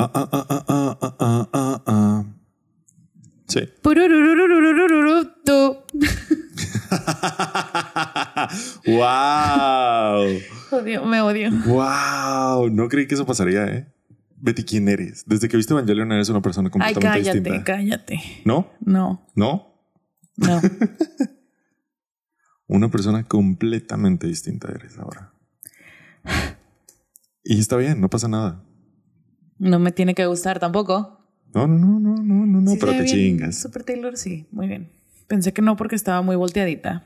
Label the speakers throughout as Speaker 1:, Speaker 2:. Speaker 1: Ah, ah, ah, ah, ah, ah, ah, ah, ah. Sí.
Speaker 2: Pururururururururururú.
Speaker 1: ¡Wow!
Speaker 2: Odio, me odio.
Speaker 1: ¡Wow! No creí que eso pasaría, ¿eh? Betty, ¿quién eres? Desde que viste Evangelion eres una persona
Speaker 2: Ay,
Speaker 1: completamente
Speaker 2: cállate,
Speaker 1: distinta.
Speaker 2: cállate.
Speaker 1: ¿No?
Speaker 2: No,
Speaker 1: ¿No?
Speaker 2: no.
Speaker 1: Una persona completamente distinta eres ahora. Y está bien, no pasa nada.
Speaker 2: No me tiene que gustar tampoco.
Speaker 1: No, no, no, no, no, no, no,
Speaker 2: Sí,
Speaker 1: pero
Speaker 2: se ve
Speaker 1: te
Speaker 2: bien.
Speaker 1: chingas.
Speaker 2: Super Taylor, sí, muy bien. Pensé que no porque estaba muy volteadita.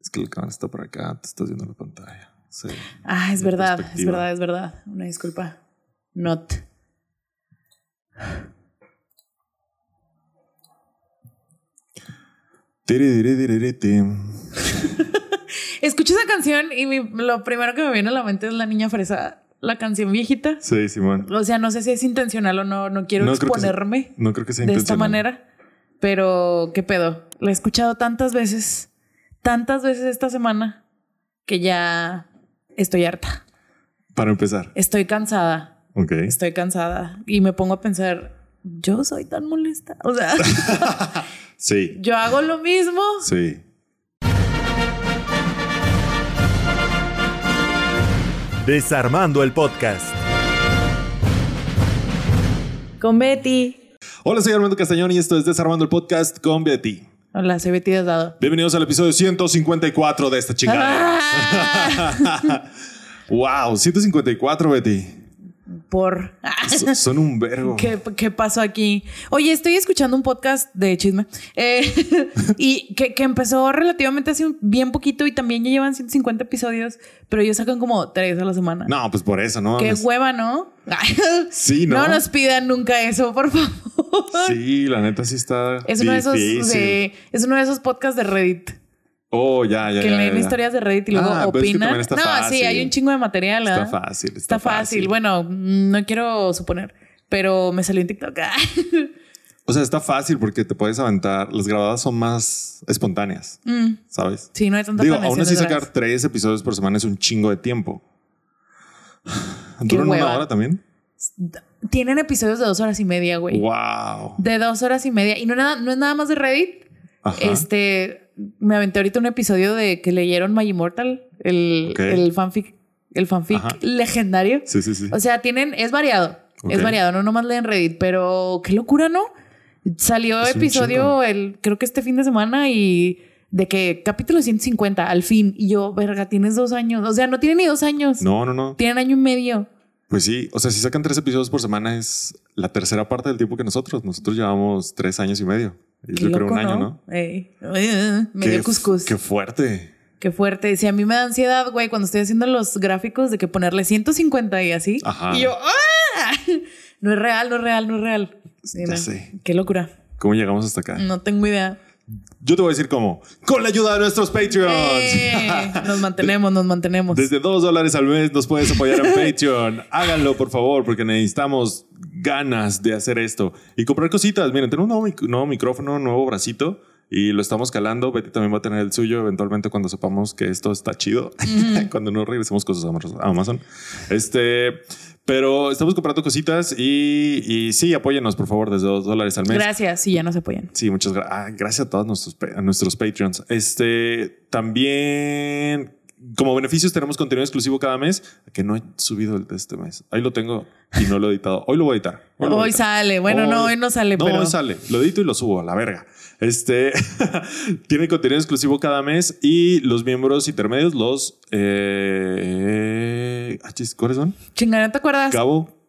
Speaker 1: Es que la cámara está por acá, te estás viendo la pantalla. Sí.
Speaker 2: Ah, es
Speaker 1: De
Speaker 2: verdad, es
Speaker 1: perspectiva.
Speaker 2: verdad, es verdad. Una disculpa. Not.
Speaker 1: Tiri, tiri, tiri, tiri.
Speaker 2: Escuché esa canción y mi- lo primero que me viene a la mente es La Niña Fresa, la canción viejita.
Speaker 1: Sí, Simón.
Speaker 2: O sea, no sé si es intencional o no, no quiero
Speaker 1: No creo que sea
Speaker 2: exponerme
Speaker 1: No creo que sea
Speaker 2: de esta
Speaker 1: intencional.
Speaker 2: manera, pero qué pedo. La he escuchado tantas veces, tantas veces esta semana, que ya estoy harta,
Speaker 1: Para empezar.
Speaker 2: estoy cansada.
Speaker 1: Ok.
Speaker 2: estoy cansada y me pongo a pensar, yo soy tan molesta. O sea,
Speaker 1: Sí,
Speaker 2: yo hago lo mismo.
Speaker 1: sí.
Speaker 3: Desarmando el podcast.
Speaker 2: Con Betty.
Speaker 1: Hola, soy Armando Castañón y esto es Desarmando el Podcast con Betty.
Speaker 2: Hola, soy Betty Desdado.
Speaker 1: Bienvenidos al episodio 154 de esta chingada.
Speaker 2: Ah,
Speaker 1: wow, 154, Betty.
Speaker 2: por Ah,
Speaker 1: So- son un vergo.
Speaker 2: ¿qué, qué pasó aquí. Oye, estoy escuchando un podcast de chisme eh, y que, que empezó relativamente hace un- bien poquito y también ya llevan 150 episodios, pero ellos sacan como tres a la semana.
Speaker 1: No, pues por eso, ¿no?
Speaker 2: Qué
Speaker 1: mames.
Speaker 2: hueva, ¿no?
Speaker 1: Sí, ¿no?
Speaker 2: No nos pidan nunca eso, por favor.
Speaker 1: Sí, la neta sí está.
Speaker 2: Es uno, de esos,
Speaker 1: difícil.
Speaker 2: de- es uno de esos podcasts de Reddit.
Speaker 1: Oh, ya, ya.
Speaker 2: que
Speaker 1: ya,
Speaker 2: leen
Speaker 1: ya.
Speaker 2: historias de Reddit y luego
Speaker 1: Ah, pero es que
Speaker 2: opinan.
Speaker 1: también está
Speaker 2: no, sí,
Speaker 1: fácil.
Speaker 2: hay un chingo de material.
Speaker 1: Está
Speaker 2: ¿ah?
Speaker 1: fácil. Está,
Speaker 2: Está fácil. Bueno, mm, no quiero suponer, pero me salió en TikTok.
Speaker 1: O sea, está fácil porque te puedes aventar. Las grabadas son más espontáneas,
Speaker 2: Mm,
Speaker 1: ¿sabes?
Speaker 2: sí, no hay tanta
Speaker 1: Digo, aún
Speaker 2: planeación
Speaker 1: así
Speaker 2: detrás.
Speaker 1: sacar tres episodios por semana es un chingo de tiempo. ¿Duran
Speaker 2: hueva.
Speaker 1: una hora también?
Speaker 2: Tienen episodios de dos horas y media, güey.
Speaker 1: ¡Wow!
Speaker 2: De dos horas y media. Y no, nada, no es nada más de Reddit.
Speaker 1: Ajá.
Speaker 2: Este, me aventé ahorita un episodio de que leyeron My Immortal, el,
Speaker 1: Ok.
Speaker 2: el fanfic, el fanfic
Speaker 1: Ajá.
Speaker 2: legendario.
Speaker 1: Sí, sí, sí.
Speaker 2: O sea, tienen, es variado, es
Speaker 1: Ok.
Speaker 2: variado, no nomás leen Reddit, pero qué locura, ¿no? Salió
Speaker 1: Es un
Speaker 2: episodio
Speaker 1: chingo.
Speaker 2: el, creo que este fin de semana y de que capítulo 150 al fin y yo, verga, tienes dos años, o sea, no tienen ni dos años,
Speaker 1: no, no, no.
Speaker 2: tienen año y medio.
Speaker 1: Pues sí. O sea, si sacan tres episodios por semana es la tercera parte del tiempo que nosotros. Nosotros llevamos tres años y medio. Y
Speaker 2: Qué
Speaker 1: yo creo
Speaker 2: loco,
Speaker 1: un año, ¿no?
Speaker 2: ¿no? Ey. Eh, me dio
Speaker 1: Qué-
Speaker 2: cuscús.
Speaker 1: Qué
Speaker 2: Qué,
Speaker 1: fuerte.
Speaker 2: fuerte. Si a mí me da ansiedad, güey, cuando estoy haciendo los gráficos de que ponerle 150 y así.
Speaker 1: Ajá.
Speaker 2: Y yo, ¡ah! No es real, no es real, no es real. Sí,
Speaker 1: Ya
Speaker 2: no.
Speaker 1: sé.
Speaker 2: Qué locura.
Speaker 1: ¿Cómo llegamos hasta acá?
Speaker 2: No tengo idea.
Speaker 1: Yo te voy a decir cómo. Con la ayuda de nuestros Patreons.
Speaker 2: Eh, nos mantenemos, nos mantenemos.
Speaker 1: Desde 2 dólares al mes nos puedes apoyar en Patreon. Háganlo, por favor, porque necesitamos ganas de hacer esto. Y comprar cositas. Miren, tenemos un nuevo, mic- nuevo micrófono, nuevo bracito. Y lo estamos calando. Betty también va a tener el suyo eventualmente cuando sepamos que esto está chido. cuando no regresemos cosas a Amaz- a Amazon. Este... Pero estamos comprando cositas y, y sí, apóyenos, por favor, desde 2 dólares al mes.
Speaker 2: Gracias, si ya nos apoyan.
Speaker 1: Sí, muchas gracias. gracias a todos nuestros, pa- a nuestros Patreons. Este también, como beneficios, tenemos contenido exclusivo cada mes que no he subido el de este mes. Ahí lo tengo y no lo he editado. Hoy lo voy a editar. lo voy a
Speaker 2: Hoy
Speaker 1: editar.
Speaker 2: sale. Bueno, no, hoy no sale,
Speaker 1: No,
Speaker 2: pero-
Speaker 1: hoy sale. Lo edito y lo subo a la verga. Este tiene contenido exclusivo cada mes y los miembros intermedios, los. Eh, ah, chis, ¿Cuáles son?
Speaker 2: Chingada, ¿te acuerdas?
Speaker 1: Cabo,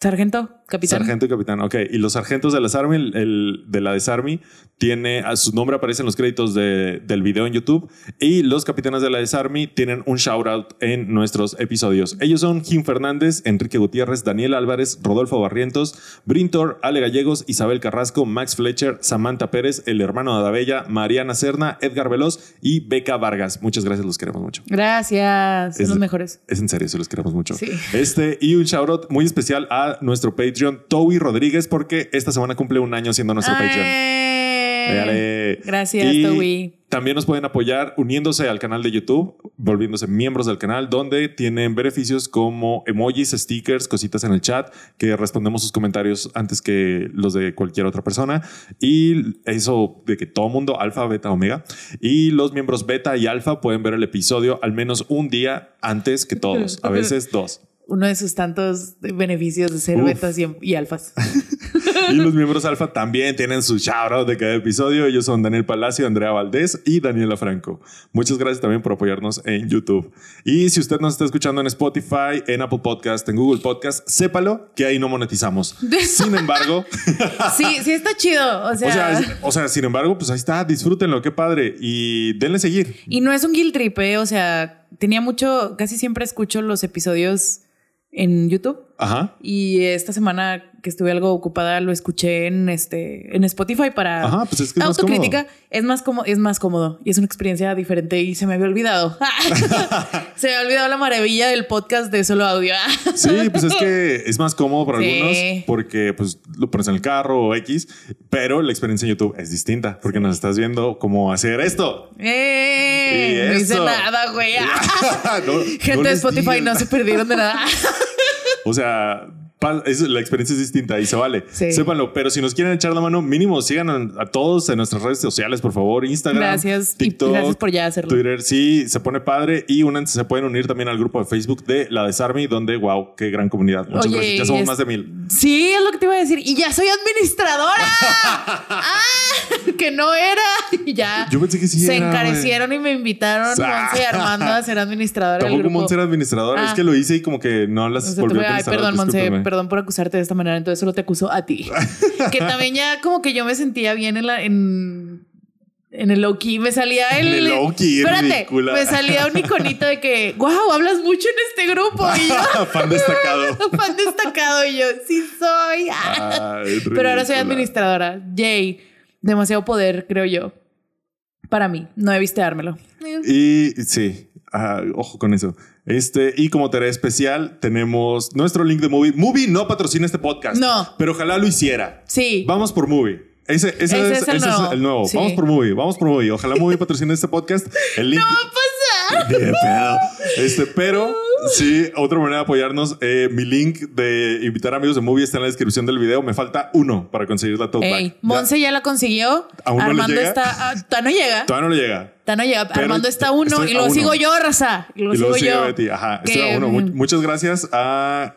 Speaker 2: Sargento, capitán.
Speaker 1: Sargento y capitán, ok. Y los sargentos de las Army, el, el de la Desarmy, tiene, a su nombre aparece en los créditos de- del video en YouTube. Y los capitanes de la Desarmy tienen un shout out en nuestros episodios. Ellos son Jim Fernández, Enrique Gutiérrez, Daniel Álvarez, Rodolfo Barrientos, Brintor, Ale Gallegos, Isabel Carrasco, Max Fletcher, Samantha Pérez, el hermano de Adabella, Mariana Cerna, Edgar Veloz y Beca Vargas. Muchas gracias, los queremos mucho.
Speaker 2: Gracias. Son
Speaker 1: Es-
Speaker 2: los mejores.
Speaker 1: Es en serio, se los queremos mucho.
Speaker 2: Sí.
Speaker 1: Este y un shoutout muy especial a nuestro Patreon, Toby Rodríguez, porque esta semana cumple un año siendo nuestro Patreon.
Speaker 2: Ay.
Speaker 1: Dale.
Speaker 2: Eh, Gracias,
Speaker 1: Y
Speaker 2: Toby.
Speaker 1: También nos pueden apoyar uniéndose al canal de YouTube, volviéndose miembros del canal, donde tienen beneficios como emojis, stickers, cositas en el chat, que respondemos sus comentarios antes que los de cualquier otra persona. Y eso de que todo mundo, alfa, beta, omega. Y los miembros beta y alfa pueden ver el episodio al menos un día antes que todos, a veces dos.
Speaker 2: Uno de sus tantos beneficios de ser
Speaker 1: Uf.
Speaker 2: betas y, y alfas.
Speaker 1: Y los miembros alfa también tienen su shoutout de cada episodio. Ellos son Daniel Palacio, Andrea Valdés y Daniela Franco. Muchas gracias también por apoyarnos en YouTube. Y si usted nos está escuchando en Spotify, en Apple Podcast, en Google Podcast, sépalo que ahí no monetizamos. Sin embargo,
Speaker 2: sí, sí está chido. O sea,
Speaker 1: o sea, es- o sea, sin embargo, pues ahí está, disfrútenlo, qué padre. Y denle seguir.
Speaker 2: y no es un guilt trip, ¿eh? O sea, tenía mucho, casi siempre escucho los episodios en YouTube.
Speaker 1: Ajá.
Speaker 2: Y esta semana que estuve algo ocupada lo escuché en este en Spotify para
Speaker 1: Ajá, pues es que es más cómodo.
Speaker 2: autocrítica. Es más cómodo, es más cómodo y es una experiencia diferente y se me había olvidado. se me había olvidado la maravilla del podcast de solo audio.
Speaker 1: Sí, pues es que es más cómodo para
Speaker 2: Sí.
Speaker 1: algunos porque pues lo pones en el carro o X, pero la experiencia en YouTube es distinta porque nos estás viendo cómo hacer esto.
Speaker 2: ¡Eh!
Speaker 1: Y
Speaker 2: No hice
Speaker 1: eso.
Speaker 2: nada, güey.
Speaker 1: No- no
Speaker 2: Gente de
Speaker 1: les
Speaker 2: Spotify
Speaker 1: digas.
Speaker 2: no se perdieron de nada.
Speaker 1: O sea, pa- es- la experiencia es distinta y se vale.
Speaker 2: Sí.
Speaker 1: Sépanlo, pero si nos quieren echar la mano, mínimo sigan a, a todos en nuestras redes sociales, por favor, Instagram,
Speaker 2: Gracias. y
Speaker 1: TikTok,
Speaker 2: gracias por ya hacerlo.
Speaker 1: Twitter, sí, se pone padre y únanse, se pueden unir también al grupo de Facebook de La Desarme, donde, wow, qué gran comunidad. Muchas
Speaker 2: Oye,
Speaker 1: gracias, ya somos
Speaker 2: y es-
Speaker 1: más de mil.
Speaker 2: Sí, es lo que te iba a decir. Y ya soy administradora. ¡Ah! Que no era. Y ya.
Speaker 1: Yo pensé que sí
Speaker 2: Se
Speaker 1: era, güey.
Speaker 2: encarecieron y me invitaron
Speaker 1: Sa-
Speaker 2: Monse y Armando a ser administradora del
Speaker 1: Tampoco
Speaker 2: grupo.
Speaker 1: Monse era administradora,
Speaker 2: Ah.
Speaker 1: es que lo hice y como que no las
Speaker 2: O sea, te
Speaker 1: volvió
Speaker 2: fue,
Speaker 1: a
Speaker 2: Ay,
Speaker 1: pensar.
Speaker 2: perdón, Monse,
Speaker 1: discúlpame".
Speaker 2: perdón por acusarte de esta manera. Entonces solo te acuso a ti. que también ya como que yo me sentía bien en la. En, en el low key me salía el.
Speaker 1: En el low key,
Speaker 2: Espérate, pues,
Speaker 1: ridícula.
Speaker 2: me salía un iconito de que, wow, hablas mucho en este grupo. Y yo,
Speaker 1: Fan destacado.
Speaker 2: fan destacado. Y yo, sí soy. Ah.
Speaker 1: Ay,
Speaker 2: Pero ahora soy
Speaker 1: ridícula.
Speaker 2: administradora. Yay. Demasiado poder, creo yo. Para mí. No debiste dármelo.
Speaker 1: Y sí, ah, ojo con eso. Este, y como tarea especial, tenemos nuestro link de Movie. Movie no patrocina este podcast.
Speaker 2: No.
Speaker 1: Pero ojalá lo hiciera.
Speaker 2: Sí.
Speaker 1: Vamos por Movie. Ese, ese
Speaker 2: Ese
Speaker 1: es,
Speaker 2: es el
Speaker 1: ese es
Speaker 2: nuevo.
Speaker 1: el nuevo.
Speaker 2: Sí.
Speaker 1: Vamos por Movie. Vamos por Movie. Ojalá Movie patrocine este podcast. El link. Ni de pedo. Este, pero sí, otra manera de apoyarnos. eh, mi link de invitar amigos de Movie está en la descripción del video. Me falta uno para conseguir la top
Speaker 2: Ey, Monse ya la consiguió.
Speaker 1: ¿Aún no le
Speaker 2: Armando
Speaker 1: llega?
Speaker 2: está. ah, ta no llega.
Speaker 1: Todavía no le llega.
Speaker 2: Ta no llega.
Speaker 1: Pero
Speaker 2: Armando está
Speaker 1: te-
Speaker 2: uno
Speaker 1: estoy
Speaker 2: y
Speaker 1: a
Speaker 2: lo
Speaker 1: uno.
Speaker 2: sigo yo, raza. Y lo
Speaker 1: y
Speaker 2: sigo
Speaker 1: luego sigue
Speaker 2: yo.
Speaker 1: Betty. Ajá.
Speaker 2: Que,
Speaker 1: estoy a uno. Mu-
Speaker 2: mm,
Speaker 1: Muchas gracias a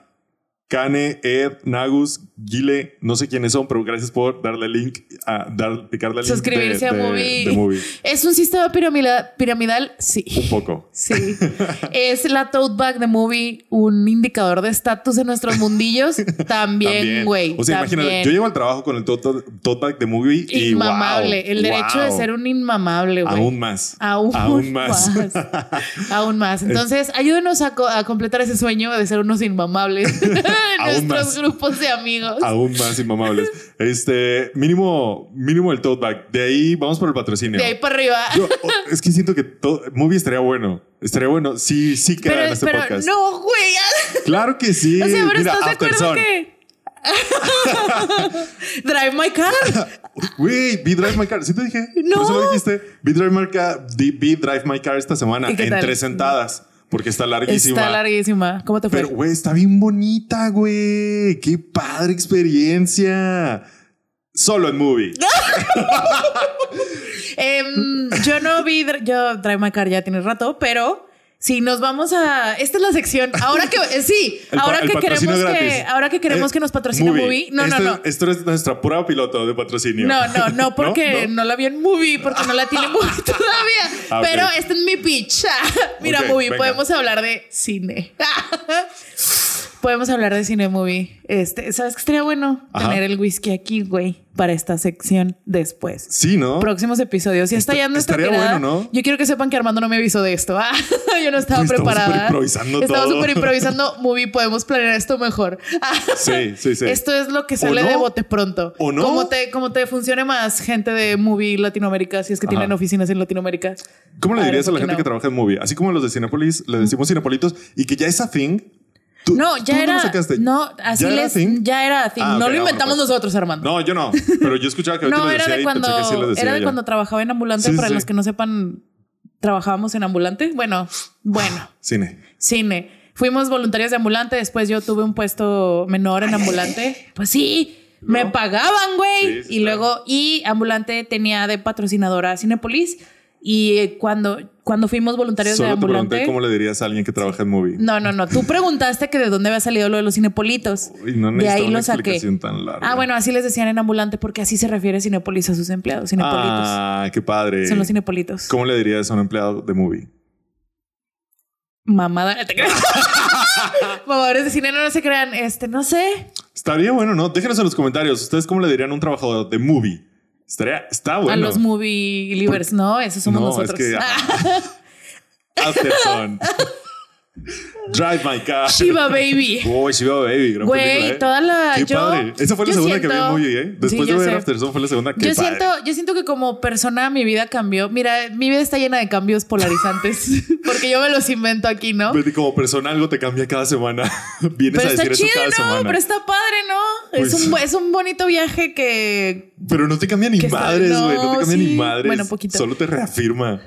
Speaker 1: Kane, Ed, Nagus, Gile, no sé quiénes son, pero gracias por darle link, a dar, picarle al link.
Speaker 2: Suscribirse
Speaker 1: de-
Speaker 2: a
Speaker 1: de-
Speaker 2: Movie.
Speaker 1: de Movie.
Speaker 2: ¿Es un sistema piramida- piramidal? Sí.
Speaker 1: Un poco.
Speaker 2: Sí. es la tote bag de movie un indicador de estatus en nuestros mundillos. También, güey.
Speaker 1: O sea, imagínate,
Speaker 2: también.
Speaker 1: yo llego al trabajo con el tote tote bag de Movie y.
Speaker 2: Inmamable.
Speaker 1: wow,
Speaker 2: el derecho de
Speaker 1: wow.
Speaker 2: ser un inmamable, güey.
Speaker 1: Aún más.
Speaker 2: Aún,
Speaker 1: Aún
Speaker 2: más.
Speaker 1: más.
Speaker 2: Aún más. Entonces, ayúdenos a, co- a completar ese sueño de ser unos inmamables en nuestros
Speaker 1: Aún más.
Speaker 2: grupos de amigos.
Speaker 1: Aún más inmamables. Este, mínimo, mínimo el tote bag. De ahí vamos por el patrocinio.
Speaker 2: De ahí para arriba.
Speaker 1: Yo, o- es que siento que todo, movie estaría bueno. Estaría bueno. Sí, sí queda en
Speaker 2: pero
Speaker 1: este
Speaker 2: pero
Speaker 1: podcast.
Speaker 2: no, güey.
Speaker 1: Claro que sí.
Speaker 2: O sea, pero
Speaker 1: Mira,
Speaker 2: ¿estás de
Speaker 1: After
Speaker 2: acuerdo
Speaker 1: Sun.
Speaker 2: que...? Drive my car.
Speaker 1: Güey, Be Drive My Car. ¿Sí te dije?
Speaker 2: No.
Speaker 1: Por eso me dijiste. Be Drive My Car, di- Be Drive My Car esta semana
Speaker 2: ¿Y
Speaker 1: en
Speaker 2: qué tal?
Speaker 1: tres sentadas. Porque está larguísima.
Speaker 2: Está larguísima. ¿Cómo te fue?
Speaker 1: Pero, güey, está bien bonita, güey. Qué padre experiencia. Solo en movie.
Speaker 2: Em, yo no vi, Dr- yo Drive My Car ya tiene rato, pero si nos vamos a, esta es la sección. Ahora que eh, sí,
Speaker 1: El pa-
Speaker 2: ahora
Speaker 1: el
Speaker 2: que
Speaker 1: patrocinio
Speaker 2: queremos que,
Speaker 1: gratis.
Speaker 2: ahora que queremos
Speaker 1: Eh,
Speaker 2: que nos patrocine Movie, no,
Speaker 1: Este-
Speaker 2: no, no.
Speaker 1: Esto es nuestra prueba piloto de patrocinio.
Speaker 2: No, no, no, porque ¿No? la vi en movie, porque no la tiene movie todavía.
Speaker 1: Ah, ok.
Speaker 2: Pero este es mi pitch. Mira,
Speaker 1: Ok,
Speaker 2: movie,
Speaker 1: venga.
Speaker 2: podemos hablar de cine. podemos hablar de cine movie. Este, ¿sabes qué estaría bueno?
Speaker 1: Ajá.
Speaker 2: Tener el whisky aquí, güey, para esta sección después
Speaker 1: Sí, ¿no?
Speaker 2: próximos episodios. Y está
Speaker 1: Esta-
Speaker 2: ya nuestra
Speaker 1: estaría
Speaker 2: tirada.
Speaker 1: bueno, ¿no?
Speaker 2: Yo quiero que sepan que Armando no me avisó de esto. Ah, yo no estaba
Speaker 1: Pues estamos
Speaker 2: preparada.
Speaker 1: superimprovisando
Speaker 2: Estaba
Speaker 1: todo.
Speaker 2: súper improvisando. Movie, podemos planear esto mejor. Ah,
Speaker 1: Sí, sí, sí.
Speaker 2: Esto es lo que sale
Speaker 1: no?
Speaker 2: de bote pronto.
Speaker 1: ¿O no?
Speaker 2: Como te, como te funcione más gente de Movie Latinoamérica, si es que
Speaker 1: Ajá.
Speaker 2: tienen oficinas en Latinoamérica.
Speaker 1: ¿Cómo le
Speaker 2: Ahora
Speaker 1: dirías a
Speaker 2: sí
Speaker 1: la
Speaker 2: que
Speaker 1: gente
Speaker 2: no.
Speaker 1: que trabaja en movie? Así como los de Cinepolis, le decimos Cinepolitos y que ya es a thing. Tú-
Speaker 2: No,
Speaker 1: tú
Speaker 2: ya era.
Speaker 1: lo sacaste.
Speaker 2: No, así
Speaker 1: ¿Ya era
Speaker 2: les.
Speaker 1: así?
Speaker 2: ya era así.
Speaker 1: Ah,
Speaker 2: no
Speaker 1: ok,
Speaker 2: lo
Speaker 1: no,
Speaker 2: inventamos
Speaker 1: pues.
Speaker 2: nosotros, Armando.
Speaker 1: No, yo no. Pero yo escuchaba que ahorita
Speaker 2: No,
Speaker 1: lo
Speaker 2: era
Speaker 1: decía
Speaker 2: de
Speaker 1: y
Speaker 2: cuando,
Speaker 1: pensé que sí lo decía
Speaker 2: era de
Speaker 1: yo.
Speaker 2: cuando trabajaba en ambulante.
Speaker 1: Sí, sí,
Speaker 2: para
Speaker 1: sí.
Speaker 2: los que no sepan, trabajábamos en ambulante. Bueno, bueno,
Speaker 1: Cine.
Speaker 2: cine. Fuimos voluntarios de ambulante. Después yo tuve un puesto menor en ambulante. Pues sí, me
Speaker 1: ¿No?
Speaker 2: pagaban,
Speaker 1: Sí,
Speaker 2: güey.
Speaker 1: sí,
Speaker 2: y
Speaker 1: claro.
Speaker 2: luego, y ambulante tenía de patrocinadora a Cinepolis. Y eh, cuando, cuando fuimos voluntarios de
Speaker 1: Solo te
Speaker 2: ambulante.
Speaker 1: pregunté cómo le dirías a alguien que trabaja en movie.
Speaker 2: No, no, no. Tú preguntaste que de dónde había salido lo de los cinepolitos.
Speaker 1: Uy, no
Speaker 2: de
Speaker 1: necesitaba
Speaker 2: ahí
Speaker 1: una
Speaker 2: lo saqué.
Speaker 1: explicación tan larga.
Speaker 2: Ah, bueno, así les decían en ambulante porque así se refiere Cinepolis a sus empleados. Cinepolitos.
Speaker 1: Ah, qué padre.
Speaker 2: pues. Son los cinepolitos.
Speaker 1: ¿Cómo le dirías a un empleado de movie?
Speaker 2: Mamada. ¿Te creas? Mamadores de cine, no, no se crean. Este, no sé.
Speaker 1: Estaría bueno, ¿no? Déjenos en los comentarios. ¿Ustedes cómo le dirían a un trabajador de movie? Estaría, está bueno.
Speaker 2: A los movie livers. No, esos somos
Speaker 1: No, es
Speaker 2: nosotros.
Speaker 1: que- Afterson. Drive my car.
Speaker 2: Ah, Shiva Baby.
Speaker 1: Oh, Shiva Baby. gran
Speaker 2: Güey,
Speaker 1: película, ¿eh?
Speaker 2: toda la-
Speaker 1: Qué
Speaker 2: yo-
Speaker 1: padre. Esa fue la
Speaker 2: yo
Speaker 1: segunda que vi en
Speaker 2: siento-
Speaker 1: movie, ¿eh? Después
Speaker 2: Sí,
Speaker 1: de
Speaker 2: yo
Speaker 1: ver
Speaker 2: sé.
Speaker 1: Afterson fue la segunda que
Speaker 2: Yo siento, yo siento que como persona mi vida cambió. Mira, mi vida está llena de cambios polarizantes porque yo me los invento aquí, ¿no?
Speaker 1: Como persona algo te cambia cada semana. Vienes
Speaker 2: Pero
Speaker 1: Pues, a
Speaker 2: está
Speaker 1: decir eso
Speaker 2: chido,
Speaker 1: cada
Speaker 2: ¿no?
Speaker 1: semana.
Speaker 2: Pero está padre, ¿no?
Speaker 1: Pues-
Speaker 2: es, un, bu- es un bonito viaje que...
Speaker 1: Pero no te cambia ni
Speaker 2: Que está-
Speaker 1: madres, güey. No,
Speaker 2: no,
Speaker 1: te cambia ni
Speaker 2: sí.
Speaker 1: madres.
Speaker 2: Bueno, poquito. Pues
Speaker 1: Solo te reafirma.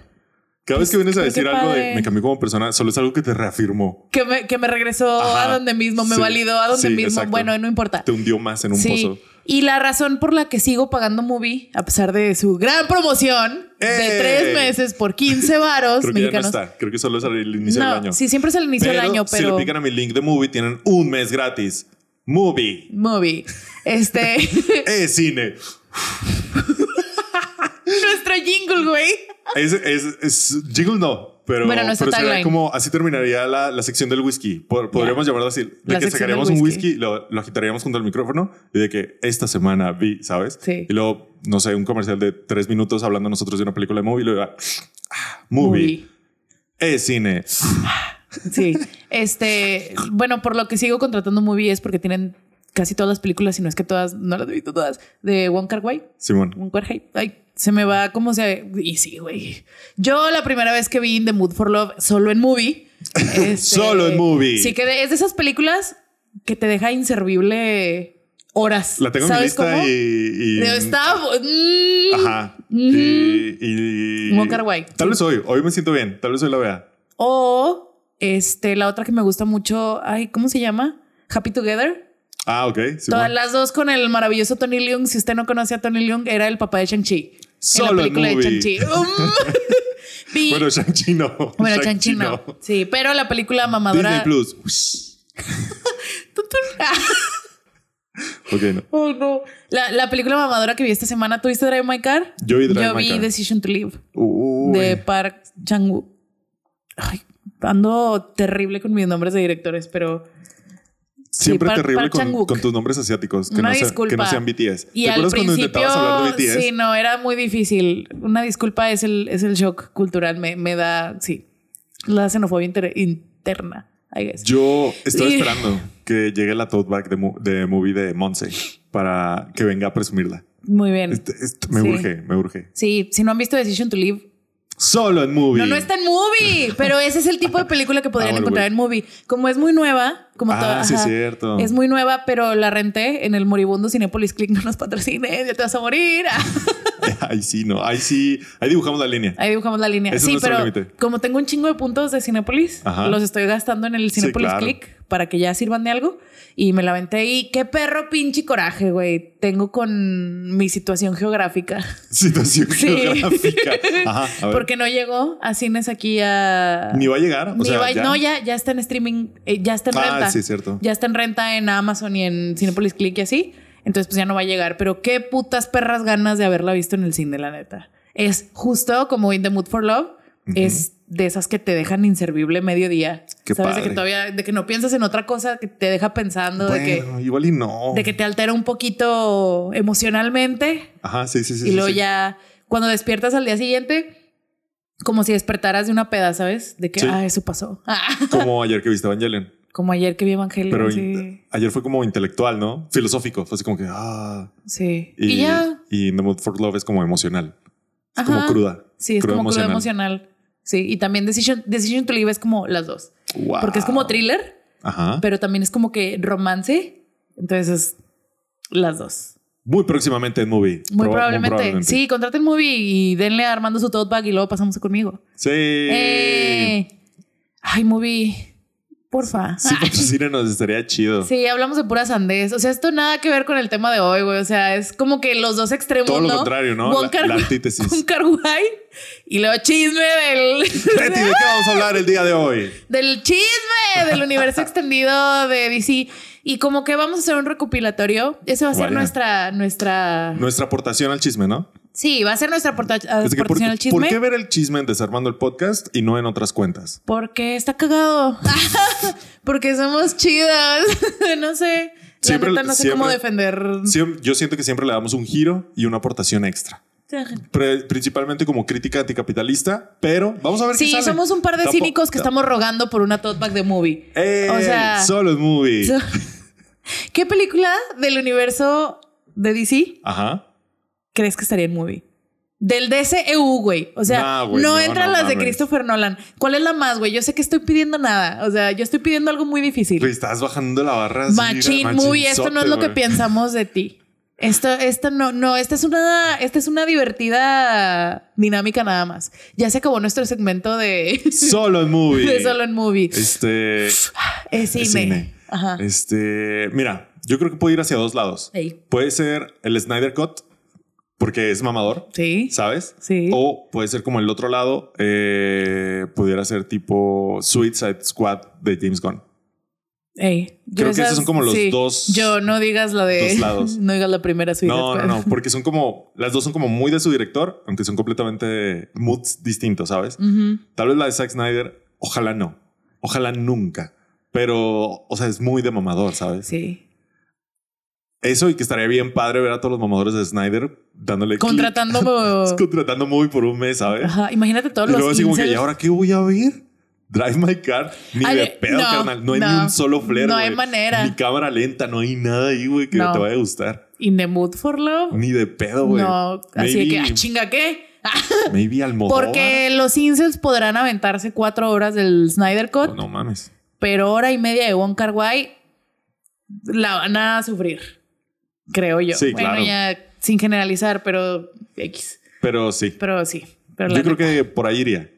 Speaker 1: Cada vez que vienes a
Speaker 2: creo que
Speaker 1: decir algo de
Speaker 2: padre.
Speaker 1: me cambió como persona, solo es algo que te reafirmó.
Speaker 2: Que me, que me regresó
Speaker 1: Ajá.
Speaker 2: a donde mismo, me
Speaker 1: Sí,
Speaker 2: validó a donde
Speaker 1: sí,
Speaker 2: mismo.
Speaker 1: exacto.
Speaker 2: Bueno, no importa.
Speaker 1: Te hundió más en un pozo.
Speaker 2: Sí. Y la razón por la que sigo pagando Movie, a pesar de su gran promoción
Speaker 1: ¡Eh!
Speaker 2: de tres meses por 15 varos
Speaker 1: Creo que
Speaker 2: mexicanos.
Speaker 1: ya no está. Creo que solo es al inicio
Speaker 2: No,
Speaker 1: del año.
Speaker 2: sí, siempre es al inicio del año,
Speaker 1: Si le
Speaker 2: pero
Speaker 1: pican a mi link de movie, tienen un mes gratis. Movie.
Speaker 2: Movie. Este,
Speaker 1: Es cine.
Speaker 2: nuestro jingle, güey.
Speaker 1: Es, es, es- Jiggle no. Pero,
Speaker 2: Bueno, nuestro
Speaker 1: pero sería
Speaker 2: tagline.
Speaker 1: como así terminaría la, la sección del whisky. Por- podríamos llamarlo así. De
Speaker 2: La
Speaker 1: que
Speaker 2: sección
Speaker 1: sacaríamos
Speaker 2: del
Speaker 1: un
Speaker 2: whisky.
Speaker 1: whisky, lo, lo agitaríamos junto al micrófono y de que esta semana vi, ¿sabes?
Speaker 2: Sí.
Speaker 1: Y luego, no sé, un comercial de tres minutos hablando nosotros de una película de movie y luego, ah, movie. Es cine.
Speaker 2: Sí. Este, bueno, por lo que sigo contratando Movie es porque tienen casi todas las películas, si no es que todas, no las he visto todas, de Wong Kar Wai.
Speaker 1: Simón.
Speaker 2: Wong Kar Wai. Ay, se me va como se... Y sí, güey. Yo la primera vez que vi In the Mood for Love solo en Movie. este,
Speaker 1: Solo en Movie.
Speaker 2: Sí, que de- es de esas películas que te deja inservible horas.
Speaker 1: La tengo en mi
Speaker 2: ¿Sabes
Speaker 1: lista
Speaker 2: cómo?
Speaker 1: y, y-
Speaker 2: Pero Está... mm.
Speaker 1: Ajá.
Speaker 2: Ujú.
Speaker 1: Y. y-
Speaker 2: Wong Kar-wai.
Speaker 1: Tal vez hoy. Hoy me siento bien. Tal vez hoy la vea.
Speaker 2: O este, la otra que me gusta mucho, ay, ¿cómo se llama? Happy Together.
Speaker 1: Ah, ok. Simón.
Speaker 2: Todas las dos con el maravilloso Tony Leung. Si usted no conoce a Tony Leung, era el papá de Shang-Chi.
Speaker 1: Solo
Speaker 2: en
Speaker 1: en
Speaker 2: la película
Speaker 1: movie.
Speaker 2: de Shang-Chi. Um, vi-
Speaker 1: Bueno, Shang-Chi no.
Speaker 2: bueno,
Speaker 1: Shang-Chi
Speaker 2: Shang-Chi no. Sí, pero la película
Speaker 1: Disney
Speaker 2: mamadora.
Speaker 1: Plus. Ush. ok, no.
Speaker 2: Oh, no. La, la película mamadora que vi esta semana, ¿tuviste Drive My Car?
Speaker 1: Yo vi Drive My Car.
Speaker 2: Decision to Live
Speaker 1: Uy.
Speaker 2: de Park Chang-woo. Ay, ando terrible con mis nombres de directores, pero
Speaker 1: Siempre
Speaker 2: Park-
Speaker 1: terrible
Speaker 2: Park
Speaker 1: con,
Speaker 2: Chan-wook.
Speaker 1: con tus nombres asiáticos. Que,
Speaker 2: Una
Speaker 1: no, sean-
Speaker 2: disculpa.
Speaker 1: que no sean BTS.
Speaker 2: Y
Speaker 1: ¿Te
Speaker 2: al
Speaker 1: acuerdas cuando
Speaker 2: principio,
Speaker 1: intentabas hablar de BTS?
Speaker 2: sí, no, era muy difícil. Una disculpa es el, es el shock cultural, me, me da, sí, la xenofobia inter- interna, I guess.
Speaker 1: Yo estoy
Speaker 2: Y-
Speaker 1: esperando que llegue la tote bag de, mu- de movie de Monse para que venga a presumirla.
Speaker 2: Muy bien.
Speaker 1: Este- este- me
Speaker 2: Sí.
Speaker 1: urge, me urge.
Speaker 2: Sí, si no han visto Decision to Live,
Speaker 1: Solo en movie.
Speaker 2: no, no está en movie, pero ese es el tipo de película que podrían
Speaker 1: Ah, bueno,
Speaker 2: encontrar en movie. Como es muy nueva, como
Speaker 1: Ah,
Speaker 2: toda-
Speaker 1: sí, es
Speaker 2: ajá,
Speaker 1: cierto.
Speaker 2: Es muy nueva, pero la renté en el moribundo Cinepolis Click, no nos patrocines, ya te vas a morir.
Speaker 1: Ahí sí, no. Ahí sí. Ahí dibujamos la línea.
Speaker 2: Ahí dibujamos la línea.
Speaker 1: Ese es
Speaker 2: sí,
Speaker 1: nuestro
Speaker 2: pero
Speaker 1: límite.
Speaker 2: como tengo un chingo de puntos de Cinépolis,
Speaker 1: Ajá.
Speaker 2: los estoy gastando en el
Speaker 1: Sí,
Speaker 2: Cinépolis
Speaker 1: claro.
Speaker 2: Click para que ya sirvan de algo. Y me la aventé y qué perro pinche coraje, güey. Tengo con mi situación geográfica.
Speaker 1: Situación
Speaker 2: Sí.
Speaker 1: geográfica. Ajá. A ver.
Speaker 2: Porque no llegó a cines aquí a...
Speaker 1: Ni va a llegar. O
Speaker 2: Ni
Speaker 1: sea,
Speaker 2: va-
Speaker 1: ya.
Speaker 2: No, ya, ya está en streaming, eh, ya está en
Speaker 1: Ah,
Speaker 2: renta.
Speaker 1: sí, es cierto.
Speaker 2: Ya está en renta en Amazon y en Cinepolis Click y así. Entonces, pues ya no va a llegar. Pero qué putas perras ganas de haberla visto en el cine, la neta. Es justo como In the Mood for Love. Es de esas que te dejan inservible mediodía.
Speaker 1: Qué
Speaker 2: Sabes de
Speaker 1: padre.
Speaker 2: que todavía, de que no piensas en otra cosa, que te deja pensando, de que.
Speaker 1: Bueno, igual y no.
Speaker 2: De que te altera un poquito emocionalmente
Speaker 1: Ajá, sí, sí, sí.
Speaker 2: y
Speaker 1: sí,
Speaker 2: luego
Speaker 1: sí.
Speaker 2: ya, cuando despiertas al día siguiente, como si despertaras de una peda, ¿sabes? De que,
Speaker 1: Sí.
Speaker 2: ah, eso pasó.
Speaker 1: Como ayer que viste Evangelion.
Speaker 2: como ayer que vi Evangelio.
Speaker 1: Pero in-
Speaker 2: sí.
Speaker 1: ayer fue como intelectual, ¿no? Filosófico. Fue así como que. Ah.
Speaker 2: Sí. Y, ya.
Speaker 1: Y In The Mood for Love es como emocional. Es como
Speaker 2: Ajá.
Speaker 1: cruda.
Speaker 2: Sí, es como cruda emocional. Sí. Y también Decision, Decision to Live es como las dos.
Speaker 1: Wow.
Speaker 2: Porque es como thriller.
Speaker 1: Ajá.
Speaker 2: pero también es como que romance. Entonces, las dos.
Speaker 1: Muy próximamente en movie.
Speaker 2: Muy,
Speaker 1: Proba-
Speaker 2: probablemente. Sí, contraten movie y denle a Armando su tote bag y luego pasamos conmigo.
Speaker 1: Sí.
Speaker 2: ¡Eh! Ay, movie. Porfa.
Speaker 1: Sí, patrocínenos, estaría chido.
Speaker 2: Sí, hablamos de pura sandez. O sea, esto nada que ver con el tema de hoy, güey. O sea, es como que los dos extremos.
Speaker 1: Todo lo
Speaker 2: ¿no?
Speaker 1: contrario, ¿no?
Speaker 2: Wong
Speaker 1: La-
Speaker 2: Kar-
Speaker 1: la antítesis.
Speaker 2: Wong Kar-wai y luego chisme
Speaker 1: Betty, ¿de
Speaker 2: del,
Speaker 1: qué vamos a hablar el día de hoy?
Speaker 2: del chisme del universo extendido de DC. Y como que vamos a hacer un recopilatorio. Ese va a ser
Speaker 1: Vaya.
Speaker 2: nuestra, nuestra.
Speaker 1: Nuestra aportación al chisme, ¿no?
Speaker 2: Sí, va a ser nuestra aporta-
Speaker 1: Es que,
Speaker 2: aportación
Speaker 1: ¿por,
Speaker 2: al chisme.
Speaker 1: por qué ver el chisme en Desarmando el Podcast y no en otras cuentas?
Speaker 2: Porque está cagado. Porque somos chidas. no sé. La
Speaker 1: Siempre-
Speaker 2: neta no sé
Speaker 1: siempre-
Speaker 2: cómo defender.
Speaker 1: Siem- yo siento que siempre le damos un giro y una aportación extra. Pre- principalmente como crítica anticapitalista, pero vamos a ver qué
Speaker 2: Sí,
Speaker 1: sale.
Speaker 2: somos un par de
Speaker 1: Tampo-
Speaker 2: cínicos que estamos rogando por una tote bag de movie.
Speaker 1: ¡Ey!
Speaker 2: o sea,
Speaker 1: ¡Eh! solo es movie.
Speaker 2: so- ¿qué película del universo de DC
Speaker 1: Ajá.
Speaker 2: crees que estaría en movie? Del DCEU, güey. O sea,
Speaker 1: Nah, güey,
Speaker 2: no
Speaker 1: no,
Speaker 2: entran
Speaker 1: no
Speaker 2: las de
Speaker 1: mames.
Speaker 2: Christopher Nolan. ¿Cuál es la más, güey? Yo sé que estoy pidiendo nada. O sea, yo estoy pidiendo algo muy difícil.
Speaker 1: Güey, estás bajando la barra. así,
Speaker 2: Machín,
Speaker 1: machinzote,
Speaker 2: movie, esto no es lo que
Speaker 1: güey.
Speaker 2: pensamos de ti. Esto, esto no, no, esta es una, esta es una divertida dinámica nada más. Ya se acabó nuestro segmento de,
Speaker 1: Solo en movie.
Speaker 2: de solo en movie.
Speaker 1: Este.
Speaker 2: Es cine.
Speaker 1: es cine.
Speaker 2: Ajá.
Speaker 1: Este. Mira, yo creo que puede ir hacia dos lados.
Speaker 2: Ey.
Speaker 1: Puede ser el Snyder Cut, porque es mamador,
Speaker 2: Sí.
Speaker 1: ¿sabes?
Speaker 2: Sí.
Speaker 1: O puede ser como el otro lado, eh, pudiera ser tipo Suicide Squad de James Gunn.
Speaker 2: Ey. Yo
Speaker 1: Creo que esos son como los dos-
Speaker 2: Yo no digas la de.
Speaker 1: dos lados.
Speaker 2: No digas la primera Suicide
Speaker 1: No, no,
Speaker 2: Squad.
Speaker 1: no, porque son como, las dos son como muy de su director, aunque son completamente moods distintos, ¿sabes?
Speaker 2: Ujú.
Speaker 1: Tal vez la de Zack Snyder, ojalá no, ojalá nunca, pero, o sea, es muy de mamador, ¿sabes?
Speaker 2: Sí.
Speaker 1: Eso y que estaría bien padre ver a todos los mamadores de Snyder dándole... clic-
Speaker 2: Contratando.
Speaker 1: contratando muy por un mes, ¿sabes?
Speaker 2: Ajá. Imagínate todos
Speaker 1: Y
Speaker 2: los.
Speaker 1: luego así como que, ¿y
Speaker 2: incels.
Speaker 1: ahora qué voy a ver? Drive My Car, ni
Speaker 2: Ay, eh,
Speaker 1: de pedo,
Speaker 2: no,
Speaker 1: carnal. No hay ni
Speaker 2: no,
Speaker 1: un solo flare,
Speaker 2: no hay
Speaker 1: güey.
Speaker 2: manera.
Speaker 1: Ni cámara lenta, no hay nada ahí, güey, que
Speaker 2: No.
Speaker 1: te vaya a gustar.
Speaker 2: In the mood for love.
Speaker 1: Ni de pedo, güey.
Speaker 2: no. Así de que, ah, chinga, ¿qué?
Speaker 1: Maybe Almodóvar.
Speaker 2: Porque los incels podrán aventarse cuatro horas del Snyder Cut,
Speaker 1: No, no mames.
Speaker 2: pero hora y media de Wong Kar Wai la van a sufrir, creo yo.
Speaker 1: Sí,
Speaker 2: bueno,
Speaker 1: claro.
Speaker 2: ya sin generalizar, pero X.
Speaker 1: Pero sí.
Speaker 2: Pero sí. Pero la
Speaker 1: Yo creo que por ahí iría.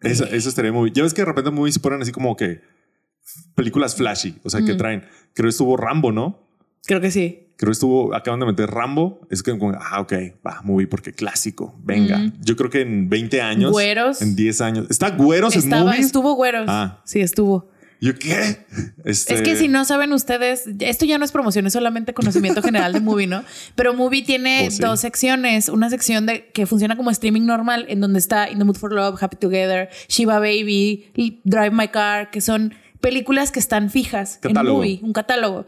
Speaker 1: Esa- eso estaría muy... Ya ves que de repente movies se ponen así como que películas flashy, o sea, que
Speaker 2: Mm.
Speaker 1: traen. Creo que estuvo Rambo, ¿no?
Speaker 2: Creo que sí.
Speaker 1: Creo que estuvo, acaban de meter Rambo. Es que, como, ah, ok, va, movie porque clásico. Venga.
Speaker 2: Ujú.
Speaker 1: Yo creo que en 20 años.
Speaker 2: Güeros.
Speaker 1: En 10 años. ¿Está güeros en
Speaker 2: Estaba,
Speaker 1: movies?
Speaker 2: estuvo güeros.
Speaker 1: Ah.
Speaker 2: Sí, estuvo.
Speaker 1: ¿Yo qué? Este,
Speaker 2: Es que si no saben ustedes, esto ya no es promoción, es solamente conocimiento general de Movie, ¿no? Pero Movie tiene
Speaker 1: Oh, sí.
Speaker 2: dos secciones. Una sección de, que funciona como streaming normal, en donde está In the Mood for Love, Happy Together, Shiva Baby, L- Drive My Car, que son películas que están fijas
Speaker 1: Catálogo.
Speaker 2: en Movie, un catálogo.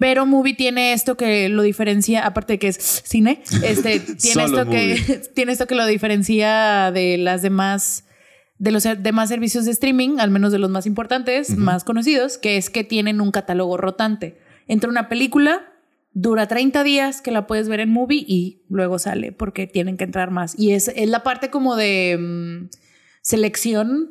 Speaker 2: Pero Movie tiene esto que lo diferencia, aparte de que es cine, este, tiene,
Speaker 1: Solo
Speaker 2: esto que, tiene esto que lo diferencia de las demás de los demás servicios de streaming, al menos de los más importantes, más conocidos, que es que tienen un catálogo rotante. Entra una película, dura 30 días que la puedes ver en movie y luego sale porque tienen que entrar más. Y es, es la parte como de mm, selección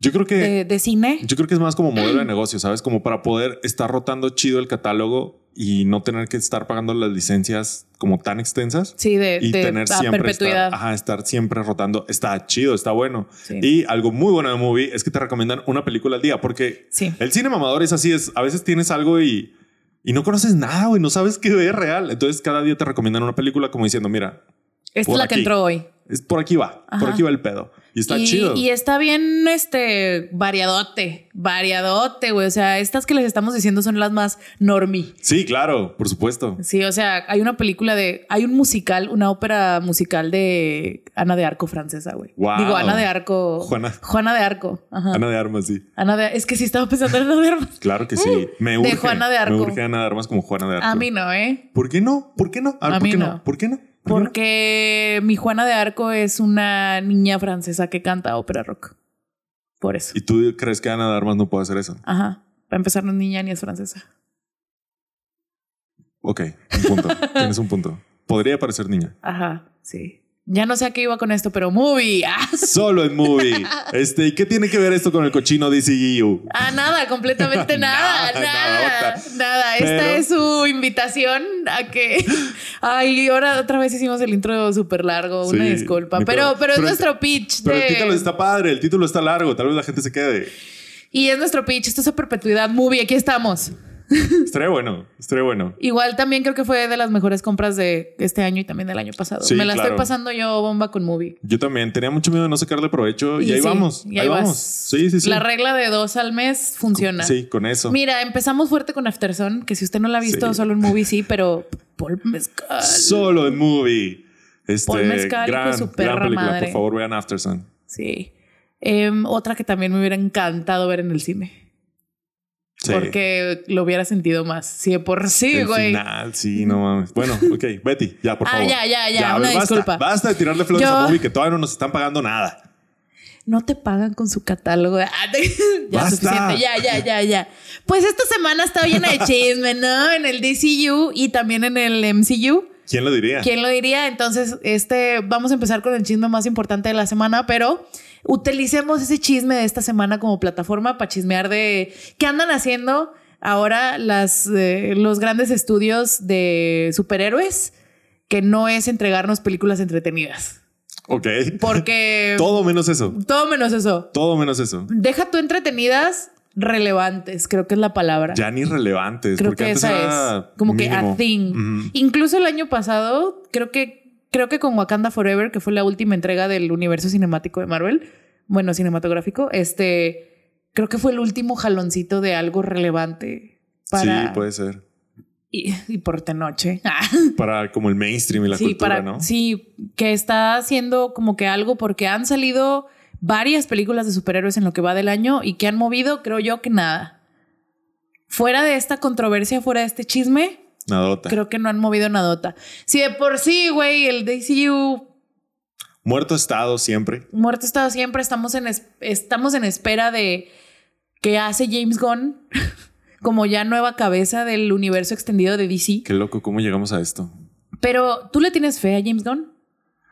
Speaker 1: yo creo que.
Speaker 2: de, de cine.
Speaker 1: Yo creo que es más como modelo de negocio, ¿sabes? Como para poder estar rotando chido el catálogo y no tener que estar pagando las licencias como tan extensas.
Speaker 2: Sí, de,
Speaker 1: Y
Speaker 2: de-
Speaker 1: tener
Speaker 2: a
Speaker 1: siempre
Speaker 2: perpetuidad.
Speaker 1: estar, ajá, estar siempre rotando. Está chido, está bueno.
Speaker 2: Sí.
Speaker 1: Y algo muy bueno de movie es que te recomiendan una película al día, porque
Speaker 2: Sí.
Speaker 1: el cine mamador es así, es a veces tienes algo y, y no conoces nada, güey, no sabes qué ver real. Entonces cada día te recomiendan una película como diciendo, mira,
Speaker 2: Esta es
Speaker 1: por
Speaker 2: la que
Speaker 1: aquí.
Speaker 2: entró hoy.
Speaker 1: es por aquí va, por
Speaker 2: Ajá.
Speaker 1: aquí va el pedo. Y está
Speaker 2: y,
Speaker 1: chido.
Speaker 2: y está bien este variadote, variadote, güey. O sea, estas que les estamos diciendo son las más normie.
Speaker 1: Sí, claro, por supuesto.
Speaker 2: Sí, o sea, hay una película de. Hay un musical, una ópera musical de Ana de Arco francesa, güey.
Speaker 1: Wow.
Speaker 2: Digo, Ana de Arco.
Speaker 1: Juana.
Speaker 2: de Arco. Ajá. Ana,
Speaker 1: Ana de Armas, sí.
Speaker 2: de. Es que sí estaba pensando en Ana de Armas.
Speaker 1: Claro que sí. me
Speaker 2: Uh, de
Speaker 1: urge.
Speaker 2: Juana de Arco.
Speaker 1: Me urge Ana de Armas como Juana de Arco.
Speaker 2: A mí no, ¿eh?
Speaker 1: ¿Por qué no? ¿Por qué no? A ver,
Speaker 2: A
Speaker 1: ¿por
Speaker 2: mí
Speaker 1: qué no?
Speaker 2: no.
Speaker 1: ¿Por qué no? ¿Por qué no?
Speaker 2: Porque mi Juana de Arco es una niña francesa que canta ópera rock. Por eso.
Speaker 1: ¿Y tú crees que Ana de Armas no puede hacer eso?
Speaker 2: Ajá. Para empezar, no es niña ni es francesa.
Speaker 1: Ok, un punto. Tienes un punto. Podría parecer niña.
Speaker 2: Ajá. Sí. Ya no sé a qué iba con esto, pero movie. Ah,
Speaker 1: Solo en movie. Este, ¿y qué tiene que ver esto con el cochino DCEU?
Speaker 2: ah, nada, completamente nada,
Speaker 1: Nada,
Speaker 2: nada,
Speaker 1: nada.
Speaker 2: nada. Esta
Speaker 1: Pero-
Speaker 2: es su invitación a que. Ay, ahora otra vez hicimos el intro súper largo, una
Speaker 1: Sí,
Speaker 2: disculpa.
Speaker 1: ni
Speaker 2: Pero,
Speaker 1: pedo.
Speaker 2: pero es
Speaker 1: Pero el-
Speaker 2: nuestro pitch.
Speaker 1: Pero
Speaker 2: de-
Speaker 1: el título está padre, el título está largo, tal vez la gente se quede.
Speaker 2: Y es nuestro pitch. Esto es a perpetuidad movie. Aquí estamos.
Speaker 1: Estaría bueno, estaría bueno.
Speaker 2: Igual también creo que fue de las mejores compras de este año y también del año pasado.
Speaker 1: Sí,
Speaker 2: Me la
Speaker 1: claro.
Speaker 2: estoy pasando yo bomba con movie.
Speaker 1: Yo también tenía mucho miedo de no sacarle provecho y, ahí
Speaker 2: sí,
Speaker 1: vamos,
Speaker 2: y
Speaker 1: ahí,
Speaker 2: vas.
Speaker 1: vamos. Sí, sí, sí.
Speaker 2: La regla de dos al mes funciona.
Speaker 1: Sí, con eso.
Speaker 2: Mira, empezamos fuerte con Afterson, que si usted no la ha visto,
Speaker 1: Sí.
Speaker 2: solo en movie sí, pero Paul Mezcal.
Speaker 1: Solo en movie. Este,
Speaker 2: Paul Mezcal, hijo de
Speaker 1: gran,
Speaker 2: su
Speaker 1: gran
Speaker 2: perra
Speaker 1: película.
Speaker 2: madre.
Speaker 1: Por favor, vean Aftersun.
Speaker 2: Sí. Em, otra que también me hubiera encantado ver en el cine.
Speaker 1: Sí.
Speaker 2: Porque lo hubiera sentido más. Sí, de por sí,
Speaker 1: El
Speaker 2: güey.
Speaker 1: final, sí, no mames. Bueno, ok, Betty, ya, por
Speaker 2: Ah,
Speaker 1: favor.
Speaker 2: ya, ya, ya,
Speaker 1: a
Speaker 2: una
Speaker 1: basta,
Speaker 2: disculpa.
Speaker 1: Basta de tirarle flores
Speaker 2: Yo-
Speaker 1: a movie que todavía no nos están pagando nada.
Speaker 2: No te pagan con su catálogo. Ah, te- ya
Speaker 1: Basta.
Speaker 2: suficiente, ya, ya, ya, ya. Pues esta semana ha estado llena de chisme, ¿no? En el DCU y también en el MCU.
Speaker 1: ¿Quién lo diría?
Speaker 2: ¿Quién lo diría? Entonces, este, vamos a empezar con el chisme más importante de la semana, pero utilicemos ese chisme de esta semana como plataforma para chismear de qué andan haciendo ahora las, eh, los grandes estudios de superhéroes, que no es entregarnos películas entretenidas.
Speaker 1: Ok.
Speaker 2: Porque
Speaker 1: Todo menos eso.
Speaker 2: todo menos eso.
Speaker 1: Todo menos eso.
Speaker 2: Deja tú entretenidas relevantes, creo que es la palabra.
Speaker 1: Ya ni relevantes.
Speaker 2: Creo
Speaker 1: porque
Speaker 2: que
Speaker 1: antes
Speaker 2: esa es
Speaker 1: era
Speaker 2: como que
Speaker 1: mínimo.
Speaker 2: a thing.
Speaker 1: Ujú.
Speaker 2: Incluso el año pasado, creo que creo que con Wakanda Forever, que fue la última entrega del universo cinemático de Marvel, bueno, cinematográfico, este creo que fue el último jaloncito de algo relevante para
Speaker 1: Sí, pues. puede ser.
Speaker 2: y, y por noche.
Speaker 1: Para como el mainstream y la
Speaker 2: sí,
Speaker 1: cultura,
Speaker 2: para
Speaker 1: ¿no?
Speaker 2: sí, que está haciendo como que algo porque han salido varias películas de superhéroes en lo que va del año y que han movido, creo yo que nada. Fuera de esta controversia, fuera de este chisme,
Speaker 1: Nadota.
Speaker 2: Creo que no han movido nadota. Si de por sí, güey, el DCU
Speaker 1: Muerto estado siempre.
Speaker 2: muerto estado siempre, estamos en, es- estamos en espera de que hace James Gunn como ya nueva cabeza del universo extendido de DC.
Speaker 1: Qué loco, ¿cómo llegamos a esto?
Speaker 2: Pero tú le tienes fe a James Gunn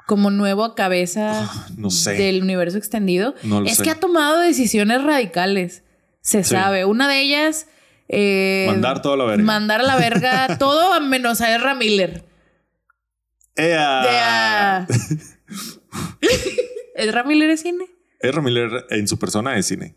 Speaker 2: como nuevo cabeza
Speaker 1: No sé.
Speaker 2: del universo extendido.
Speaker 1: Ah, No lo
Speaker 2: es
Speaker 1: sé.
Speaker 2: que ha tomado decisiones radicales, se
Speaker 1: Sí.
Speaker 2: sabe. Una de ellas... eh,
Speaker 1: Mandar todo a la verga.
Speaker 2: Mandar a la verga todo a menos a Ezra Miller.
Speaker 1: ¡Ea!
Speaker 2: Ya. ¿Ezra Miller es cine?
Speaker 1: Ezra Miller en su persona es cine.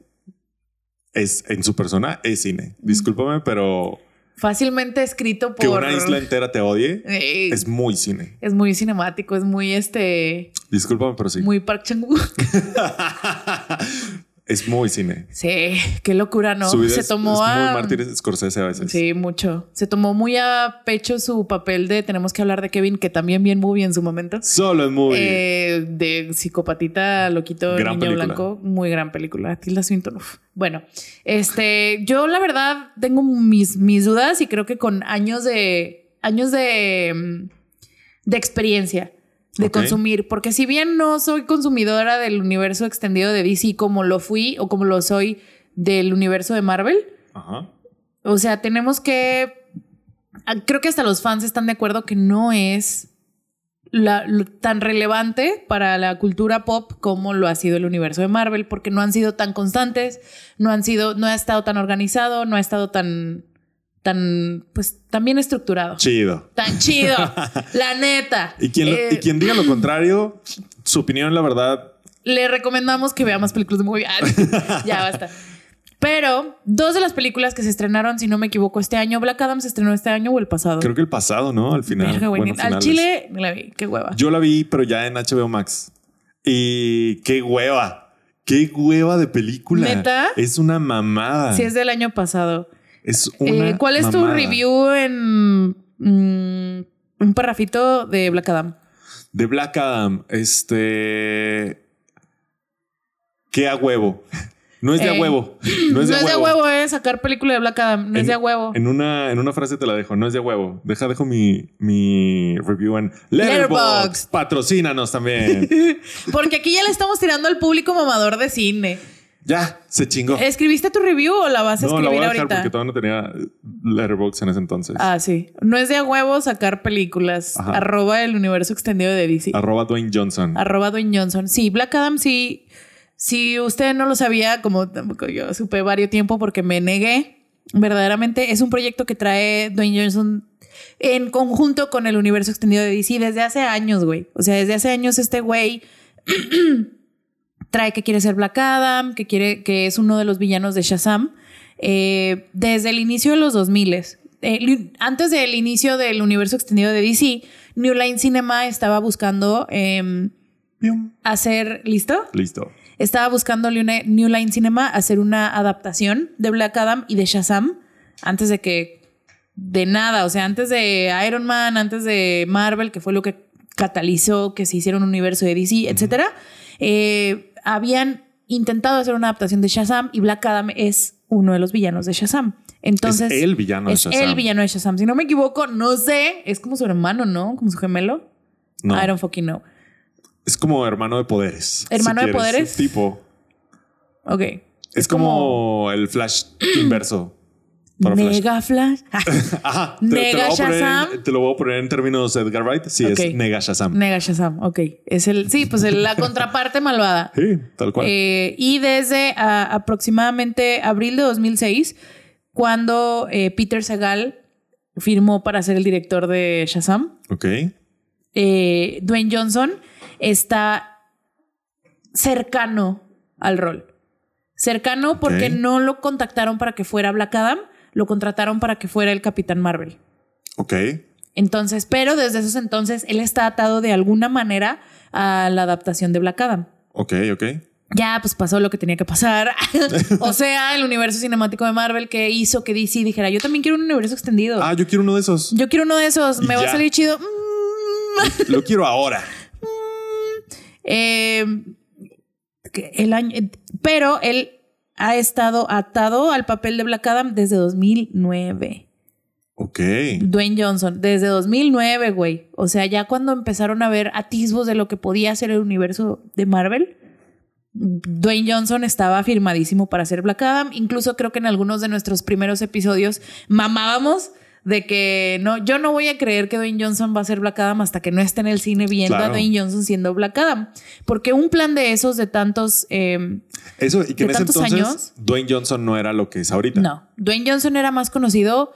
Speaker 1: Es en su persona es cine. Discúlpame, pero
Speaker 2: Fácilmente escrito por.
Speaker 1: que una isla entera te odie
Speaker 2: Eh,
Speaker 1: es
Speaker 2: es...
Speaker 1: muy cine.
Speaker 2: muy cinemático, es muy este.
Speaker 1: Discúlpame, pero sí.
Speaker 2: Muy Park Chan Wook.
Speaker 1: es muy cine.
Speaker 2: Sí, qué locura, ¿no?
Speaker 1: Su vida
Speaker 2: Se
Speaker 1: es-
Speaker 2: tomó
Speaker 1: es
Speaker 2: a.
Speaker 1: muy Martínez Scorsese a veces.
Speaker 2: Sí, mucho. Se tomó muy a pecho su papel de Tenemos que hablar de Kevin, que también bien muy en su momento.
Speaker 1: Solo es muy
Speaker 2: Eh, de psicopatita loquito
Speaker 1: Gran
Speaker 2: niño
Speaker 1: película.
Speaker 2: blanco muy gran película Tilda Swinton uf. bueno este yo la verdad tengo mis, mis dudas y creo que con años de años de mm, de experiencia de
Speaker 1: Ok.
Speaker 2: consumir porque si bien no soy consumidora del universo extendido de DC como lo fui o como lo soy del universo de Marvel
Speaker 1: Ajá.
Speaker 2: o sea, tenemos que. ah, Creo que hasta los fans están de acuerdo que no es la- lo- tan relevante para la cultura pop como lo ha sido el universo de Marvel, porque no han sido tan constantes, no han sido, no ha estado tan organizado, no ha estado tan, tan, pues, tan bien estructurado.
Speaker 1: Chido.
Speaker 2: Tan chido, la neta.
Speaker 1: Y quien, lo-
Speaker 2: Eh,
Speaker 1: y quien diga lo contrario, su opinión, la verdad,
Speaker 2: le recomendamos que vea más películas de movie. Ah, ya basta. Pero dos de las películas que se estrenaron, si no me equivoco, este año, Black Adam se estrenó este año o el pasado.
Speaker 1: creo que el pasado, ¿no? Al final.
Speaker 2: Verga, güey,
Speaker 1: Bueno,
Speaker 2: ni- al
Speaker 1: finales.
Speaker 2: Chile, me la vi, qué hueva.
Speaker 1: Yo la vi, pero ya en HBO Max. Y qué hueva. Qué hueva de película.
Speaker 2: ¿Neta?
Speaker 1: Es una mamada.
Speaker 2: Si es del año pasado.
Speaker 1: Es ah. una
Speaker 2: Eh, ¿Cuál es tu
Speaker 1: mamada.
Speaker 2: review en mm, un parrafito de Black Adam?
Speaker 1: De Black Adam. Este. Qué a huevo. No es de a
Speaker 2: Eh,
Speaker 1: huevo. No es de, a huevo.
Speaker 2: eh, sacar película de Black Adam, no es
Speaker 1: En-
Speaker 2: de a huevo.
Speaker 1: En una, en una frase te la dejo, no es de a huevo. Deja, dejo mi, mi review en Letterboxd.
Speaker 2: Letterboxd.
Speaker 1: Patrocínanos también.
Speaker 2: Porque aquí ya le estamos tirando al público mamador de cine.
Speaker 1: Ya, se chingó.
Speaker 2: ¿Escribiste tu review o la vas a
Speaker 1: No,
Speaker 2: escribir
Speaker 1: la voy a dejar
Speaker 2: ahorita?
Speaker 1: porque todavía no tenía Letterboxd en ese entonces.
Speaker 2: Ah, sí. No es de a huevo sacar películas.
Speaker 1: Ajá.
Speaker 2: Arroba el universo extendido de DC.
Speaker 1: Arroba Dwayne Johnson.
Speaker 2: Arroba Dwayne Johnson. Sí, Black Adam sí. Si usted no lo sabía, como tampoco yo supe varios tiempo porque me negué, verdaderamente es un proyecto que trae Dwayne Johnson en conjunto con el universo extendido de DC desde hace años, güey. O sea, desde hace años este güey trae que quiere ser Black Adam, que, quiere, que es uno de los villanos de Shazam, eh, desde el inicio de los 2000. Eh, li- antes del inicio del universo extendido de DC, New Line Cinema estaba buscando... em,
Speaker 1: Pium.
Speaker 2: hacer, ¿listo?
Speaker 1: Listo.
Speaker 2: Estaba buscándole una New Line Cinema hacer una adaptación de Black Adam y de Shazam antes de que de nada, o sea, antes de Iron Man, antes de Marvel, que fue lo que catalizó que se hiciera un universo de DC, etcétera, eh, habían intentado hacer una adaptación de Shazam y Black Adam es uno de los villanos de Shazam. Entonces
Speaker 1: es el villano de
Speaker 2: es
Speaker 1: Shazam.
Speaker 2: el villano de Shazam. Si no me equivoco, no sé, es como su hermano, ¿no? Como su gemelo.
Speaker 1: No,
Speaker 2: I don't fucking know.
Speaker 1: es como hermano de poderes.
Speaker 2: ¿Hermano de
Speaker 1: quieres.
Speaker 2: poderes?
Speaker 1: Tipo.
Speaker 2: Ok.
Speaker 1: Es, como, el Flash inverso. Para Flash.
Speaker 2: Mega Flash. Ah,
Speaker 1: Ajá. Te, te lo voy
Speaker 2: Nega
Speaker 1: a poner en-
Speaker 2: Shazam.
Speaker 1: te lo voy a poner en términos Edgar Wright. Sí,
Speaker 2: Ok.
Speaker 1: es Nega Shazam.
Speaker 2: Nega Shazam, ok. Es el, sí, pues el- la contraparte malvada.
Speaker 1: sí, tal cual.
Speaker 2: Eh, y desde ah, aproximadamente abril de 2006, cuando eh, Peter Segal firmó para ser el director de Shazam,
Speaker 1: ok.
Speaker 2: eh, Dwayne Johnson está cercano al rol. Cercano porque
Speaker 1: Ok.
Speaker 2: no lo contactaron para que fuera Black Adam, lo contrataron para que fuera el Capitán Marvel.
Speaker 1: Ok.
Speaker 2: Entonces, pero desde esos entonces él está atado de alguna manera a la adaptación de Black Adam.
Speaker 1: Ok, ok.
Speaker 2: Ya, pues pasó lo que tenía que pasar. o sea, el universo cinemático de Marvel que hizo que DC dijera, yo también quiero un universo extendido.
Speaker 1: Ah, yo quiero uno de esos.
Speaker 2: yo quiero uno de esos,
Speaker 1: Y
Speaker 2: me va a
Speaker 1: ya.
Speaker 2: salir chido. Mm.
Speaker 1: lo quiero ahora.
Speaker 2: Eh, que el año, eh, pero él ha estado atado al papel de Black Adam desde 2009.
Speaker 1: Ok.
Speaker 2: Dwayne Johnson, desde 2009, güey. O sea, ya cuando empezaron a ver atisbos de lo que podía ser el universo de Marvel, Dwayne Johnson estaba firmadísimo para ser Black Adam. Incluso creo que en algunos de nuestros primeros episodios mamábamos de que no, yo no voy a creer que Dwayne Johnson va a ser Black Adam hasta que no esté en el cine viendo
Speaker 1: Claro.
Speaker 2: a Dwayne Johnson siendo Black Adam. Porque un plan de esos de tantos... em,
Speaker 1: Eso, y que
Speaker 2: ¿De
Speaker 1: en ese
Speaker 2: tantos
Speaker 1: entonces
Speaker 2: años?
Speaker 1: Dwayne Johnson no era lo que es ahorita.
Speaker 2: No, Dwayne Johnson era más conocido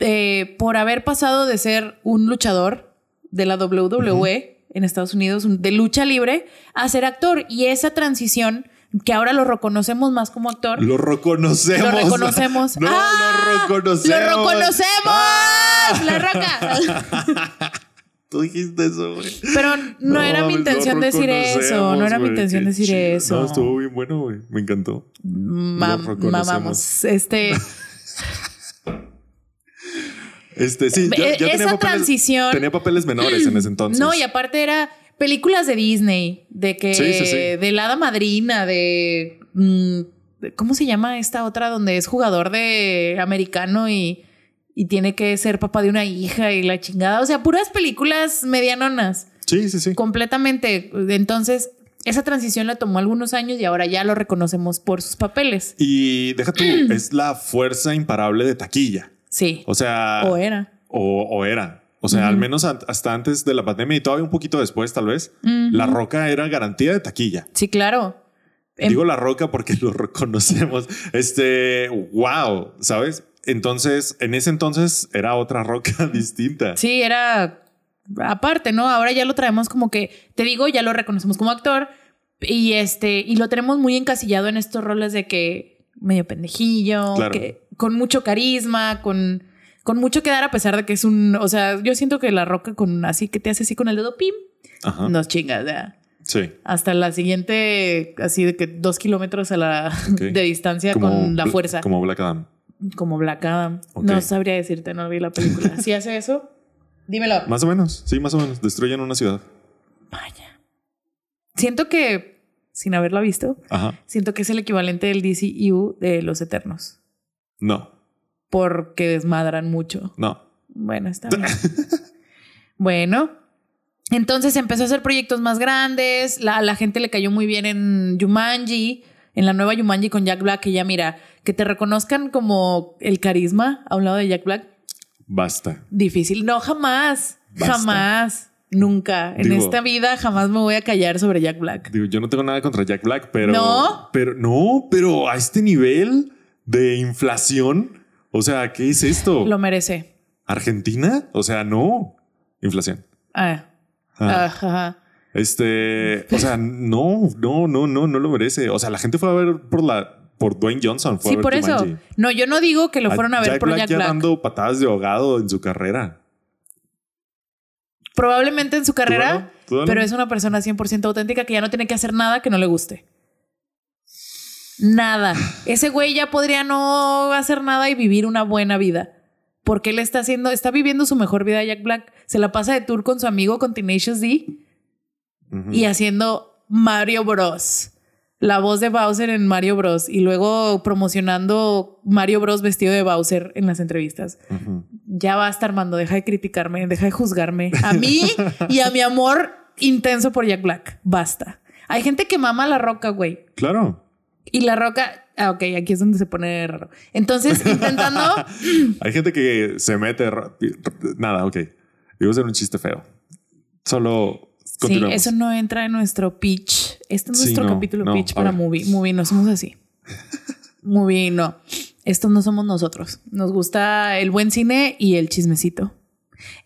Speaker 2: eh, por haber pasado de ser un luchador de la WWE en Estados Unidos, un- de lucha libre, a ser actor. Y esa transición, que ahora lo reconocemos más como actor,
Speaker 1: Lo reconocemos.
Speaker 2: Lo reconocemos.
Speaker 1: No,
Speaker 2: ¡Ah!
Speaker 1: lo reconocemos.
Speaker 2: ¡Lo reconocemos!
Speaker 1: ¡Ah!
Speaker 2: ¡La roca!
Speaker 1: Tú dijiste eso, güey.
Speaker 2: Pero no, era
Speaker 1: mames,
Speaker 2: mi
Speaker 1: lo
Speaker 2: intención decir eso, no era mi
Speaker 1: reconocemos,
Speaker 2: intención
Speaker 1: güey, qué
Speaker 2: decir
Speaker 1: chido.
Speaker 2: eso.
Speaker 1: No, estuvo bien bueno, güey. Me encantó.
Speaker 2: Ma-
Speaker 1: lo reconocemos.
Speaker 2: mamamos. Este.
Speaker 1: Este, sí, yo,
Speaker 2: Eh,
Speaker 1: yo tenía
Speaker 2: esa
Speaker 1: papeles,
Speaker 2: transición-
Speaker 1: Tenía papeles menores en ese entonces.
Speaker 2: No, y aparte era películas de Disney, de que
Speaker 1: Sí, sí, sí.
Speaker 2: de la hada madrina, de mm, de- ¿cómo se llama esta otra donde es jugador de americano y y tiene que ser papá de una hija y la chingada, o sea, puras películas medianonas,
Speaker 1: Sí, sí, sí.
Speaker 2: completamente. Entonces, esa transición la tomó algunos años y ahora ya lo reconocemos por sus papeles.
Speaker 1: Y deja tú, es la fuerza imparable de taquilla.
Speaker 2: Sí.
Speaker 1: O sea,
Speaker 2: O era.
Speaker 1: o, o era. O sea, al
Speaker 2: Ujú.
Speaker 1: menos an- hasta antes de la pandemia y todavía un poquito después, tal vez, La
Speaker 2: Ujú.
Speaker 1: Roca era garantía de taquilla.
Speaker 2: Sí, claro. Em-
Speaker 1: Digo La Roca porque lo reconocemos. Este, wow, ¿sabes? Entonces, en ese entonces era otra roca distinta.
Speaker 2: Sí, era aparte, ¿no? Ahora ya lo traemos como que, te digo, ya lo reconocemos como actor y este y lo tenemos muy encasillado en estos roles de que medio pendejillo,
Speaker 1: Claro.
Speaker 2: que con mucho carisma, con con mucho que dar a pesar de que es un, o sea, yo siento que la roca con así que te hace así con el dedo pim,
Speaker 1: Ajá.
Speaker 2: nos chingas, ya.
Speaker 1: Sí.
Speaker 2: Hasta la siguiente, así de que dos kilómetros a la
Speaker 1: ok.
Speaker 2: de distancia con la
Speaker 1: Bla-
Speaker 2: fuerza, como,
Speaker 1: Como Black Adam.
Speaker 2: Black Adam.
Speaker 1: Ok.
Speaker 2: No sabría decirte, no vi la película. Si hace eso, dímelo.
Speaker 1: Más o menos. Sí, más o menos. Destruyen una ciudad.
Speaker 2: Vaya. Siento que, sin haberla visto,
Speaker 1: Ajá.
Speaker 2: siento que es el equivalente del DCU de los Eternos.
Speaker 1: No,
Speaker 2: Porque desmadran mucho.
Speaker 1: no.
Speaker 2: Bueno, está bien. bueno. Entonces empezó a hacer proyectos más grandes. La, a la gente le cayó muy bien en Jumanji. en la nueva Yumanji con Jack Black, que ya mira, que te reconozcan como el carisma a un lado de Jack Black,
Speaker 1: Basta.
Speaker 2: difícil. No, jamás,
Speaker 1: Basta.
Speaker 2: jamás, nunca. En
Speaker 1: Digo-
Speaker 2: esta vida jamás me voy a callar sobre Jack Black.
Speaker 1: Digo, yo no tengo nada contra Jack Black, pero.
Speaker 2: ¿No?
Speaker 1: Pero no, pero a este nivel de inflación. O sea, ¿qué es esto?
Speaker 2: Lo merece.
Speaker 1: ¿Argentina? O sea, no. Inflación.
Speaker 2: Ah,
Speaker 1: Ah.
Speaker 2: ajá.
Speaker 1: Este, o sea, no, no, no, no, no lo merece. O sea, la gente fue a ver por la por Dwayne Johnson. Fue
Speaker 2: Sí,
Speaker 1: a ver
Speaker 2: por eso.
Speaker 1: Jumanji.
Speaker 2: No, yo no digo que lo fueron a ver por Jack
Speaker 1: ya
Speaker 2: Black.
Speaker 1: dando patadas de ahogado en su carrera.
Speaker 2: Probablemente en su
Speaker 1: ¿Tú,
Speaker 2: carrera.
Speaker 1: Dalo? ¿Tú, Dalo?
Speaker 2: Pero es una persona 100% auténtica que ya no tiene que hacer nada que no le guste. Nada. Ese güey ya podría no hacer nada y vivir una buena vida. Porque él está haciendo, está viviendo su mejor vida Jack Black. Se la pasa de tour con su amigo con Tenacious D
Speaker 1: Ujú.
Speaker 2: y haciendo Mario Bros. La voz de Bowser en Mario Bros. Y luego promocionando Mario Bros vestido de Bowser en las entrevistas.
Speaker 1: Ujú.
Speaker 2: Ya basta, Armando. Deja de criticarme, deja de juzgarme. A mí y a mi amor intenso por Jack Black. Basta. Hay gente que mama a la roca, güey.
Speaker 1: Claro.
Speaker 2: Y la roca. Ah, ok, aquí es donde se pone raro. Entonces, intentando.
Speaker 1: Hay gente que se mete. ra- Nada, ok. Iba a ser un chiste feo. Solo
Speaker 2: sí,
Speaker 1: continuemos.
Speaker 2: eso no entra en nuestro pitch. Este es
Speaker 1: Sí,
Speaker 2: nuestro
Speaker 1: no,
Speaker 2: capítulo
Speaker 1: no,
Speaker 2: pitch
Speaker 1: a
Speaker 2: para
Speaker 1: ver.
Speaker 2: movie. Movie, no somos así. movie, no. Estos no somos nosotros. Nos gusta el buen cine y el chismecito.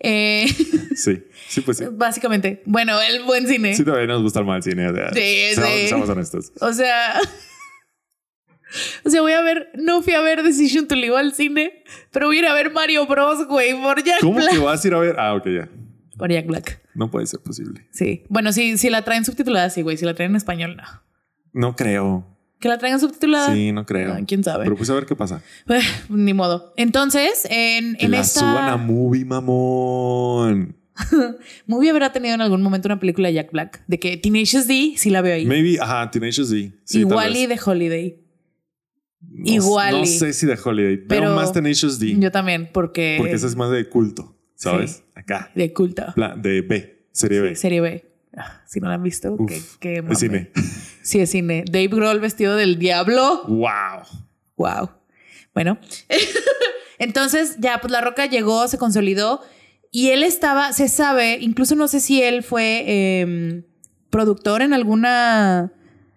Speaker 2: Eh,
Speaker 1: Sí, sí, pues sí.
Speaker 2: básicamente. Bueno, el buen cine.
Speaker 1: Sí, todavía nos gusta el mal cine. o sea,
Speaker 2: Sí,
Speaker 1: seamos-
Speaker 2: sí.
Speaker 1: seamos honestos.
Speaker 2: O sea. O sea, voy a ver, no fui a ver Decision to Live al cine, pero voy a ir a ver Mario Bros, güey, por Jack
Speaker 1: ¿Cómo
Speaker 2: Black.
Speaker 1: que vas a ir a ver? Ah, ok, ya.
Speaker 2: Por Jack Black,
Speaker 1: No puede ser posible.
Speaker 2: sí. Bueno, sí, si la traen subtitulada, sí, güey. Si la traen en español, no.
Speaker 1: No creo.
Speaker 2: Que la traigan subtitulada.
Speaker 1: Sí, no creo.
Speaker 2: Ah, ¿Quién sabe?
Speaker 1: Pero pues a ver qué pasa.
Speaker 2: Eh, ni modo. Entonces, en,
Speaker 1: Que
Speaker 2: en
Speaker 1: la suban a
Speaker 2: esta
Speaker 1: movie, mamón.
Speaker 2: movie habrá tenido en algún momento una película de Jack Black, de que Tenacious D sí la veo ahí.
Speaker 1: Maybe, ajá, Tenacious D. Sí,
Speaker 2: Igual y
Speaker 1: tal vez.
Speaker 2: de Holiday.
Speaker 1: No-
Speaker 2: igual
Speaker 1: No
Speaker 2: y-
Speaker 1: sé si de Holiday,
Speaker 2: Pero-
Speaker 1: pero más Tenacious D.
Speaker 2: Yo también, porque,
Speaker 1: porque esa es más de culto, ¿sabes?
Speaker 2: Sí.
Speaker 1: Acá.
Speaker 2: de culto.
Speaker 1: Plan- de B, serie B.
Speaker 2: Serie B. Ah, Si no la han visto,
Speaker 1: Uf,
Speaker 2: qué, qué
Speaker 1: de
Speaker 2: mame.
Speaker 1: cine.
Speaker 2: Sí, es cine. Dave Grohl vestido del diablo.
Speaker 1: Wow.
Speaker 2: Wow. Bueno, entonces ya, pues La Roca llegó, se consolidó y él estaba, se sabe, incluso no sé si él fue eh, productor en alguna,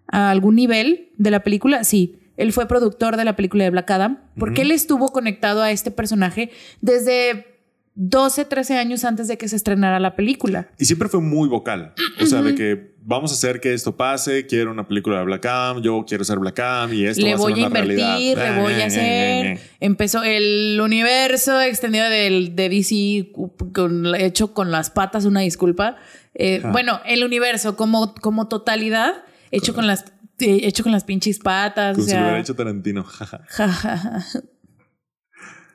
Speaker 2: a algún nivel de la película. Sí, él fue productor de la película de Black Adam porque
Speaker 1: Ujú.
Speaker 2: él estuvo conectado a este personaje desde 12, 13 años antes de que se estrenara la película.
Speaker 1: Y siempre fue muy vocal. O sea, de que vamos a hacer que esto pase, quiero una película de Black Adam, yo quiero ser Black Adam y esto
Speaker 2: le
Speaker 1: va a ser
Speaker 2: voy a
Speaker 1: una
Speaker 2: invertir,
Speaker 1: realidad.
Speaker 2: le voy a hacer. Empezó el universo extendido del, de DC con- hecho con las patas, una disculpa. Eh,
Speaker 1: Ajá.
Speaker 2: Bueno, el universo como, como totalidad, hecho con las eh, hecho con las pinches patas. O
Speaker 1: Como si lo hubiera
Speaker 2: sea,
Speaker 1: hecho Tarantino. jaja.
Speaker 2: ja, ja, ja.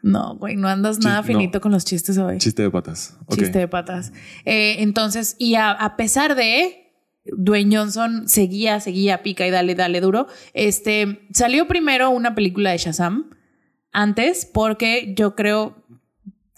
Speaker 2: No, güey, no andas
Speaker 1: Chis-
Speaker 2: nada
Speaker 1: no.
Speaker 2: finito con los chistes hoy.
Speaker 1: Chiste de patas. Ok.
Speaker 2: Chiste de patas. Eh, entonces, y a, a pesar de Dwayne Johnson seguía, seguía, pica y dale, dale duro. Este salió primero una película de Shazam antes, porque yo creo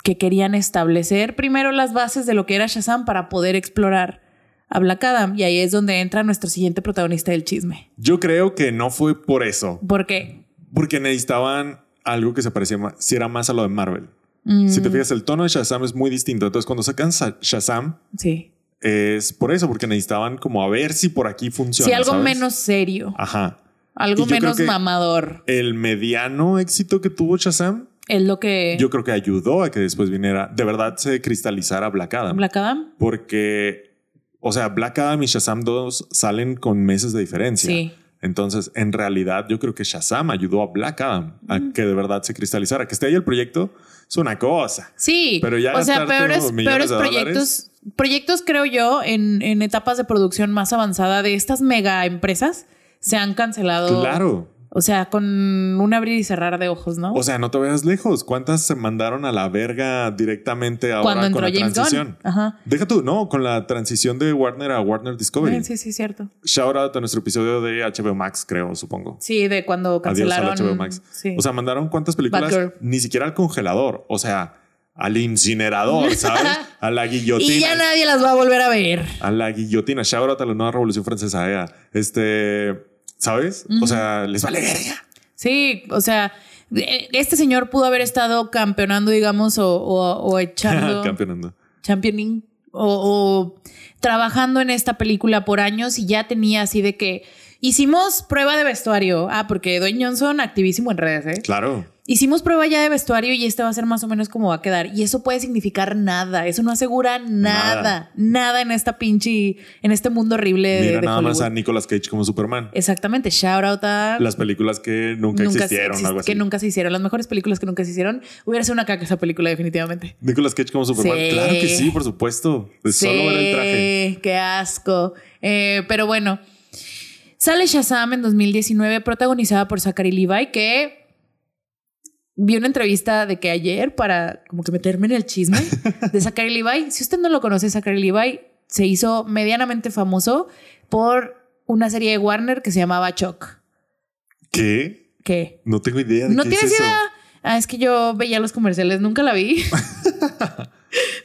Speaker 2: que querían establecer primero las bases de lo que era Shazam para poder explorar a Black Adam. Y ahí es donde entra nuestro siguiente protagonista del chisme.
Speaker 1: Yo creo que no fue por eso,
Speaker 2: Porque
Speaker 1: porque necesitaban algo que se parecía más, si era más a lo de Marvel.
Speaker 2: mm,
Speaker 1: Si te fijas, el tono de Shazam es muy distinto. Entonces, cuando sacan Sa- Shazam,
Speaker 2: sí,
Speaker 1: es por eso, porque necesitaban como a ver si por aquí funciona.
Speaker 2: sí, algo
Speaker 1: ¿sabes?
Speaker 2: menos serio,
Speaker 1: Ajá.
Speaker 2: algo
Speaker 1: yo creo
Speaker 2: menos
Speaker 1: que-
Speaker 2: mamador.
Speaker 1: El mediano éxito que tuvo Shazam,
Speaker 2: Es lo que
Speaker 1: yo creo que ayudó a que después viniera, de verdad se cristalizara Black Adam.
Speaker 2: Black Adam.
Speaker 1: Porque, o sea, Black Adam y Shazam 2 salen con meses de diferencia.
Speaker 2: Sí.
Speaker 1: Entonces, en realidad, yo creo que Shazam ayudó a Black Adam a que de verdad se cristalizara. Que esté ahí el proyecto es una cosa.
Speaker 2: Sí,
Speaker 1: Pero ya
Speaker 2: o sea,
Speaker 1: gastarte
Speaker 2: peores,
Speaker 1: unos millones
Speaker 2: peores
Speaker 1: de
Speaker 2: proyectos, proyectos creo yo en, en etapas de producción más avanzada de estas mega empresas se han cancelado.
Speaker 1: Claro.
Speaker 2: O sea, con un abrir y cerrar de ojos, ¿no?
Speaker 1: O sea, no te veas lejos. ¿Cuántas se mandaron a la verga directamente ahora
Speaker 2: Cuando
Speaker 1: con
Speaker 2: entró
Speaker 1: la
Speaker 2: James Gunn.
Speaker 1: transición?
Speaker 2: Ajá.
Speaker 1: Deja tú, no, con la transición de Warner a Warner Discovery.
Speaker 2: Eh, Sí, sí, cierto.
Speaker 1: Shout out a nuestro episodio de HBO Max, creo, supongo.
Speaker 2: Sí, de cuando
Speaker 1: Adiós
Speaker 2: cancelaron.
Speaker 1: al HBO Max.
Speaker 2: Sí.
Speaker 1: O sea, mandaron cuántas películas
Speaker 2: Batgirl.
Speaker 1: ni siquiera al congelador, o sea, al incinerador, ¿sabes? A la guillotina.
Speaker 2: y ya nadie las va a volver a ver.
Speaker 1: a la guillotina. Shout out a la nueva revolución francesa. eh. Este. ¿Sabes?
Speaker 2: Ujú.
Speaker 1: O sea, les vale verga.
Speaker 2: Sí, o sea, eh, este señor pudo haber estado campeonando, digamos, o, o- o echando.
Speaker 1: Campeonando.
Speaker 2: championing o, o trabajando en esta película por años y ya tenía así de que hicimos prueba de vestuario. Ah, porque Dwayne Johnson, activísimo en redes, ¿eh?
Speaker 1: Claro.
Speaker 2: Hicimos prueba ya de vestuario y este va a ser más o menos como va a quedar. Y eso puede significar nada. Eso no asegura nada. Nada,
Speaker 1: Nada.
Speaker 2: en esta pinche, en este mundo horrible de,
Speaker 1: Mira
Speaker 2: de
Speaker 1: nada más
Speaker 2: Hollywood.
Speaker 1: a Nicolas Cage como Superman.
Speaker 2: Exactamente. Shout out a...
Speaker 1: Las películas que nunca,
Speaker 2: nunca se
Speaker 1: existieron,
Speaker 2: exist-
Speaker 1: algo así.
Speaker 2: Que nunca se hicieron. Las mejores películas que nunca se hicieron. Hubiera sido una caca esa película definitivamente.
Speaker 1: Nicolas Cage como Superman.
Speaker 2: Sí.
Speaker 1: Claro que sí, por supuesto. De Solo ver el traje.
Speaker 2: Sí, Qué asco. Eh, pero bueno, sale Shazam en 2019, protagonizada por Zachary Levi, que vi una entrevista de que ayer para como que meterme en el chisme de Zachary Levi. Si usted no lo conoce, Zachary Levi se hizo medianamente famoso por una serie de Warner que se llamaba Chuck.
Speaker 1: ¿Qué?
Speaker 2: ¿Qué?
Speaker 1: No tengo idea de
Speaker 2: ¿No
Speaker 1: qué es
Speaker 2: tienes
Speaker 1: eso.
Speaker 2: idea? Ah, es que yo veía los comerciales, nunca la vi.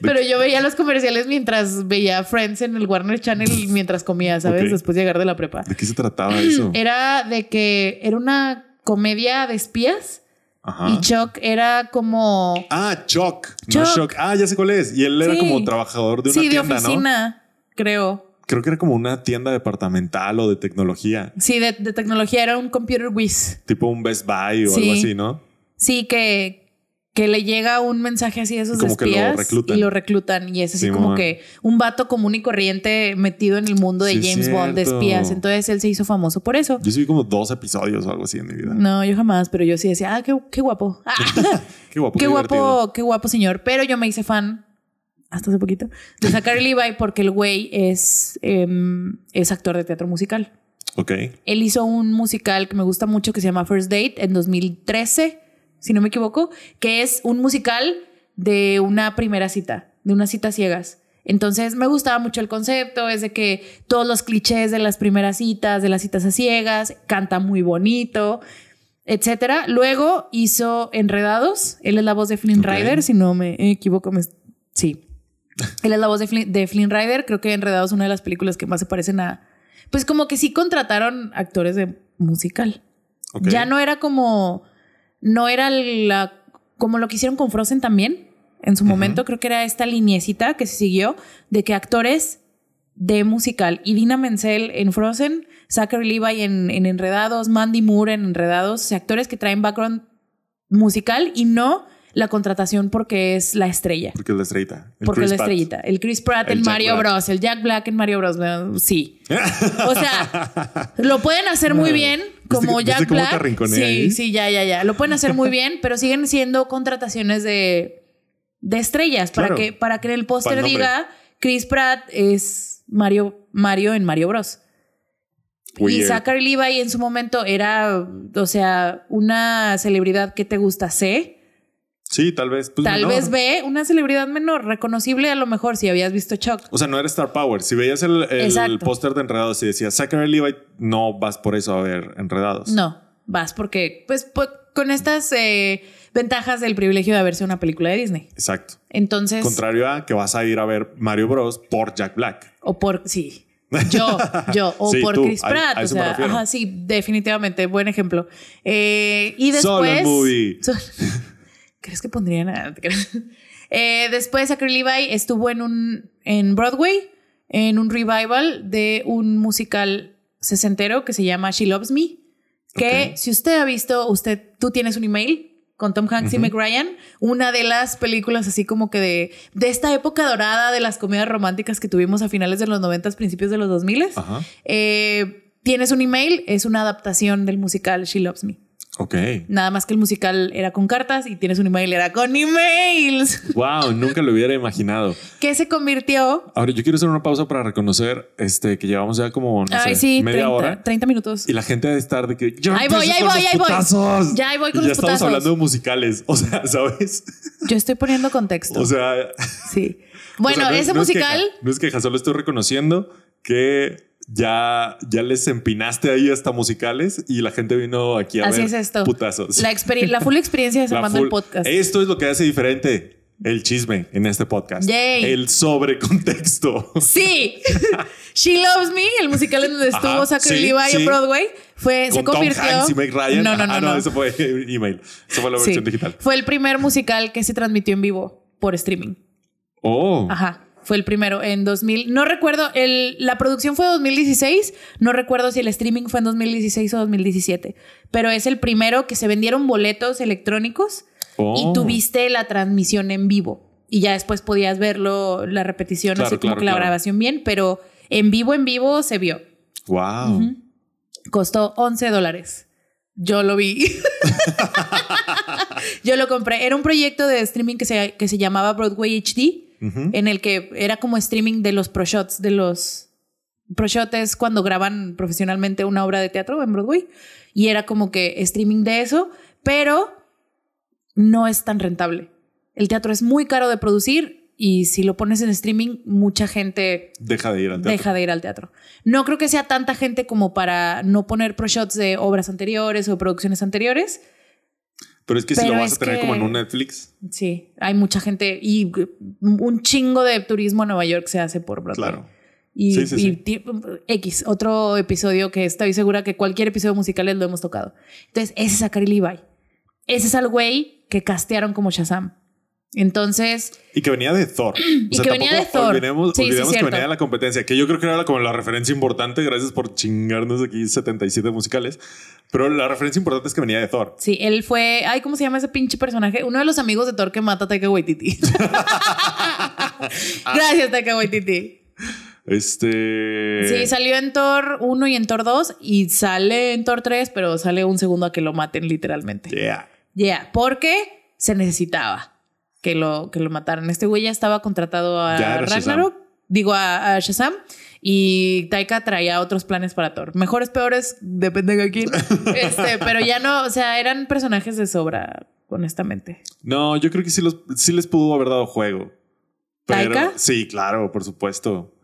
Speaker 2: Pero yo veía los comerciales mientras veía Friends en el Warner Channel mientras comía, ¿sabes?
Speaker 1: Ok.
Speaker 2: Después de llegar de la prepa.
Speaker 1: ¿De qué se trataba eso?
Speaker 2: Era de que era una comedia de espías
Speaker 1: Ajá.
Speaker 2: y Chuck era como...
Speaker 1: Ah, Chuck. No
Speaker 2: Chuck.
Speaker 1: Chuck. Ah, ya sé cuál es. Y él era
Speaker 2: Sí.
Speaker 1: como trabajador de una
Speaker 2: sí, de
Speaker 1: tienda, ¿no?
Speaker 2: oficina, creo.
Speaker 1: Creo que era como una tienda departamental o de tecnología.
Speaker 2: Sí, de, de tecnología, era un computer whiz.
Speaker 1: Tipo un Best Buy o
Speaker 2: Sí.
Speaker 1: algo así, ¿no?
Speaker 2: Sí, que, que le llega un mensaje así de esos
Speaker 1: Y como
Speaker 2: de
Speaker 1: que lo
Speaker 2: espías
Speaker 1: reclutan.
Speaker 2: y lo reclutan. Y es así
Speaker 1: Sí,
Speaker 2: como
Speaker 1: mamá.
Speaker 2: que un vato común y corriente metido en el mundo de
Speaker 1: Sí, es
Speaker 2: James Bond de
Speaker 1: cierto.
Speaker 2: espías. Entonces él se hizo famoso por eso.
Speaker 1: Yo sí vi como dos episodios o algo así en mi vida.
Speaker 2: No, yo jamás, pero yo sí decía, ah, qué, qué guapo. Ah,
Speaker 1: Qué guapo.
Speaker 2: qué
Speaker 1: divertido.
Speaker 2: guapo, qué guapo señor. Pero yo me hice fan hasta hace poquito de Zachary Levi porque el güey es, em, es actor de teatro musical.
Speaker 1: Ok.
Speaker 2: Él hizo un musical que me gusta mucho que se llama First Date en 2013, si no me equivoco, que es un musical de una primera cita, de unas citas ciegas. Entonces me gustaba mucho el concepto, es de que todos los clichés de las primeras citas, de las citas a ciegas, canta muy bonito, etcétera. Luego hizo Enredados, él es la voz de Flynn
Speaker 1: Ok.
Speaker 2: Rider, si no me equivoco, me- sí. Él es la voz de Flynn, de Flynn Rider, creo que Enredados es una de las películas que más se parecen a, pues como que sí contrataron actores de musical.
Speaker 1: ok.
Speaker 2: Ya no era como, no era la, como lo que hicieron con Frozen también en su
Speaker 1: Ujú.
Speaker 2: momento, creo que era esta liniecita que se siguió de que actores de musical, y Dina Menzel en Frozen, Zachary Levi en, en Enredados, Mandy Moore en Enredados, o sea, actores que traen background musical y no la contratación porque es la estrella.
Speaker 1: Porque es la estrellita. El
Speaker 2: Porque
Speaker 1: Chris
Speaker 2: es la
Speaker 1: Pratt.
Speaker 2: estrellita. El Chris Pratt
Speaker 1: El
Speaker 2: en
Speaker 1: Jack
Speaker 2: Mario
Speaker 1: Black.
Speaker 2: Bros. El Jack Black en Mario Bros. bueno, Sí. O sea, lo pueden hacer muy bien como
Speaker 1: ¿Viste-
Speaker 2: Jack
Speaker 1: viste cómo te
Speaker 2: Black.
Speaker 1: arrinconé
Speaker 2: sí,
Speaker 1: ahí?
Speaker 2: sí, ya, ya, ya. Lo pueden hacer muy bien, pero siguen siendo contrataciones de, de estrellas para,
Speaker 1: Claro.
Speaker 2: que, para que en el
Speaker 1: Para
Speaker 2: póster
Speaker 1: el nombre.
Speaker 2: diga Chris Pratt es Mario, Mario en Mario Bros. Y
Speaker 1: Weird.
Speaker 2: Zachary Levi en su momento era, o sea, una celebridad que te gusta C.
Speaker 1: Sí, tal vez. pues,
Speaker 2: Tal
Speaker 1: menor.
Speaker 2: vez ve una celebridad menor, reconocible a lo mejor si habías visto Chuck.
Speaker 1: O sea, no era Star Power. Si veías el, el
Speaker 2: Exacto.
Speaker 1: póster de Enredados y decía Zachary Levi, no vas por eso a ver Enredados.
Speaker 2: No, vas porque, pues, po- con estas eh, ventajas del privilegio de haberse una película de Disney.
Speaker 1: Exacto.
Speaker 2: Entonces,
Speaker 1: Contrario a que vas a ir a ver Mario Bros. por Jack Black.
Speaker 2: o por, sí, yo, yo, o
Speaker 1: Sí,
Speaker 2: por
Speaker 1: tú,
Speaker 2: Chris
Speaker 1: a-
Speaker 2: Pratt,
Speaker 1: a
Speaker 2: o
Speaker 1: eso me
Speaker 2: sea,
Speaker 1: refiero.
Speaker 2: ajá, sí, definitivamente, buen ejemplo. Eh, y después...
Speaker 1: Solo en movie.
Speaker 2: Sol- ¿Crees que pondrían a- Eh, después, Zachary Levi estuvo en un en Broadway, en un revival de un musical sesentero que se llama She Loves Me. Que
Speaker 1: Ok.
Speaker 2: si usted ha visto, usted, tú tienes un email con Tom Hanks y
Speaker 1: Ujú.
Speaker 2: Meg Ryan, una de las películas así como que de, de esta época dorada de las comedias románticas que tuvimos a finales de los 90, principios de los 2000.
Speaker 1: Ajá.
Speaker 2: Eh, tienes un email, es una adaptación del musical She Loves Me.
Speaker 1: Ok.
Speaker 2: Nada más que el musical era con cartas y tienes un email, era con emails.
Speaker 1: Wow, nunca lo hubiera imaginado.
Speaker 2: Que se convirtió.
Speaker 1: Ahora, yo quiero hacer una pausa para reconocer este, que llevamos ya como, no
Speaker 2: ay,
Speaker 1: sé,
Speaker 2: sí,
Speaker 1: media
Speaker 2: 30,
Speaker 1: hora.
Speaker 2: 30 minutos.
Speaker 1: Y la gente debe estar de que yo
Speaker 2: Ahí voy, ahí voy, ahí voy. Ya ahí voy con
Speaker 1: ya estamos
Speaker 2: los putazos.
Speaker 1: hablando de musicales. O sea, ¿sabes?
Speaker 2: Yo estoy poniendo contexto.
Speaker 1: O sea,
Speaker 2: sí. Bueno,
Speaker 1: o sea, no es-
Speaker 2: ese
Speaker 1: no es
Speaker 2: musical.
Speaker 1: queja, no es queja, solo estoy reconociendo que ya, ya les empinaste ahí hasta musicales y la gente vino aquí a
Speaker 2: Así
Speaker 1: ver
Speaker 2: es esto.
Speaker 1: putazos.
Speaker 2: La, experi- la full experiencia de
Speaker 1: La
Speaker 2: armando el
Speaker 1: full-
Speaker 2: podcast.
Speaker 1: Esto es lo que hace diferente. el chisme en este podcast.
Speaker 2: Yay.
Speaker 1: El sobrecontexto.
Speaker 2: Sí, She Loves Me, el musical en donde
Speaker 1: Ajá,
Speaker 2: estuvo Zachary
Speaker 1: sí,
Speaker 2: Levi
Speaker 1: sí.
Speaker 2: en Broadway, fue, se
Speaker 1: Con Tom
Speaker 2: convirtió.
Speaker 1: Hanks y Meg Ryan.
Speaker 2: No, no, no.
Speaker 1: Ah,
Speaker 2: no.
Speaker 1: eso fue email. Eso fue la
Speaker 2: Sí.
Speaker 1: versión digital.
Speaker 2: Fue el primer musical que se transmitió en vivo por streaming.
Speaker 1: Oh.
Speaker 2: Ajá. Fue el primero en 2000. No recuerdo, el, la producción fue 2016. No recuerdo si el streaming fue en 2016 o 2017. Pero es el primero que se vendieron boletos electrónicos
Speaker 1: Oh.
Speaker 2: y tuviste la transmisión en vivo. Y ya después podías verlo, la repetición,
Speaker 1: Claro,
Speaker 2: así como
Speaker 1: claro,
Speaker 2: que la
Speaker 1: claro.
Speaker 2: grabación bien. Pero en vivo, en vivo se vio.
Speaker 1: Wow.
Speaker 2: Costó 11 dólares. Yo lo vi. Yo lo compré. Era un proyecto de streaming que se, que se llamaba Broadway HD,
Speaker 1: Ujú.
Speaker 2: en el que era como streaming de los pro shots, de los pro shot es cuando graban profesionalmente una obra de teatro en Broadway. Y era como que streaming de eso, pero no es tan rentable. El teatro es muy caro de producir y si lo pones en streaming, mucha gente
Speaker 1: Deja de ir al teatro.
Speaker 2: deja de ir al teatro. No creo que sea tanta gente como para no poner pro shots de obras anteriores o producciones anteriores.
Speaker 1: Pero es que si
Speaker 2: Pero
Speaker 1: lo vas a
Speaker 2: es
Speaker 1: tener
Speaker 2: que-
Speaker 1: como en un Netflix,
Speaker 2: Sí, hay mucha gente y un chingo de turismo en Nueva York se hace por Broadway.
Speaker 1: claro.
Speaker 2: Y,
Speaker 1: Sí, sí,
Speaker 2: y
Speaker 1: sí.
Speaker 2: ti- X, otro episodio que estoy segura que cualquier episodio musical lo hemos tocado. Entonces, ese es Zachary Levi. Ese es al güey que castearon como Shazam. Entonces,
Speaker 1: Y que venía de Thor.
Speaker 2: Y que venía
Speaker 1: tampoco
Speaker 2: de Thor.
Speaker 1: Olvidemos,
Speaker 2: Sí, sí,
Speaker 1: olvidemos que
Speaker 2: cierto.
Speaker 1: venía de la competencia, que yo creo que era como la referencia importante. Gracias por chingarnos aquí 77 musicales. Pero la referencia importante es que venía de Thor.
Speaker 2: sí, él fue. Ay, ¿cómo se llama ese pinche personaje? Uno de los amigos de Thor que mata a Taika Waititi. Gracias, Taika Waititi.
Speaker 1: Este.
Speaker 2: Sí, salió en Thor 1 y en Thor 2 y sale en Thor 3, pero sale un segundo a que lo maten literalmente. Ya,
Speaker 1: Yeah.
Speaker 2: porque se necesitaba que lo, que lo mataran. Este güey ya estaba contratado a
Speaker 1: Ya era
Speaker 2: Ragnarok, digo a, a Shazam, y Taika traía otros planes para Thor. Mejores, peores, depende de quién. Este, pero ya no, o sea, eran personajes de sobra, honestamente.
Speaker 1: No, yo creo que sí, los, sí les pudo haber dado juego. Pero,
Speaker 2: ¿Taika?
Speaker 1: Sí, claro, por supuesto.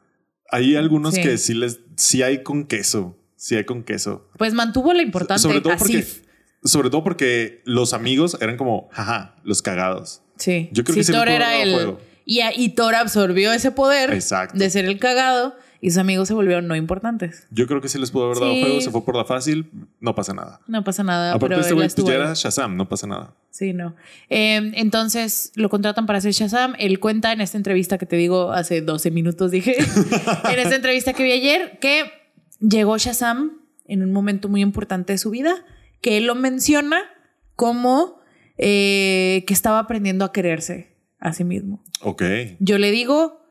Speaker 1: Hay algunos
Speaker 2: Sí.
Speaker 1: que sí les. Sí hay con queso. Sí hay con queso.
Speaker 2: Pues mantuvo la importante.
Speaker 1: Sobre todo,
Speaker 2: a
Speaker 1: porque,
Speaker 2: Sif.
Speaker 1: sobre todo porque los amigos eran como, jaja, los cagados.
Speaker 2: Sí.
Speaker 1: Yo creo
Speaker 2: Sí,
Speaker 1: que sí le
Speaker 2: Thor
Speaker 1: pudo
Speaker 2: era
Speaker 1: haber
Speaker 2: el.
Speaker 1: dado juego.
Speaker 2: Y, a- y Thor absorbió ese poder
Speaker 1: Exacto.
Speaker 2: de ser el cagado y sus amigos se volvieron no importantes.
Speaker 1: Yo creo que sí les pudo haber dado
Speaker 2: Sí.
Speaker 1: juego, se fue por la fácil, no pasa nada.
Speaker 2: No pasa nada.
Speaker 1: Aparte,
Speaker 2: pero
Speaker 1: este
Speaker 2: él
Speaker 1: güey
Speaker 2: estuvo
Speaker 1: ya
Speaker 2: ahí.
Speaker 1: era Shazam, no pasa nada.
Speaker 2: Sí, no. Eh, entonces lo contratan para hacer Shazam. Él cuenta en esta entrevista que te digo hace 12 minutos, dije, en esta entrevista que vi ayer, que llegó Shazam en un momento muy importante de su vida, que él lo menciona como eh, que estaba aprendiendo a quererse a sí mismo.
Speaker 1: Ok.
Speaker 2: Yo le digo,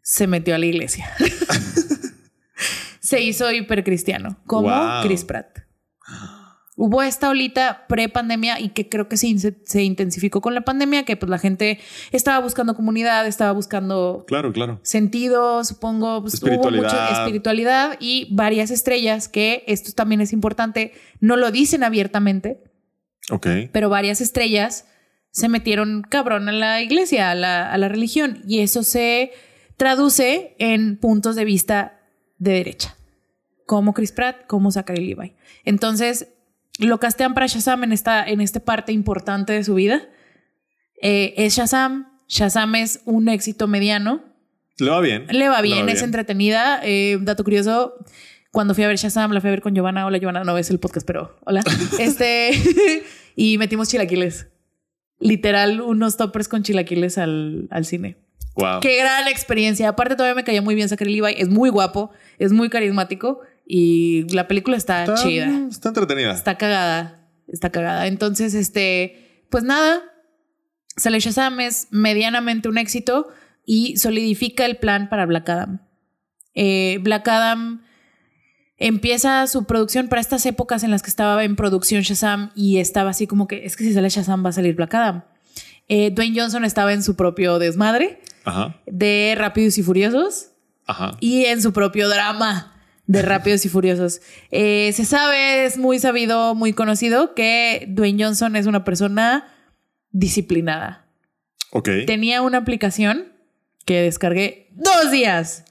Speaker 2: se metió a la iglesia. se hizo hipercristiano, como
Speaker 1: Wow.
Speaker 2: Chris Pratt. Hubo esta olita pre-pandemia y que creo que se, in- se intensificó con la pandemia, que pues la gente estaba buscando comunidad, estaba buscando
Speaker 1: Claro, claro.
Speaker 2: sentido, supongo, pues, hubo mucha
Speaker 1: Espiritualidad.
Speaker 2: espiritualidad y varias estrellas, que esto también es importante, no lo dicen abiertamente,
Speaker 1: Ok.
Speaker 2: pero varias estrellas se metieron cabrón a la iglesia, a la, a la religión, y eso se traduce en puntos de vista de derecha, como Chris Pratt, como Zachary Levi. Entonces, lo castean para Shazam en esta, en esta parte importante de su vida. Eh, es Shazam, Shazam es un éxito mediano,
Speaker 1: Le va bien.
Speaker 2: le va bien, es entretenida. Eh, dato curioso, cuando fui a ver Shazam, la fui a ver con Giovanna. Hola, Giovanna, no ves el podcast, pero hola. este, y metimos chilaquiles. Literal, unos toppers con chilaquiles al, al cine.
Speaker 1: Wow.
Speaker 2: Qué gran experiencia. Aparte, todavía me caía muy bien Zachary Levi. Es muy guapo, es muy carismático y la película está,
Speaker 1: Está,
Speaker 2: chida.
Speaker 1: Está entretenida.
Speaker 2: Está cagada. Está cagada. Entonces, este, pues nada. Sale Shazam es medianamente un éxito y solidifica el plan para Black Adam. Eh, Black Adam empieza su producción para estas épocas en las que estaba en producción Shazam y estaba así como que es que si sale Shazam va a salir Black Adam. Eh, Dwayne Johnson estaba en su propio desmadre
Speaker 1: Ajá.
Speaker 2: de Rápidos y Furiosos
Speaker 1: Ajá.
Speaker 2: y en su propio drama de Rápidos y Furiosos. Eh, se sabe, es muy sabido, muy conocido que Dwayne Johnson es una persona disciplinada.
Speaker 1: Ok.
Speaker 2: Tenía una aplicación que descargué dos días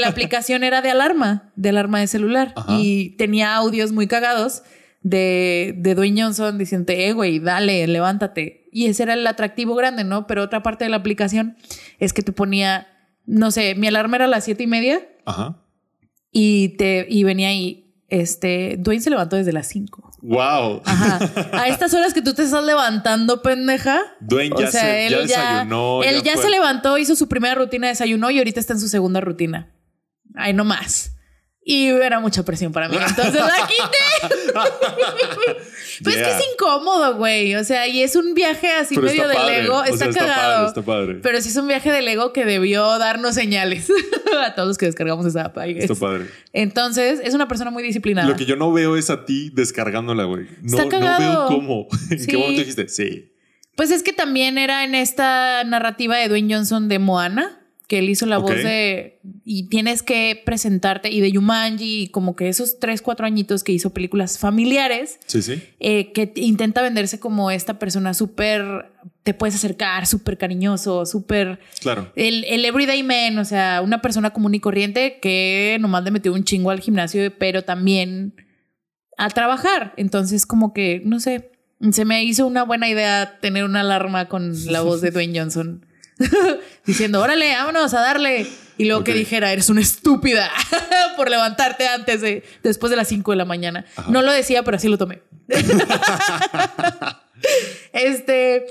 Speaker 2: la aplicación era de alarma, de alarma de celular
Speaker 1: Ajá.
Speaker 2: y tenía audios muy cagados de, de Dwayne Johnson diciendo, eh, güey, dale, levántate. Y ese era el atractivo grande, ¿no? Pero otra parte de la aplicación es que te ponía, no sé, mi alarma era a las siete y media
Speaker 1: Ajá.
Speaker 2: y, te, y venía ahí, este, Dwayne se levantó desde las cinco.
Speaker 1: Wow.
Speaker 2: Ajá. A estas horas que tú te estás levantando, pendeja.
Speaker 1: Dwayne ya, se, ya desayunó.
Speaker 2: Él ya,
Speaker 1: fue.
Speaker 2: se levantó, hizo su primera rutina, desayunó y ahorita está en su segunda rutina. Ay, no más. Y era mucha presión para mí. Entonces la quité. Pues es
Speaker 1: Yeah.
Speaker 2: que es incómodo, güey. O sea, y es un viaje así
Speaker 1: Pero
Speaker 2: medio
Speaker 1: está
Speaker 2: de
Speaker 1: padre.
Speaker 2: Lego.
Speaker 1: O sea,
Speaker 2: Está,
Speaker 1: está
Speaker 2: cagado.
Speaker 1: padre, está padre.
Speaker 2: Pero sí es un viaje de Lego que debió darnos señales a todos los que descargamos esa app. I guess.
Speaker 1: Está padre.
Speaker 2: Entonces, es una persona muy disciplinada.
Speaker 1: Lo que yo no veo es a ti descargándola, güey. No,
Speaker 2: Está
Speaker 1: no veo
Speaker 2: cagado.
Speaker 1: cómo. ¿En
Speaker 2: Sí.
Speaker 1: qué momento dijiste? Sí.
Speaker 2: Pues es que también era en esta narrativa de Dwayne Johnson de Moana, que él hizo la
Speaker 1: Ok.
Speaker 2: voz de. Y tienes que presentarte, y de Yumanji, y como que esos tres, cuatro añitos que hizo películas familiares,
Speaker 1: Sí, sí.
Speaker 2: eh, que t- intenta venderse como esta persona súper. Te puedes acercar, súper cariñoso, súper.
Speaker 1: Claro.
Speaker 2: El, el everyday man, o sea, una persona común y corriente que nomás le metió un chingo al gimnasio, pero también a trabajar. Entonces, como que, no sé, se me hizo una buena idea tener una alarma con la voz de Dwayne Johnson. Diciendo, órale, vámonos a darle. Y luego
Speaker 1: Ok.
Speaker 2: que dijera, eres una estúpida por levantarte antes de, después de las 5 de la mañana.
Speaker 1: Ajá.
Speaker 2: No lo decía, pero así lo tomé. este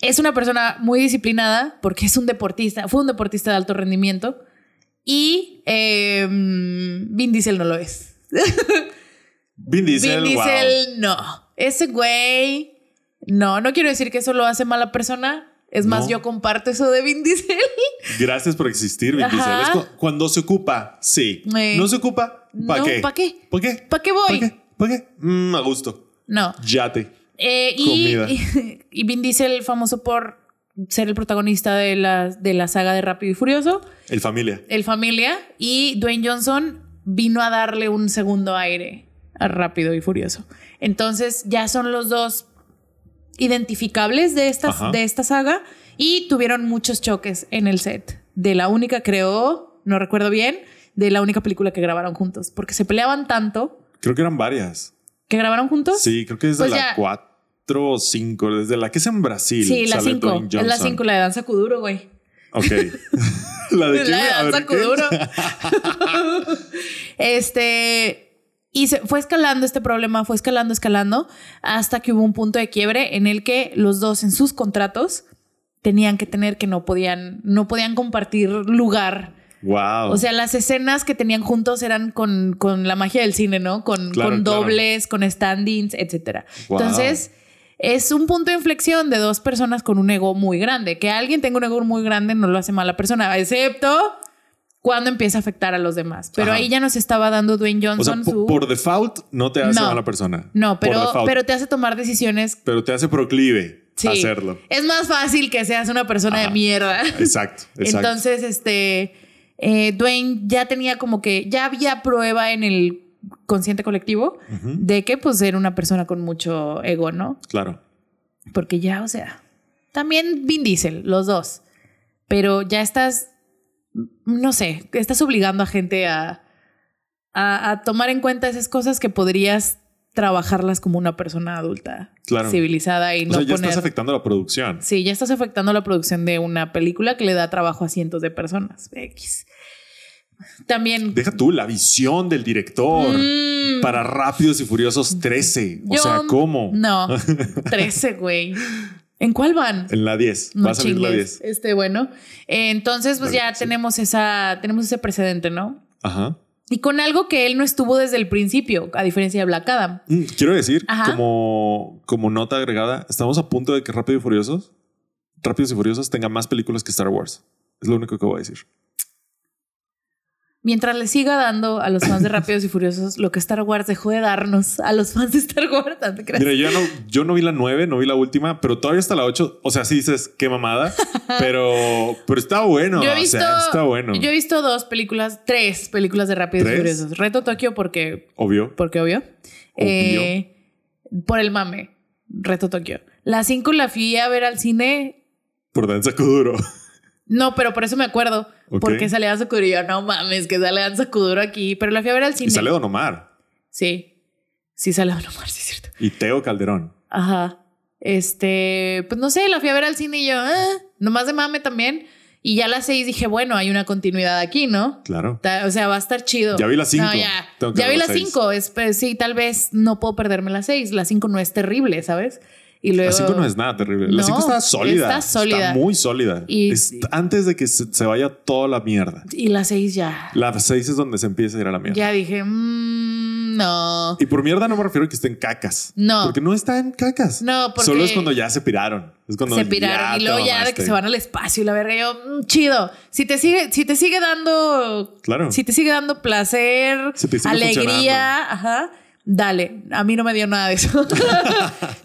Speaker 2: es una persona muy disciplinada porque es un deportista, fue un deportista de alto rendimiento y eh, Vin Diesel no lo es.
Speaker 1: Vin Diesel,
Speaker 2: Vin
Speaker 1: wow.
Speaker 2: Diesel no. Ese güey, no, no quiero decir que eso lo hace mala persona. Es más,
Speaker 1: No.
Speaker 2: yo comparto eso de Vin Diesel.
Speaker 1: Gracias por existir, Vin Diesel.
Speaker 2: Ajá.
Speaker 1: Es cu- cuando se ocupa, sí.
Speaker 2: Eh.
Speaker 1: No se ocupa, ¿para
Speaker 2: no,
Speaker 1: qué?
Speaker 2: ¿para qué?
Speaker 1: ¿Por qué?
Speaker 2: ¿Para qué
Speaker 1: ¿Por
Speaker 2: voy?
Speaker 1: qué? ¿Por qué? Mm, a gusto.
Speaker 2: No.
Speaker 1: Yate.
Speaker 2: Eh, y,
Speaker 1: Comida.
Speaker 2: y, y Vin Diesel, famoso por ser el protagonista de la, de la saga de Rápido y Furioso.
Speaker 1: El familia.
Speaker 2: el familia y Dwayne Johnson vino a darle un segundo aire a Rápido y Furioso. Entonces ya son los dos identificables de,
Speaker 1: Ajá.
Speaker 2: estas, de esta saga y tuvieron muchos choques en el set. De la única, creo, no recuerdo bien, de la única película que grabaron juntos, porque se peleaban tanto
Speaker 1: Creo que eran varias.
Speaker 2: que grabaron juntos.
Speaker 1: Sí, creo que desde
Speaker 2: Pues
Speaker 1: la
Speaker 2: ya.
Speaker 1: 4 o 5, desde la que es en Brasil.
Speaker 2: Sí, la
Speaker 1: sale
Speaker 2: 5.
Speaker 1: Dwayne
Speaker 2: Es la
Speaker 1: Johnson.
Speaker 2: 5, la de Danza Kuduro, güey.
Speaker 1: Ok. la de
Speaker 2: La
Speaker 1: quién?
Speaker 2: de
Speaker 1: A ver,
Speaker 2: Danza
Speaker 1: ¿qué?
Speaker 2: Kuduro. este. Y se fue escalando este problema, fue escalando, escalando, hasta que hubo un punto de quiebre en el que los dos en sus contratos tenían que tener que no podían, no podían compartir lugar.
Speaker 1: Wow.
Speaker 2: O sea, las escenas que tenían juntos eran con, con la magia del cine, ¿no? Con,
Speaker 1: Claro,
Speaker 2: con
Speaker 1: claro.
Speaker 2: dobles, con standings, etcétera.
Speaker 1: Wow.
Speaker 2: Entonces, es un punto de inflexión de dos personas con un ego muy grande. Que alguien tenga un ego muy grande no lo hace mala persona, excepto cuando empieza a afectar a los demás. Pero
Speaker 1: Ajá.
Speaker 2: ahí ya nos estaba dando Dwayne
Speaker 1: O sea,
Speaker 2: Johnson
Speaker 1: po-
Speaker 2: su...
Speaker 1: por default no te hace
Speaker 2: No.
Speaker 1: mala persona.
Speaker 2: no,
Speaker 1: Por
Speaker 2: pero,
Speaker 1: default.
Speaker 2: pero te hace tomar decisiones.
Speaker 1: Pero te hace proclive
Speaker 2: Sí.
Speaker 1: a hacerlo.
Speaker 2: Es más fácil que seas una persona
Speaker 1: Ajá.
Speaker 2: de mierda.
Speaker 1: Exacto, exacto.
Speaker 2: Entonces, este, eh, Dwayne ya tenía como que, ya había prueba en el consciente colectivo
Speaker 1: Ujú,
Speaker 2: de que pues era una persona con mucho ego, ¿no?
Speaker 1: Claro.
Speaker 2: Porque ya, o sea, también Vin Diesel, los dos, pero ya estás, no sé, estás obligando a gente a, a, a tomar en cuenta esas cosas que podrías trabajarlas como una persona adulta,
Speaker 1: Claro.
Speaker 2: civilizada y
Speaker 1: O
Speaker 2: no
Speaker 1: sea, ya
Speaker 2: poner...
Speaker 1: estás afectando la producción.
Speaker 2: Sí, ya estás afectando la producción de una película que le da trabajo a cientos de personas. X. También.
Speaker 1: Deja tú la visión del director
Speaker 2: Mm,
Speaker 1: para Rápidos y Furiosos 13. O
Speaker 2: yo-
Speaker 1: sea, ¿cómo?
Speaker 2: No. 13, güey. ¿En cuál van?
Speaker 1: En la 10.
Speaker 2: No
Speaker 1: va a salir la
Speaker 2: chingues.
Speaker 1: 10.
Speaker 2: Este, bueno. Eh, entonces, pues
Speaker 1: La
Speaker 2: ya
Speaker 1: diez, sí.
Speaker 2: tenemos esa. Tenemos ese precedente, ¿no?
Speaker 1: Ajá.
Speaker 2: Y con algo que él no estuvo desde el principio, a diferencia de Black Adam.
Speaker 1: Mm, Quiero decir,
Speaker 2: Ajá.
Speaker 1: como, como nota agregada, estamos a punto de que Rápido y Furiosos, Rápidos y Furiosos tenga más películas que Star Wars. Es lo único que voy a decir.
Speaker 2: Mientras le siga dando a los fans de Rápidos y Furiosos lo que Star Wars dejó de darnos a los fans de Star Wars, ¿no te creas?
Speaker 1: Mira, yo no, yo no vi la 9, no vi la última, pero todavía está la 8. O sea, sí dices qué mamada, pero, pero está bueno.
Speaker 2: yo he
Speaker 1: o
Speaker 2: visto,
Speaker 1: sea, está bueno.
Speaker 2: Yo he visto dos películas, tres películas de Rápidos y
Speaker 1: ¿Tres?
Speaker 2: Furiosos. Reto Tokio porque,
Speaker 1: Obvio.
Speaker 2: porque obvio. Eh, por el mame. Reto Tokio. La cinco la fui a ver al cine.
Speaker 1: Por Dan Sacuduro.
Speaker 2: No, pero por eso me acuerdo.
Speaker 1: Ok.
Speaker 2: Porque sale Dan Sakuduro. Y yo, no mames, que sale Dan Sakuduro aquí. Pero la fui a ver al cine.
Speaker 1: Y sale Don Omar
Speaker 2: Sí. Sí sale Don Omar, sí es cierto.
Speaker 1: y Teo Calderón.
Speaker 2: Ajá. Este, pues no sé, la fui a ver al cine y yo, ah, nomás de mame también. Y ya a las seis dije, bueno, hay una continuidad aquí, ¿no?
Speaker 1: Claro.
Speaker 2: Ta- O sea, va a estar chido.
Speaker 1: Ya vi las cinco.
Speaker 2: No, ya.
Speaker 1: Tengo que
Speaker 2: Ya
Speaker 1: ver
Speaker 2: vi
Speaker 1: las
Speaker 2: las
Speaker 1: seis.
Speaker 2: 5. pues, Sí, tal vez no puedo perderme las 6. La 5 no es terrible, ¿sabes? Y luego.
Speaker 1: La 5 no es nada terrible.
Speaker 2: No,
Speaker 1: la 5 está sólida.
Speaker 2: está sólida.
Speaker 1: Está muy sólida.
Speaker 2: Y-
Speaker 1: Es antes de que se, se vaya toda la mierda.
Speaker 2: Y la 6 ya.
Speaker 1: La 6 es donde se empieza a ir a la mierda.
Speaker 2: Ya dije, mmm, no.
Speaker 1: Y por mierda no me refiero a que estén cacas.
Speaker 2: No.
Speaker 1: Porque no están cacas.
Speaker 2: No, porque-
Speaker 1: Solo es cuando ya se piraron. Es cuando
Speaker 2: se
Speaker 1: ya este-
Speaker 2: piraron.
Speaker 1: te
Speaker 2: Y luego ya de
Speaker 1: mamaste.
Speaker 2: que se van al espacio y la verga. Yo, mm, chido. Si te sigue, si te sigue dando.
Speaker 1: Claro.
Speaker 2: Si te sigue dando placer,
Speaker 1: Si te sigue
Speaker 2: alegría, ajá. Dale, a mí no me dio nada de eso.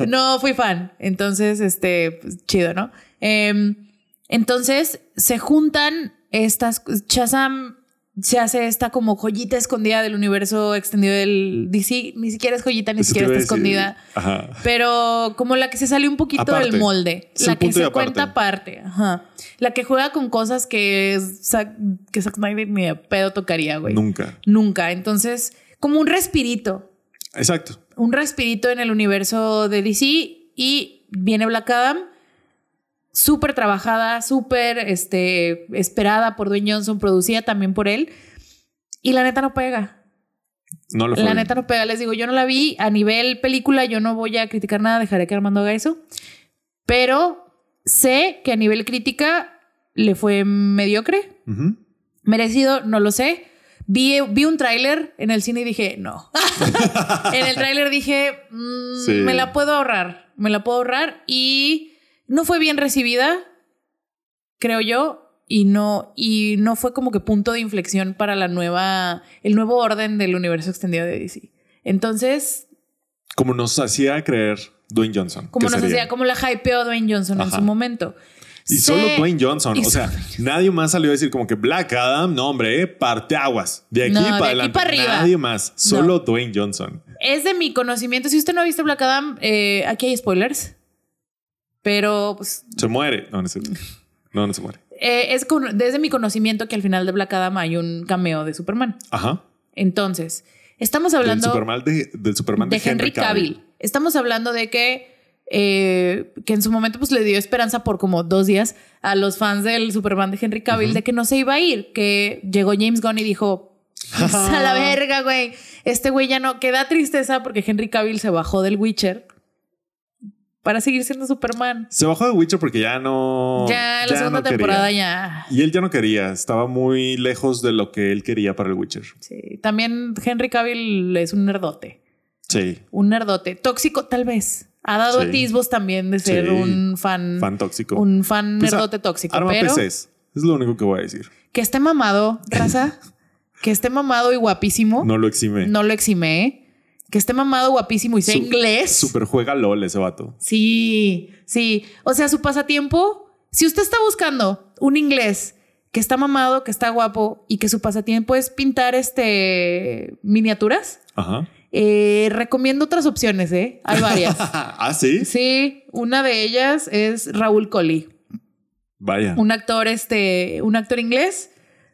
Speaker 2: no fui fan. Entonces, este, pues, chido, ¿no? Em, entonces, se juntan estas. Shazam se hace esta como joyita escondida del universo extendido del DC. Ni siquiera es joyita, ni
Speaker 1: Eso te
Speaker 2: siquiera
Speaker 1: iba
Speaker 2: está
Speaker 1: a decir.
Speaker 2: escondida.
Speaker 1: Ajá.
Speaker 2: Pero como la que se salió un poquito
Speaker 1: Aparte.
Speaker 2: del molde.
Speaker 1: Es
Speaker 2: la
Speaker 1: el
Speaker 2: que
Speaker 1: punto
Speaker 2: se
Speaker 1: y aparte.
Speaker 2: cuenta aparte. Ajá. La que juega con cosas que Zack, que Zack Snyder ni de pedo tocaría, güey.
Speaker 1: Nunca.
Speaker 2: Nunca. Entonces, como un respirito.
Speaker 1: Exacto.
Speaker 2: Un respirito en el universo de DC. Y viene Black Adam. Súper trabajada, súper este, esperada por Dwayne Johnson, producida también por él. Y la neta no pega.
Speaker 1: No lo fue.
Speaker 2: La
Speaker 1: bien.
Speaker 2: neta no pega, les digo, yo no la vi a nivel película, yo no voy a criticar nada, dejaré que Armando haga eso. Pero sé que a nivel crítica le fue mediocre,
Speaker 1: Ujú.
Speaker 2: merecido, no lo sé. Vi, vi un tráiler en el cine y dije, no. en el tráiler dije, mm,
Speaker 1: Sí.
Speaker 2: me la puedo ahorrar, me la puedo ahorrar y no fue bien recibida, creo yo. Y no, y no fue como que punto de inflexión para la nueva, el nuevo orden del universo extendido de DC. Entonces,
Speaker 1: Como nos hacía creer Dwayne Johnson.
Speaker 2: como
Speaker 1: que
Speaker 2: nos
Speaker 1: sería.
Speaker 2: hacía, como la hypeó Dwayne Johnson en
Speaker 1: Ajá.
Speaker 2: su momento.
Speaker 1: Y
Speaker 2: Sé-
Speaker 1: solo Dwayne Johnson.
Speaker 2: y
Speaker 1: O sea, nadie más salió a decir como que Black Adam, no, hombre, eh, parteaguas. De aquí
Speaker 2: No, de
Speaker 1: para
Speaker 2: aquí
Speaker 1: adelante.
Speaker 2: para arriba.
Speaker 1: Nadie más. Solo Dwayne Johnson.
Speaker 2: Es de mi conocimiento. Si usted no ha visto Black Adam, eh, aquí hay spoilers. Pero pues,
Speaker 1: Se muere. No, no es cierto. No, no se muere.
Speaker 2: eh, es con- desde mi conocimiento que al final de Black Adam hay un cameo de Superman.
Speaker 1: Ajá.
Speaker 2: Entonces, estamos
Speaker 1: Del
Speaker 2: hablando
Speaker 1: Superman de, del Superman
Speaker 2: de Henry, Cavill. Estamos hablando de que, eh, que en su momento pues, le dio esperanza por como dos días a los fans del Superman de Henry Cavill
Speaker 1: Ujú.
Speaker 2: de que no se iba a ir, que llegó James Gunn y dijo... A la verga, güey. Este güey ya no. Que da tristeza porque Henry Cavill se bajó del Witcher para seguir siendo Superman.
Speaker 1: Se bajó de Witcher porque ya no.
Speaker 2: ya la segunda
Speaker 1: no quería.
Speaker 2: temporada ya.
Speaker 1: Y él ya no quería, estaba muy lejos de lo que él quería para el Witcher.
Speaker 2: Sí. También Henry Cavill es un nerdote.
Speaker 1: Sí,
Speaker 2: Un nerdote. Tóxico, tal vez. Ha dado
Speaker 1: Sí.
Speaker 2: atisbos también de ser
Speaker 1: Sí.
Speaker 2: un fan.
Speaker 1: fan tóxico.
Speaker 2: Un fan
Speaker 1: Pues,
Speaker 2: nerdote tóxico.
Speaker 1: Arma
Speaker 2: pero
Speaker 1: PCs, es lo único que voy a decir.
Speaker 2: que esté mamado, raza. que esté mamado y guapísimo. No,
Speaker 1: No lo exime.
Speaker 2: lo eximé. ¿eh? Que esté mamado, guapísimo y sea
Speaker 1: Su-
Speaker 2: inglés.
Speaker 1: Super juega LOL ese vato.
Speaker 2: Sí, sí. O sea, su pasatiempo, si usted está buscando un inglés que está mamado, que está guapo y que su pasatiempo es pintar este miniaturas,
Speaker 1: Ajá.
Speaker 2: eh, recomiendo otras opciones, ¿eh? Hay varias.
Speaker 1: ah, sí.
Speaker 2: sí, una de ellas es Raúl Colli,
Speaker 1: Vaya. Oh,
Speaker 2: un actor, este, un actor inglés,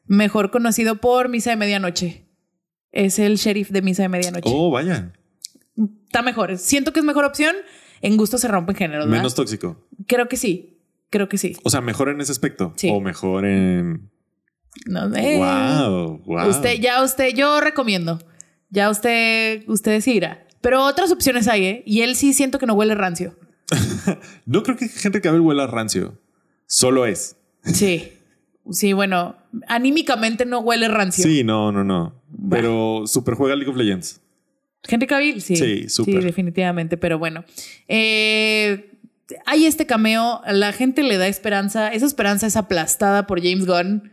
Speaker 2: mejor conocido por Misa de Medianoche. Es el sheriff de Misa de Medianoche.
Speaker 1: Oh, vaya.
Speaker 2: Está mejor. Siento que es mejor opción. En gusto se rompen géneros, ¿verdad?
Speaker 1: Menos tóxico.
Speaker 2: Creo que sí. Creo que sí.
Speaker 1: O sea, mejor en ese aspecto.
Speaker 2: Sí.
Speaker 1: O mejor en.
Speaker 2: No sé.
Speaker 1: Wow, wow.
Speaker 2: Usted, ya usted, yo decidirá. Ya usted, usted decidirá. Pero otras opciones hay, ¿eh? Y él sí siento que no huele rancio.
Speaker 1: No creo que Henry Cavill huela rancio. Solo es.
Speaker 2: Sí. Sí, bueno, anímicamente no huele rancio.
Speaker 1: Sí, no, no, no. Pero super juega League of Legends.
Speaker 2: Henry Cavill, sí.
Speaker 1: Sí, súper.
Speaker 2: definitivamente. Pero bueno. Eh, hay este cameo. La gente le da esperanza. Esa esperanza es aplastada por James Gunn.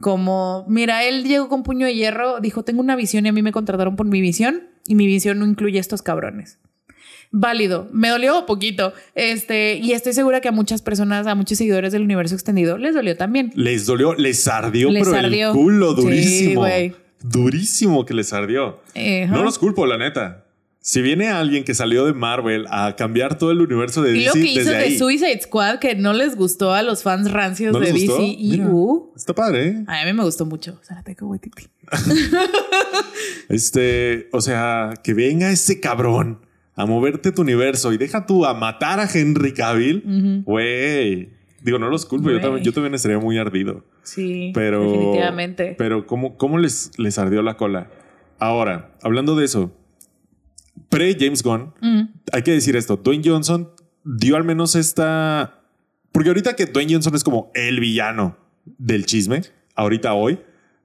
Speaker 2: Como, mira, él llegó con puño de hierro, dijo, tengo una visión y a mí me contrataron por mi visión y mi visión no incluye a estos cabrones. Válido, me dolió poquito. Este, y estoy segura que a muchas personas, a muchos seguidores del universo extendido, les dolió también.
Speaker 1: Les dolió, les ardió,
Speaker 2: Les
Speaker 1: pero
Speaker 2: ardió.
Speaker 1: el culo
Speaker 2: Sí,
Speaker 1: durísimo.
Speaker 2: güey.
Speaker 1: durísimo que les ardió.
Speaker 2: Eh,
Speaker 1: No
Speaker 2: ajá.
Speaker 1: los culpo, la neta. Si viene alguien que salió de Marvel a cambiar todo el universo de
Speaker 2: Y lo
Speaker 1: DC
Speaker 2: que hizo
Speaker 1: desde
Speaker 2: de
Speaker 1: ahí,
Speaker 2: Suicide Squad que no les gustó a los fans rancios
Speaker 1: ¿No
Speaker 2: de
Speaker 1: les gustó?
Speaker 2: DC y
Speaker 1: Mira.
Speaker 2: uh,
Speaker 1: está padre, ¿eh?
Speaker 2: a mí me gustó mucho. O sea, la tengo Waititi.
Speaker 1: Este, o sea, que venga ese cabrón a moverte tu universo y deja tú a matar a Henry Cavill,
Speaker 2: Ujú.
Speaker 1: güey. Digo, no los culpo, yo
Speaker 2: Mm. Güey.
Speaker 1: también, yo también estaría muy ardido.
Speaker 2: Sí,
Speaker 1: Pero.
Speaker 2: definitivamente.
Speaker 1: Pero, ¿cómo, cómo les, les ardió la cola? Ahora, hablando de eso, pre-James Gunn,
Speaker 2: Mm.
Speaker 1: hay que decir esto, Dwayne Johnson dio al menos esta... Porque ahorita que Dwayne Johnson es como el villano del chisme, ahorita hoy,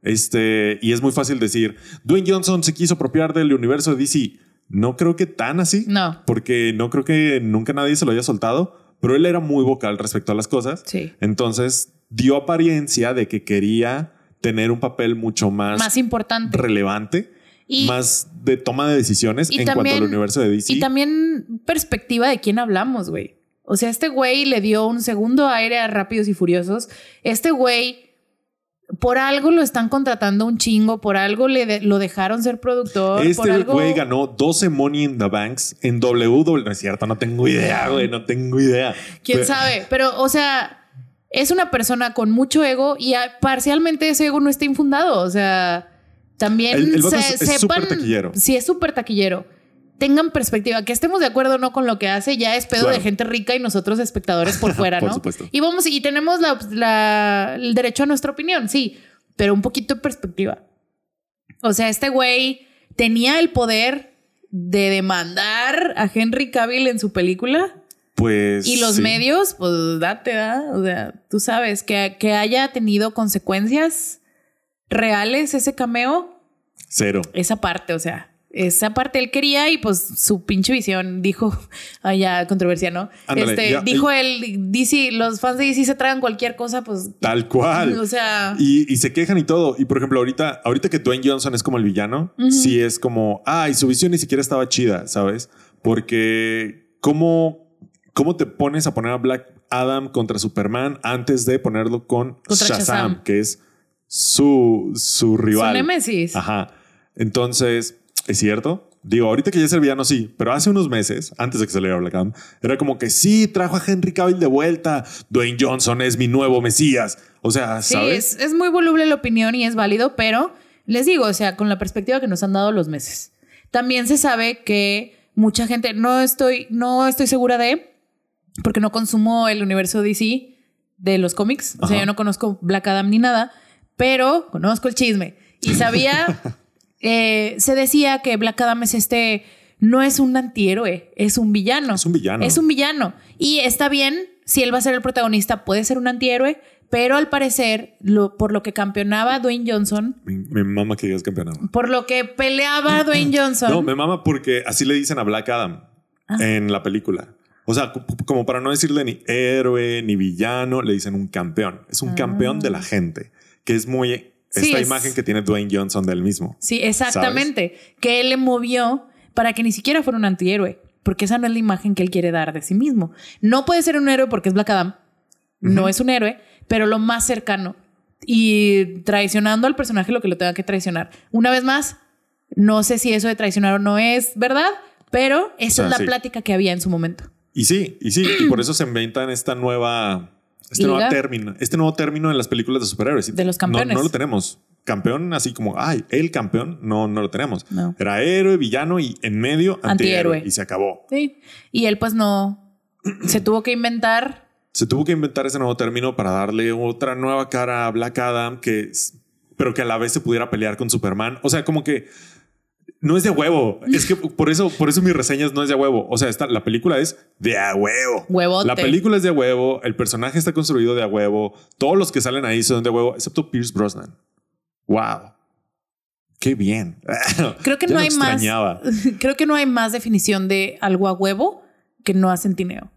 Speaker 1: este, y es muy fácil decir, Dwayne Johnson se quiso apropiar del universo de DC. No creo que tan así,
Speaker 2: No,
Speaker 1: porque no creo que nunca nadie se lo haya soltado, pero él era muy vocal respecto a las cosas.
Speaker 2: sí.
Speaker 1: Entonces dio apariencia de que quería tener un papel mucho más,
Speaker 2: Más importante.
Speaker 1: relevante,
Speaker 2: Y,
Speaker 1: más de toma de decisiones
Speaker 2: y
Speaker 1: en cuanto
Speaker 2: también-
Speaker 1: al universo de DC.
Speaker 2: y también perspectiva de quién hablamos, güey. O sea, este güey le dio un segundo aire a Rápidos y Furiosos. Este güey, por algo lo están contratando un chingo, por algo le de- lo dejaron ser productor. por
Speaker 1: Este
Speaker 2: algo...
Speaker 1: güey ganó 12 Money in the Banks en W. E. No es cierto, no tengo idea, güey, no tengo idea.
Speaker 2: ¿Quién
Speaker 1: Pero-
Speaker 2: sabe? Pero, o sea, es una persona con mucho ego y a- parcialmente ese ego no está infundado. O sea, también
Speaker 1: El- el vato
Speaker 2: se-
Speaker 1: es- es
Speaker 2: sepan...
Speaker 1: súper taquillero.
Speaker 2: Sí, es súper taquillero. Tengan perspectiva. Que estemos de acuerdo o no con lo que hace, ya es pedo
Speaker 1: Claro.
Speaker 2: de gente rica y nosotros espectadores por fuera,
Speaker 1: Por
Speaker 2: ¿no?
Speaker 1: supuesto.
Speaker 2: Y vamos, y tenemos la- la- el derecho a nuestra opinión, sí, pero un poquito de perspectiva. O sea, este güey tenía el poder de demandar a Henry Cavill en su película.
Speaker 1: Pues.
Speaker 2: Y los
Speaker 1: sí.
Speaker 2: medios, pues date, da. O sea, tú sabes que, que haya tenido consecuencias reales ese cameo,
Speaker 1: Cero.
Speaker 2: esa parte, o sea, esa parte él quería y pues su pinche visión dijo, allá controversia, ¿no?
Speaker 1: Ándale,
Speaker 2: este,
Speaker 1: ya, eh.
Speaker 2: dijo él, DC, los fans de DC se tragan cualquier cosa, pues,
Speaker 1: Tal cual.
Speaker 2: o sea,
Speaker 1: Y, y se quejan y todo. Y por ejemplo, ahorita, ahorita que Dwayne Johnson es como el villano,
Speaker 2: Ujú.
Speaker 1: sí es como, ay, su visión ni siquiera estaba chida, ¿sabes? Porque, ¿cómo, cómo te pones a poner a Black Adam contra Superman antes de ponerlo con
Speaker 2: Contra
Speaker 1: Shazam,
Speaker 2: Shazam.
Speaker 1: que es su, su
Speaker 2: su
Speaker 1: rival?
Speaker 2: némesis.
Speaker 1: Ajá. Entonces, es cierto. Digo, ahorita que ya es el villano, sí, pero hace unos meses, antes de que saliera Black Adam, era como que sí, trajo a Henry Cavill de vuelta. Dwayne Johnson es mi nuevo Mesías. O sea,
Speaker 2: Sí,
Speaker 1: ¿sabes?
Speaker 2: es, es muy voluble la opinión y es válido, pero les digo, o sea, con la perspectiva que nos han dado los meses. También se sabe que mucha gente, no estoy, no estoy segura de, porque no consumo el universo DC de los cómics, o sea,
Speaker 1: Ajá.
Speaker 2: yo no conozco Black Adam ni nada, pero conozco el chisme y sabía, eh, se decía que Black Adam es este, no es un antihéroe, es un villano.
Speaker 1: Ah, Es un villano.
Speaker 2: Es un villano. Y está bien, si él va a ser el protagonista, puede ser un antihéroe, pero al parecer, lo, por lo que campeonaba Dwayne Johnson,
Speaker 1: Me, me mama que digas campeonado.
Speaker 2: por lo que peleaba Dwayne Johnson.
Speaker 1: No, me mama porque así le dicen a Black Adam
Speaker 2: Ah.
Speaker 1: en la película. O sea, cu- como para no decirle ni héroe ni villano, le dicen un campeón. Es un
Speaker 2: Ah.
Speaker 1: campeón de la gente, que es muy
Speaker 2: Sí,
Speaker 1: esta
Speaker 2: es-
Speaker 1: imagen que tiene Dwayne Johnson del mismo.
Speaker 2: Sí, exactamente. Que él le movió para que ni siquiera fuera un antihéroe, porque esa no es la imagen que él quiere dar de sí mismo. No puede ser un héroe porque es Black Adam, no es un héroe, pero lo más cercano y traicionando al personaje lo que lo tenga que traicionar. Una vez más, no sé si eso de traicionar o no es verdad, pero esa
Speaker 1: O sea,
Speaker 2: es la
Speaker 1: Ah, sí.
Speaker 2: plática que había en su momento.
Speaker 1: Y sí, y sí, y por eso se inventan esta nueva, este
Speaker 2: Liga.
Speaker 1: nuevo término, este nuevo término en las películas de superhéroes.
Speaker 2: De los campeones.
Speaker 1: No, no lo tenemos. Campeón, así como, ay, el campeón, no, no lo tenemos.
Speaker 2: No.
Speaker 1: Era héroe, villano y en medio antihéroe.
Speaker 2: Antihéroe.
Speaker 1: Y se acabó.
Speaker 2: Sí. Y él pues no se tuvo que inventar
Speaker 1: Se tuvo que inventar ese nuevo término para darle otra nueva cara a Black Adam, que es- pero que a la vez se pudiera pelear con Superman. O sea, como que no es de huevo. Es que por eso, por eso mis reseñas no es de huevo. O sea, esta, la película es de a huevo.
Speaker 2: huevote.
Speaker 1: La película es de a huevo, el personaje está construido de a huevo, todos los que salen ahí son de a huevo, excepto Pierce Brosnan. Wow. Qué bien.
Speaker 2: Creo que
Speaker 1: Ya
Speaker 2: no
Speaker 1: lo
Speaker 2: hay más.
Speaker 1: extrañaba.
Speaker 2: Creo que no hay más definición de algo a huevo que no a centineo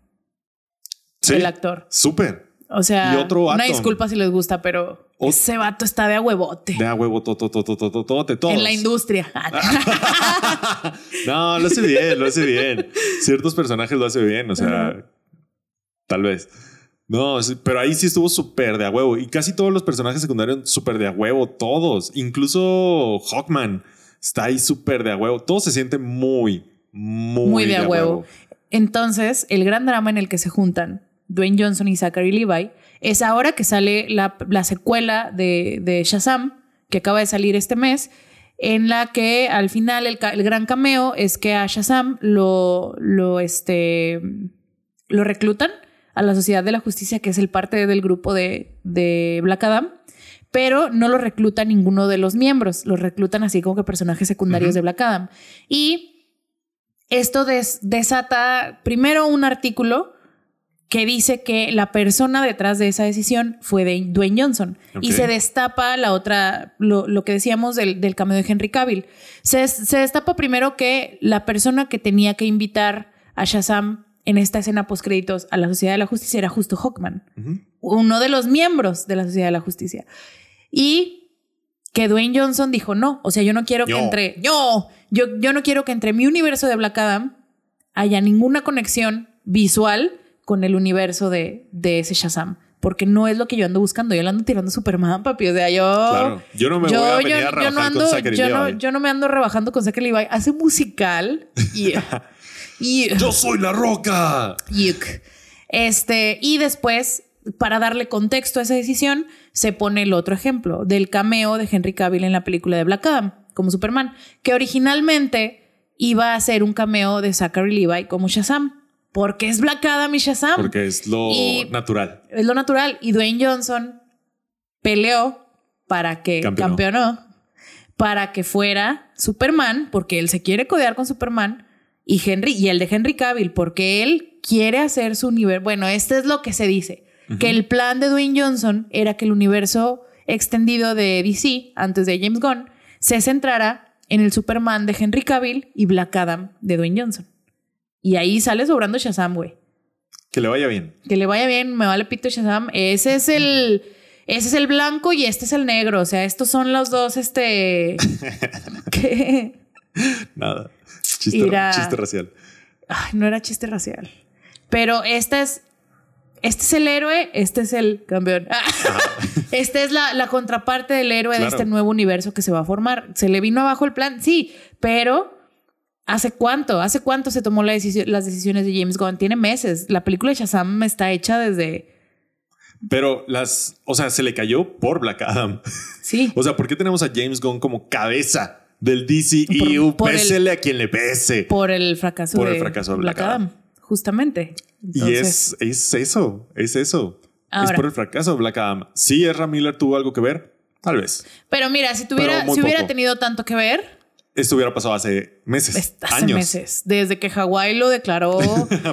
Speaker 1: Sí,
Speaker 2: el actor.
Speaker 1: súper.
Speaker 2: O sea,
Speaker 1: Y otro
Speaker 2: una
Speaker 1: Atom.
Speaker 2: disculpa si les gusta, pero
Speaker 1: Ot-
Speaker 2: ese vato está de a huevote
Speaker 1: De a huevo, todo, todo, todo, todo,
Speaker 2: en la industria.
Speaker 1: no, lo hace bien, lo hace bien. Ciertos personajes lo hace bien, o sea, tal vez. No, sí, pero ahí sí estuvo súper de a huevo. Y casi todos los personajes secundarios súper de a huevo, todos. Incluso Hawkman está ahí súper de a huevo. Todo se siente muy, muy,
Speaker 2: Muy de a huevo. Entonces, el gran drama en el que se juntan Dwayne Johnson y Zachary Levi es ahora que sale la, la secuela de, de Shazam, que acaba de salir este mes, en la que al final el, ca- el gran cameo es que a Shazam lo, lo, este, lo reclutan a la Sociedad de la Justicia, que es el parte del grupo de, de Black Adam, pero no lo recluta ninguno de los miembros, los reclutan así como que personajes secundarios
Speaker 1: Ujú.
Speaker 2: de Black Adam. Y esto des- desata primero un artículo que dice que la persona detrás de esa decisión fue de Dwayne Johnson y
Speaker 1: Ok.
Speaker 2: se destapa la otra, lo, lo que decíamos del, del cameo de Henry Cavill. Se, des- se destapa primero que la persona que tenía que invitar a Shazam en esta escena postcréditos a la Sociedad de la Justicia era justo Hawkman
Speaker 1: Ujú.
Speaker 2: uno de los miembros de la Sociedad de la Justicia. Y que Dwayne Johnson dijo, no, o sea, yo no quiero
Speaker 1: Yo.
Speaker 2: que entre, yo, yo, yo no quiero que entre mi universo de Black Adam haya ninguna conexión visual con el universo de, de ese Shazam, porque no es lo que yo ando buscando, yo le ando tirando a Superman, papi, o sea, yo...
Speaker 1: Claro. Yo no me voy a
Speaker 2: Oh, Yo,
Speaker 1: venir
Speaker 2: yo-
Speaker 1: a
Speaker 2: yo
Speaker 1: rebajar
Speaker 2: no
Speaker 1: con
Speaker 2: ando,
Speaker 1: Zachary
Speaker 2: yo, no,
Speaker 1: Levi.
Speaker 2: yo no me ando rebajando con Zachary Levi. Hace musical. Y, y,
Speaker 1: ¡Yo soy la roca!
Speaker 2: Yuk. Este, y después, para darle contexto a esa decisión, se pone el otro ejemplo del cameo de Henry Cavill en la película de Black Adam como Superman, que originalmente iba a ser un cameo de Zachary Levi como Shazam, porque es Black Adam y Shazam.
Speaker 1: Porque es lo
Speaker 2: Y-
Speaker 1: natural.
Speaker 2: Es lo natural. Y Dwayne Johnson peleó para que
Speaker 1: Campeonó.
Speaker 2: campeonó, para que fuera Superman, porque él se quiere codear con Superman. Y Henry, y el de Henry Cavill, porque él quiere hacer su universo. Bueno, este es lo que se dice: que el plan de Dwayne Johnson era que el universo extendido de DC, antes de James Gunn, se centrara en el Superman de Henry Cavill y Black Adam de Dwayne Johnson. Y ahí sale sobrando Shazam, güey
Speaker 1: Que le vaya bien.
Speaker 2: que le vaya bien, me vale pito Shazam. Ese es el. Ese es el blanco y este es el negro. O sea, estos son los dos, este. que-
Speaker 1: Nada. Chiste,
Speaker 2: Irá.
Speaker 1: chiste racial.
Speaker 2: Ay, no era chiste racial. Pero esta es. Este es el héroe, este es el campeón. Esta es la, la contraparte del héroe de
Speaker 1: Claro.
Speaker 2: este nuevo universo que se va a formar. Se le vino abajo el plan, sí, pero ¿hace cuánto? ¿Hace cuánto se tomó la decisión- las decisiones de James Gunn? Tiene meses. La película de Shazam está hecha desde.
Speaker 1: Pero las. O sea, se le cayó por Black Adam.
Speaker 2: Sí.
Speaker 1: O sea, ¿por qué tenemos a James Gunn como cabeza del DCEU?
Speaker 2: Por- por el-
Speaker 1: Pésele a quien le pese.
Speaker 2: Por el fracaso,
Speaker 1: Por el
Speaker 2: de,
Speaker 1: fracaso de
Speaker 2: Black
Speaker 1: Black
Speaker 2: Adam. Justamente.
Speaker 1: Y
Speaker 2: Entonces,
Speaker 1: es, es eso, es eso. es
Speaker 2: Ahora.
Speaker 1: por el fracaso de Black Adam. Si Ezra Miller tuvo algo que ver, tal vez.
Speaker 2: Pero mira, si, tuviera,
Speaker 1: Pero muy
Speaker 2: si hubiera
Speaker 1: poco.
Speaker 2: tenido tanto que ver,
Speaker 1: Esto hubiera pasado hace meses,
Speaker 2: pues, hace
Speaker 1: años.
Speaker 2: meses, desde que Hawái lo declaró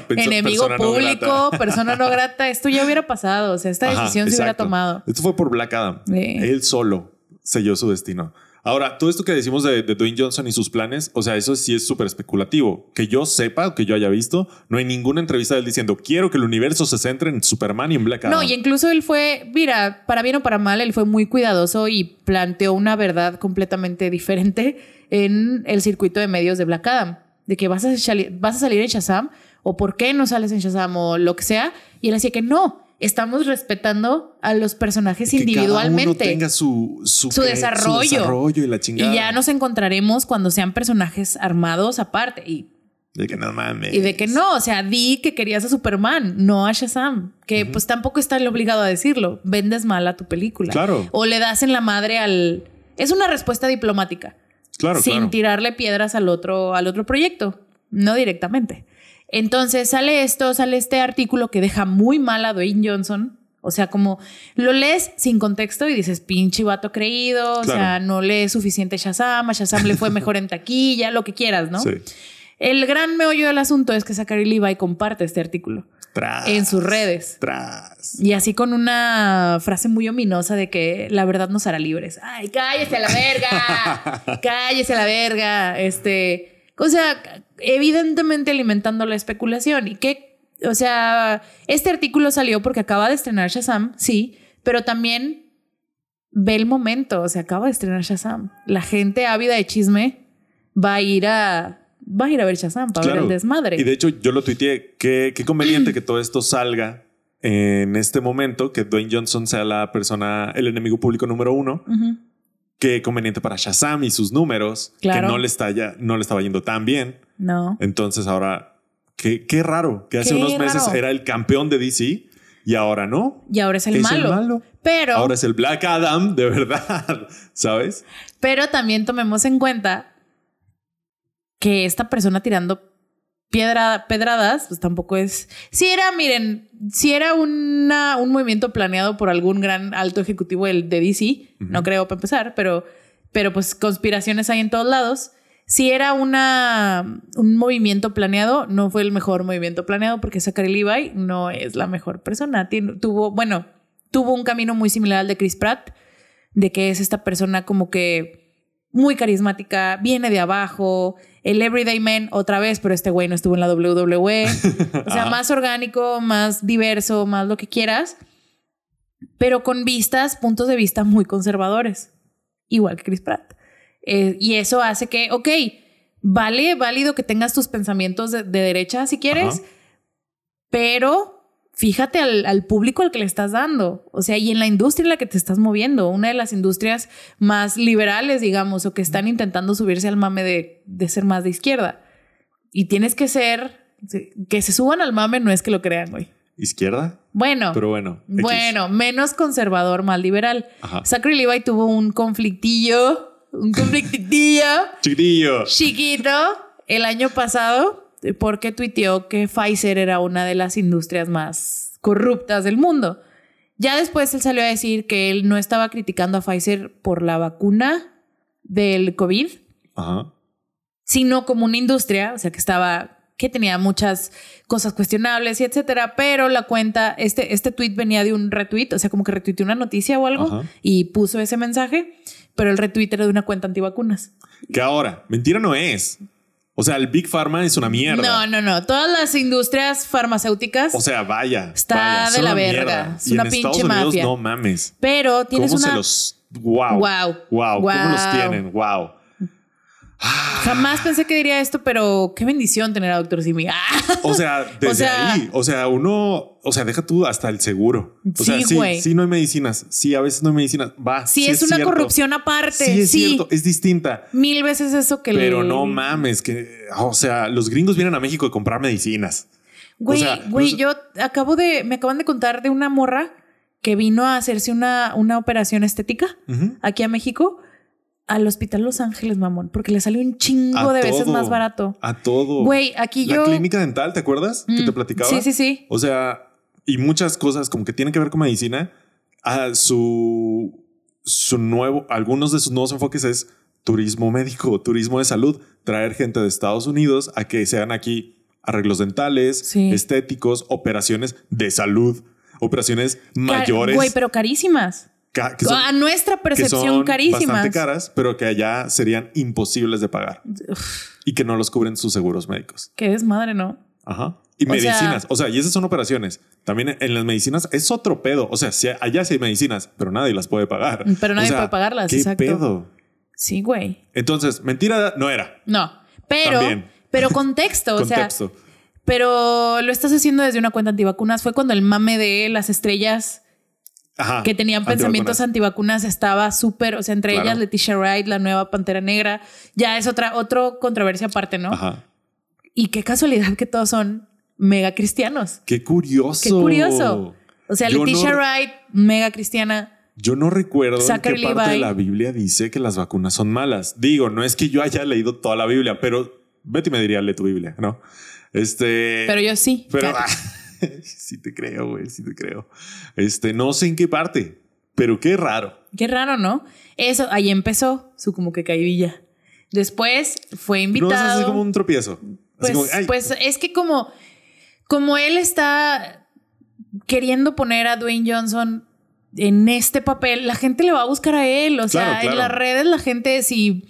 Speaker 2: enemigo
Speaker 1: persona no
Speaker 2: público,
Speaker 1: grata.
Speaker 2: persona no grata, esto ya hubiera pasado. O sea, esta
Speaker 1: Ajá,
Speaker 2: decisión se hubiera
Speaker 1: exacto.
Speaker 2: tomado.
Speaker 1: Esto fue por Black Adam.
Speaker 2: Sí.
Speaker 1: Él solo selló su destino. Ahora, todo esto que decimos de, de Dwayne Johnson y sus planes, o sea, eso sí es súper especulativo. Que yo sepa, o que yo haya visto, no hay ninguna entrevista de él diciendo quiero que el universo se centre en Superman y en Black Adam.
Speaker 2: No, y incluso él fue, mira, para bien o para mal, él fue muy cuidadoso y planteó una verdad completamente diferente en el circuito de medios de Black Adam, de que vas a, sali- vas a salir en Shazam o por qué no sales en Shazam o lo que sea. Y él decía que no, estamos respetando a los personajes
Speaker 1: Que cada uno
Speaker 2: individualmente.
Speaker 1: tenga su, su,
Speaker 2: Su
Speaker 1: que-
Speaker 2: desarrollo.
Speaker 1: desarrollo y la chingada.
Speaker 2: Y ya nos encontraremos cuando sean personajes armados aparte. Y,
Speaker 1: De que no mames.
Speaker 2: y de que no, o sea, di que querías a Superman, no a Shazam. Que pues tampoco está el obligado a decirlo. Vendes mal a tu película.
Speaker 1: Claro.
Speaker 2: O le das en la madre al. Es una respuesta diplomática.
Speaker 1: Claro,
Speaker 2: sin
Speaker 1: claro.
Speaker 2: tirarle piedras al otro, al otro proyecto. No directamente. Entonces sale esto, sale este artículo que deja muy mal a Dwayne Johnson. O sea, como lo lees sin contexto y dices, pinche vato creído, o
Speaker 1: Claro.
Speaker 2: sea, no lees suficiente Shazam, a Shazam le fue mejor en taquilla, lo que quieras, ¿no?
Speaker 1: Sí.
Speaker 2: El gran meollo del asunto es que Zachary Levi comparte este artículo
Speaker 1: Tras,
Speaker 2: en sus redes.
Speaker 1: Tras.
Speaker 2: Y así con una frase muy ominosa de que la verdad nos hará libres. Ay, cállese a la verga. cállese a la verga. Este, o sea, evidentemente alimentando la especulación. Y que, o sea, este artículo salió porque acaba de estrenar Shazam, sí, pero también ve el momento. O sea, acaba de estrenar Shazam. La gente ávida de chisme va a ir a, va a ir a ver Shazam para ver
Speaker 1: Claro.
Speaker 2: el desmadre.
Speaker 1: Y de hecho, yo lo tuiteé. Qué, qué conveniente que todo esto salga en este momento, que Dwayne Johnson sea la persona, el enemigo público número uno.
Speaker 2: Ujú.
Speaker 1: Qué conveniente para Shazam y sus números,
Speaker 2: Claro.
Speaker 1: que no le, está ya, no le estaba yendo tan bien.
Speaker 2: No.
Speaker 1: Entonces ahora, qué, qué raro que hace
Speaker 2: Qué
Speaker 1: unos meses
Speaker 2: raro.
Speaker 1: era el campeón de DC y y ahora no.
Speaker 2: Y ahora es el
Speaker 1: es
Speaker 2: malo.
Speaker 1: el malo.
Speaker 2: Pero,
Speaker 1: Ahora es el Black Adam, de verdad, ¿sabes?
Speaker 2: pero también tomemos en cuenta que esta persona tirando piedra, pedradas, pues tampoco es. Si era, miren, si era una, un movimiento planeado por algún gran alto ejecutivo del, de DC, no
Speaker 1: Ujú.
Speaker 2: creo para empezar, pero, pero pues conspiraciones hay en todos lados. Si era una, un movimiento planeado, no fue el mejor movimiento planeado porque Zachary Levi no es la mejor persona. Tien- tuvo, bueno, tuvo un camino muy similar al de Chris Pratt, de que es esta persona como que muy carismática, viene de abajo, el Everyday Man otra vez, pero este güey no estuvo en la WWE. O sea,
Speaker 1: Ajá.
Speaker 2: más orgánico, más diverso, más lo que quieras, pero con vistas, puntos de vista muy conservadores, igual que Chris Pratt. Eh, y eso hace que, ok, vale, válido que tengas tus pensamientos de, de derecha si quieres,
Speaker 1: Ajá.
Speaker 2: pero fíjate al, al público al que le estás dando, o sea, y en la industria en la que te estás moviendo, una de las industrias más liberales, digamos, o que están intentando subirse al mame de, de ser más de izquierda. Y tienes que ser, que se suban al mame no es que lo crean, güey.
Speaker 1: Izquierda,
Speaker 2: Bueno,
Speaker 1: pero bueno. X. Ah.
Speaker 2: bueno, menos conservador, más liberal.
Speaker 1: Ajá.
Speaker 2: Zachary Levi tuvo un conflictillo, un conflictillo
Speaker 1: Chiquitillo.
Speaker 2: chiquito el año pasado porque tuiteó que Pfizer era una de las industrias más corruptas del mundo. Ya después él salió a decir que él no estaba criticando a Pfizer por la vacuna del COVID,
Speaker 1: Ajá.
Speaker 2: sino como una industria, o sea, que estaba que tenía muchas cosas cuestionables y etcétera, pero la cuenta, este, este tweet venía de un retweet, o sea, como que retuiteó una noticia o algo
Speaker 1: Ajá.
Speaker 2: y puso ese mensaje, pero el retweet era de una cuenta antivacunas.
Speaker 1: Que ahora, mentira no es. O sea, el Big Pharma es una mierda.
Speaker 2: No, no, no. Todas las industrias farmacéuticas,
Speaker 1: O sea, vaya.
Speaker 2: Está
Speaker 1: vaya, es
Speaker 2: de la
Speaker 1: una
Speaker 2: verga.
Speaker 1: mierda.
Speaker 2: Es
Speaker 1: Y
Speaker 2: una
Speaker 1: en
Speaker 2: pinche
Speaker 1: Estados Unidos,
Speaker 2: mafia.
Speaker 1: No mames.
Speaker 2: pero tienes
Speaker 1: ¿Cómo
Speaker 2: una.
Speaker 1: se los. Wow.
Speaker 2: Guau.
Speaker 1: Wow. ¿Cómo los
Speaker 2: Guau.
Speaker 1: tienen? Wow.
Speaker 2: Jamás pensé que diría esto, pero qué bendición tener a Doctor Simi. Ah,
Speaker 1: O sea, desde
Speaker 2: sea-
Speaker 1: ahí. O sea, uno. O sea, deja tú hasta el seguro. O sea,
Speaker 2: Sí,
Speaker 1: sí,
Speaker 2: güey.
Speaker 1: sí, no hay medicinas. Sí, a veces no hay medicinas. Va.
Speaker 2: sí, es, una
Speaker 1: cierto.
Speaker 2: corrupción aparte.
Speaker 1: Sí,
Speaker 2: Sí,
Speaker 1: es cierto. Es distinta.
Speaker 2: Mil veces eso que
Speaker 1: Pero
Speaker 2: el-
Speaker 1: no mames, que, o sea, los gringos vienen a México a comprar medicinas.
Speaker 2: Güey,
Speaker 1: o sea, pues,
Speaker 2: güey,
Speaker 1: los-
Speaker 2: yo acabo de. Me acaban de contar de una morra que vino a hacerse una, una operación estética
Speaker 1: Ujú.
Speaker 2: aquí a México al Hospital Los Ángeles, mamón, porque le salió un chingo
Speaker 1: A
Speaker 2: de veces
Speaker 1: todo.
Speaker 2: más barato.
Speaker 1: A todo.
Speaker 2: Güey, aquí
Speaker 1: La
Speaker 2: yo.
Speaker 1: clínica dental, ¿te acuerdas? que
Speaker 2: Mm,
Speaker 1: te platicaba.
Speaker 2: Sí, sí, sí.
Speaker 1: O sea, y muchas cosas como que tienen que ver con medicina. A su, su nuevo, algunos de sus nuevos enfoques es turismo médico, turismo de salud, traer gente de Estados Unidos a que sean aquí arreglos dentales,
Speaker 2: Sí.
Speaker 1: estéticos, operaciones de salud, operaciones
Speaker 2: Car-
Speaker 1: mayores.
Speaker 2: Güey, pero carísimas.
Speaker 1: ca- que son-
Speaker 2: a nuestra percepción
Speaker 1: que son
Speaker 2: carísimas.
Speaker 1: bastante caras, pero que allá serían imposibles de pagar y que no los cubren sus seguros médicos.
Speaker 2: Qué desmadre, ¿no?
Speaker 1: Ajá. Y
Speaker 2: O
Speaker 1: medicinas, o sea, y esas son operaciones. También en las medicinas es otro pedo. O sea, sí, allá sí hay medicinas, pero nadie las puede pagar.
Speaker 2: Mm, Pero nadie
Speaker 1: O sea,
Speaker 2: puede pagarlas,
Speaker 1: ¿Qué
Speaker 2: exacto.
Speaker 1: pedo?
Speaker 2: Sí, güey.
Speaker 1: Entonces, mentira no era.
Speaker 2: No. Pero,
Speaker 1: También.
Speaker 2: pero contexto, o sea,
Speaker 1: Contexto.
Speaker 2: pero lo estás haciendo desde una cuenta antivacunas. Fue cuando el mame de las estrellas
Speaker 1: Ajá.
Speaker 2: que tenían pensamientos
Speaker 1: Ah, Antivacunas.
Speaker 2: antivacunas estaba súper, o sea, entre
Speaker 1: Claro.
Speaker 2: ellas Leticia Wright, la nueva Pantera Negra, ya es otra otro controversia aparte, ¿no?
Speaker 1: Ajá.
Speaker 2: Y qué casualidad que todos son mega cristianos.
Speaker 1: Qué curioso.
Speaker 2: Qué curioso. O sea,
Speaker 1: Yo no-
Speaker 2: Leticia Wright, mega cristiana,
Speaker 1: Yo no recuerdo en qué
Speaker 2: Zachary
Speaker 1: parte de
Speaker 2: Levi.
Speaker 1: la Biblia dice que las vacunas son malas. Digo, no es que yo haya leído toda la Biblia, pero Betty me diría, lee tu Biblia, ¿no? Este...
Speaker 2: pero yo sí.
Speaker 1: Pero...
Speaker 2: Cat.
Speaker 1: sí te creo, güey, sí te creo. Este, no sé en qué parte, pero qué raro.
Speaker 2: Qué raro, ¿no? Eso, ahí empezó su como que caidilla. Después fue
Speaker 1: No es
Speaker 2: invitado.
Speaker 1: así como un tropiezo.
Speaker 2: pues,
Speaker 1: Así como, ay,
Speaker 2: pues es que como, como él está queriendo poner a Dwayne Johnson en este papel, la gente le va a buscar a él. O
Speaker 1: Claro,
Speaker 2: sea,
Speaker 1: claro.
Speaker 2: en las redes la gente si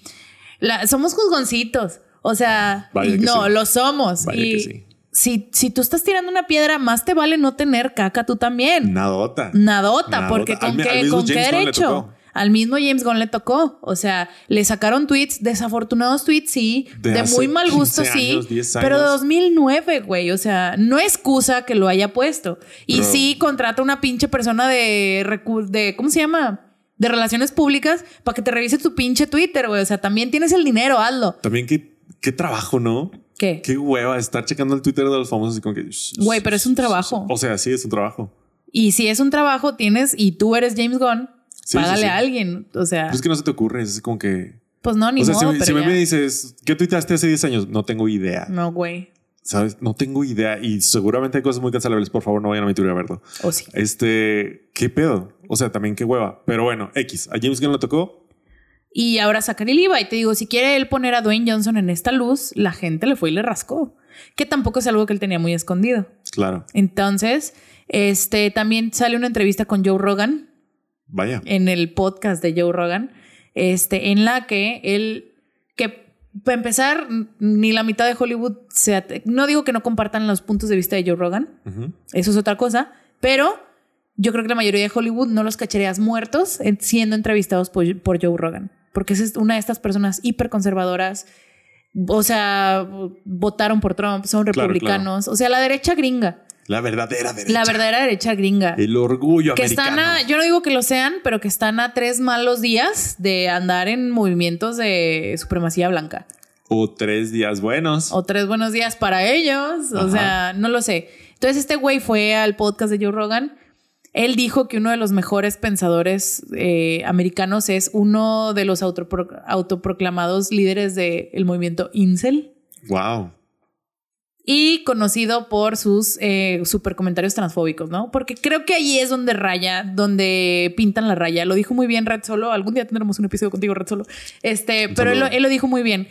Speaker 2: la- somos juzgoncitos. O sea,
Speaker 1: Vaya
Speaker 2: y
Speaker 1: que
Speaker 2: no,
Speaker 1: sí.
Speaker 2: lo somos.
Speaker 1: Vaya
Speaker 2: y
Speaker 1: que sí.
Speaker 2: si, si tú estás tirando una piedra, más te vale no tener caca tú también.
Speaker 1: nadota.
Speaker 2: Nadota,
Speaker 1: Nadota.
Speaker 2: porque
Speaker 1: Al
Speaker 2: con
Speaker 1: mi- al
Speaker 2: qué,
Speaker 1: mismo
Speaker 2: con qué
Speaker 1: James Gunn le
Speaker 2: derecho.
Speaker 1: tocó.
Speaker 2: Al mismo James Gunn le tocó. O sea, le sacaron tweets, desafortunados tweets, sí.
Speaker 1: De
Speaker 2: De,
Speaker 1: hace
Speaker 2: muy mal gusto,
Speaker 1: 15
Speaker 2: sí.
Speaker 1: años, 10
Speaker 2: Pero
Speaker 1: años.
Speaker 2: 2009, güey. O sea, no excusa que lo haya puesto. Y
Speaker 1: Bro.
Speaker 2: sí, contrata una pinche persona de, recu- de. ¿Cómo se llama? De relaciones públicas para que te revise tu pinche Twitter, güey. O sea, también tienes el dinero, hazlo.
Speaker 1: También qué, qué trabajo, ¿no?
Speaker 2: ¿Qué?
Speaker 1: Qué hueva estar checando el Twitter de los famosos y como que... shh,
Speaker 2: Güey,
Speaker 1: shh,
Speaker 2: pero es un
Speaker 1: shh,
Speaker 2: trabajo.
Speaker 1: shh. O sea, sí, es un trabajo.
Speaker 2: Y si es un trabajo, tienes, y tú eres James Gunn,
Speaker 1: Sí,
Speaker 2: págale
Speaker 1: sí, sí.
Speaker 2: a alguien. O sea,
Speaker 1: Pero es que no se te ocurre, es como que.
Speaker 2: pues no, ni
Speaker 1: o sea,
Speaker 2: modo,
Speaker 1: si, me-
Speaker 2: pero
Speaker 1: si me,
Speaker 2: ya.
Speaker 1: me dices, ¿qué tuiteaste hace 10 años? No tengo idea.
Speaker 2: No, güey.
Speaker 1: ¿Sabes? No tengo idea. Y seguramente hay cosas muy cancelables. Por favor, no vayan a mi Twitter a verlo.
Speaker 2: O sí.
Speaker 1: Este, ¿qué pedo? O sea, también qué hueva. Pero bueno, X. A James Gunn lo tocó.
Speaker 2: Y ahora sacan el IVA y te digo, si quiere él poner a Dwayne Johnson en esta luz, la gente le fue y le rascó. Que tampoco es algo que él tenía muy escondido.
Speaker 1: Claro.
Speaker 2: Entonces, este también sale una entrevista con Joe Rogan
Speaker 1: Vaya.
Speaker 2: en el podcast de Joe Rogan, este, en la que él, que para empezar, n- ni la mitad de Hollywood se ate- no digo que no compartan los puntos de vista de Joe Rogan,
Speaker 1: Ujú.
Speaker 2: eso es otra cosa, pero yo creo que la mayoría de Hollywood no los cacharías muertos en- siendo entrevistados por, por Joe Rogan, porque esa es una de estas personas hiperconservadoras. O sea, votaron por Trump, son
Speaker 1: Claro, claro.
Speaker 2: republicanos. O sea, la derecha gringa.
Speaker 1: La verdadera derecha.
Speaker 2: La verdadera derecha gringa.
Speaker 1: El orgullo
Speaker 2: Que
Speaker 1: americano.
Speaker 2: están a, yo no digo que lo sean, pero que están a tres malos días de andar en movimientos de supremacía blanca.
Speaker 1: O tres días buenos.
Speaker 2: O tres buenos días para ellos. O
Speaker 1: Ajá.
Speaker 2: sea, no lo sé. Entonces, este güey fue al podcast de Joe Rogan. Él dijo que uno de los mejores pensadores eh, americanos es uno de los autopro- autoproclamados líderes del movimiento Incel
Speaker 1: Wow.
Speaker 2: y conocido por sus eh, super comentarios transfóbicos, ¿no? Porque creo que ahí es donde raya, donde pintan la raya. Lo dijo muy bien Red Solo. Algún día tendremos un episodio contigo, Red Solo. Este,
Speaker 1: Un
Speaker 2: pero él, lo-
Speaker 1: saludo.
Speaker 2: él lo dijo muy bien.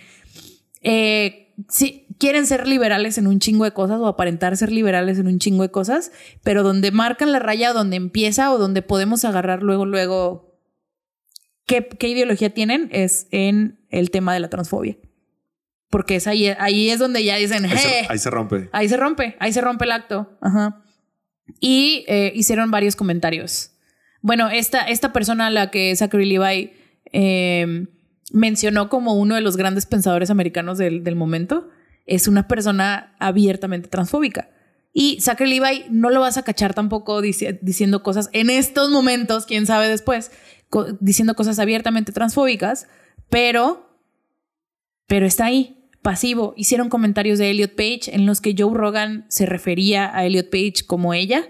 Speaker 2: Eh, sí, quieren ser liberales en un chingo de cosas o aparentar ser liberales en un chingo de cosas, pero donde marcan la raya, donde empieza o donde podemos agarrar luego, luego qué, qué ideología tienen es en el tema de la transfobia. Porque es ahí, ahí es donde ya dicen,
Speaker 1: Ahí,
Speaker 2: "Eh,
Speaker 1: se, ahí se rompe.
Speaker 2: Ahí se rompe, ahí se rompe el acto. Ajá. Y eh, hicieron varios comentarios. Bueno, esta, esta persona a la que Zachary Levi eh, mencionó como uno de los grandes pensadores americanos del, del momento es una persona abiertamente transfóbica. Y Zachary Levi no lo vas a cachar tampoco dici- diciendo cosas en estos momentos, quién sabe después, co- diciendo cosas abiertamente transfóbicas, pero pero está ahí, pasivo. Hicieron comentarios de Elliot Page en los que Joe Rogan se refería a Elliot Page como ella,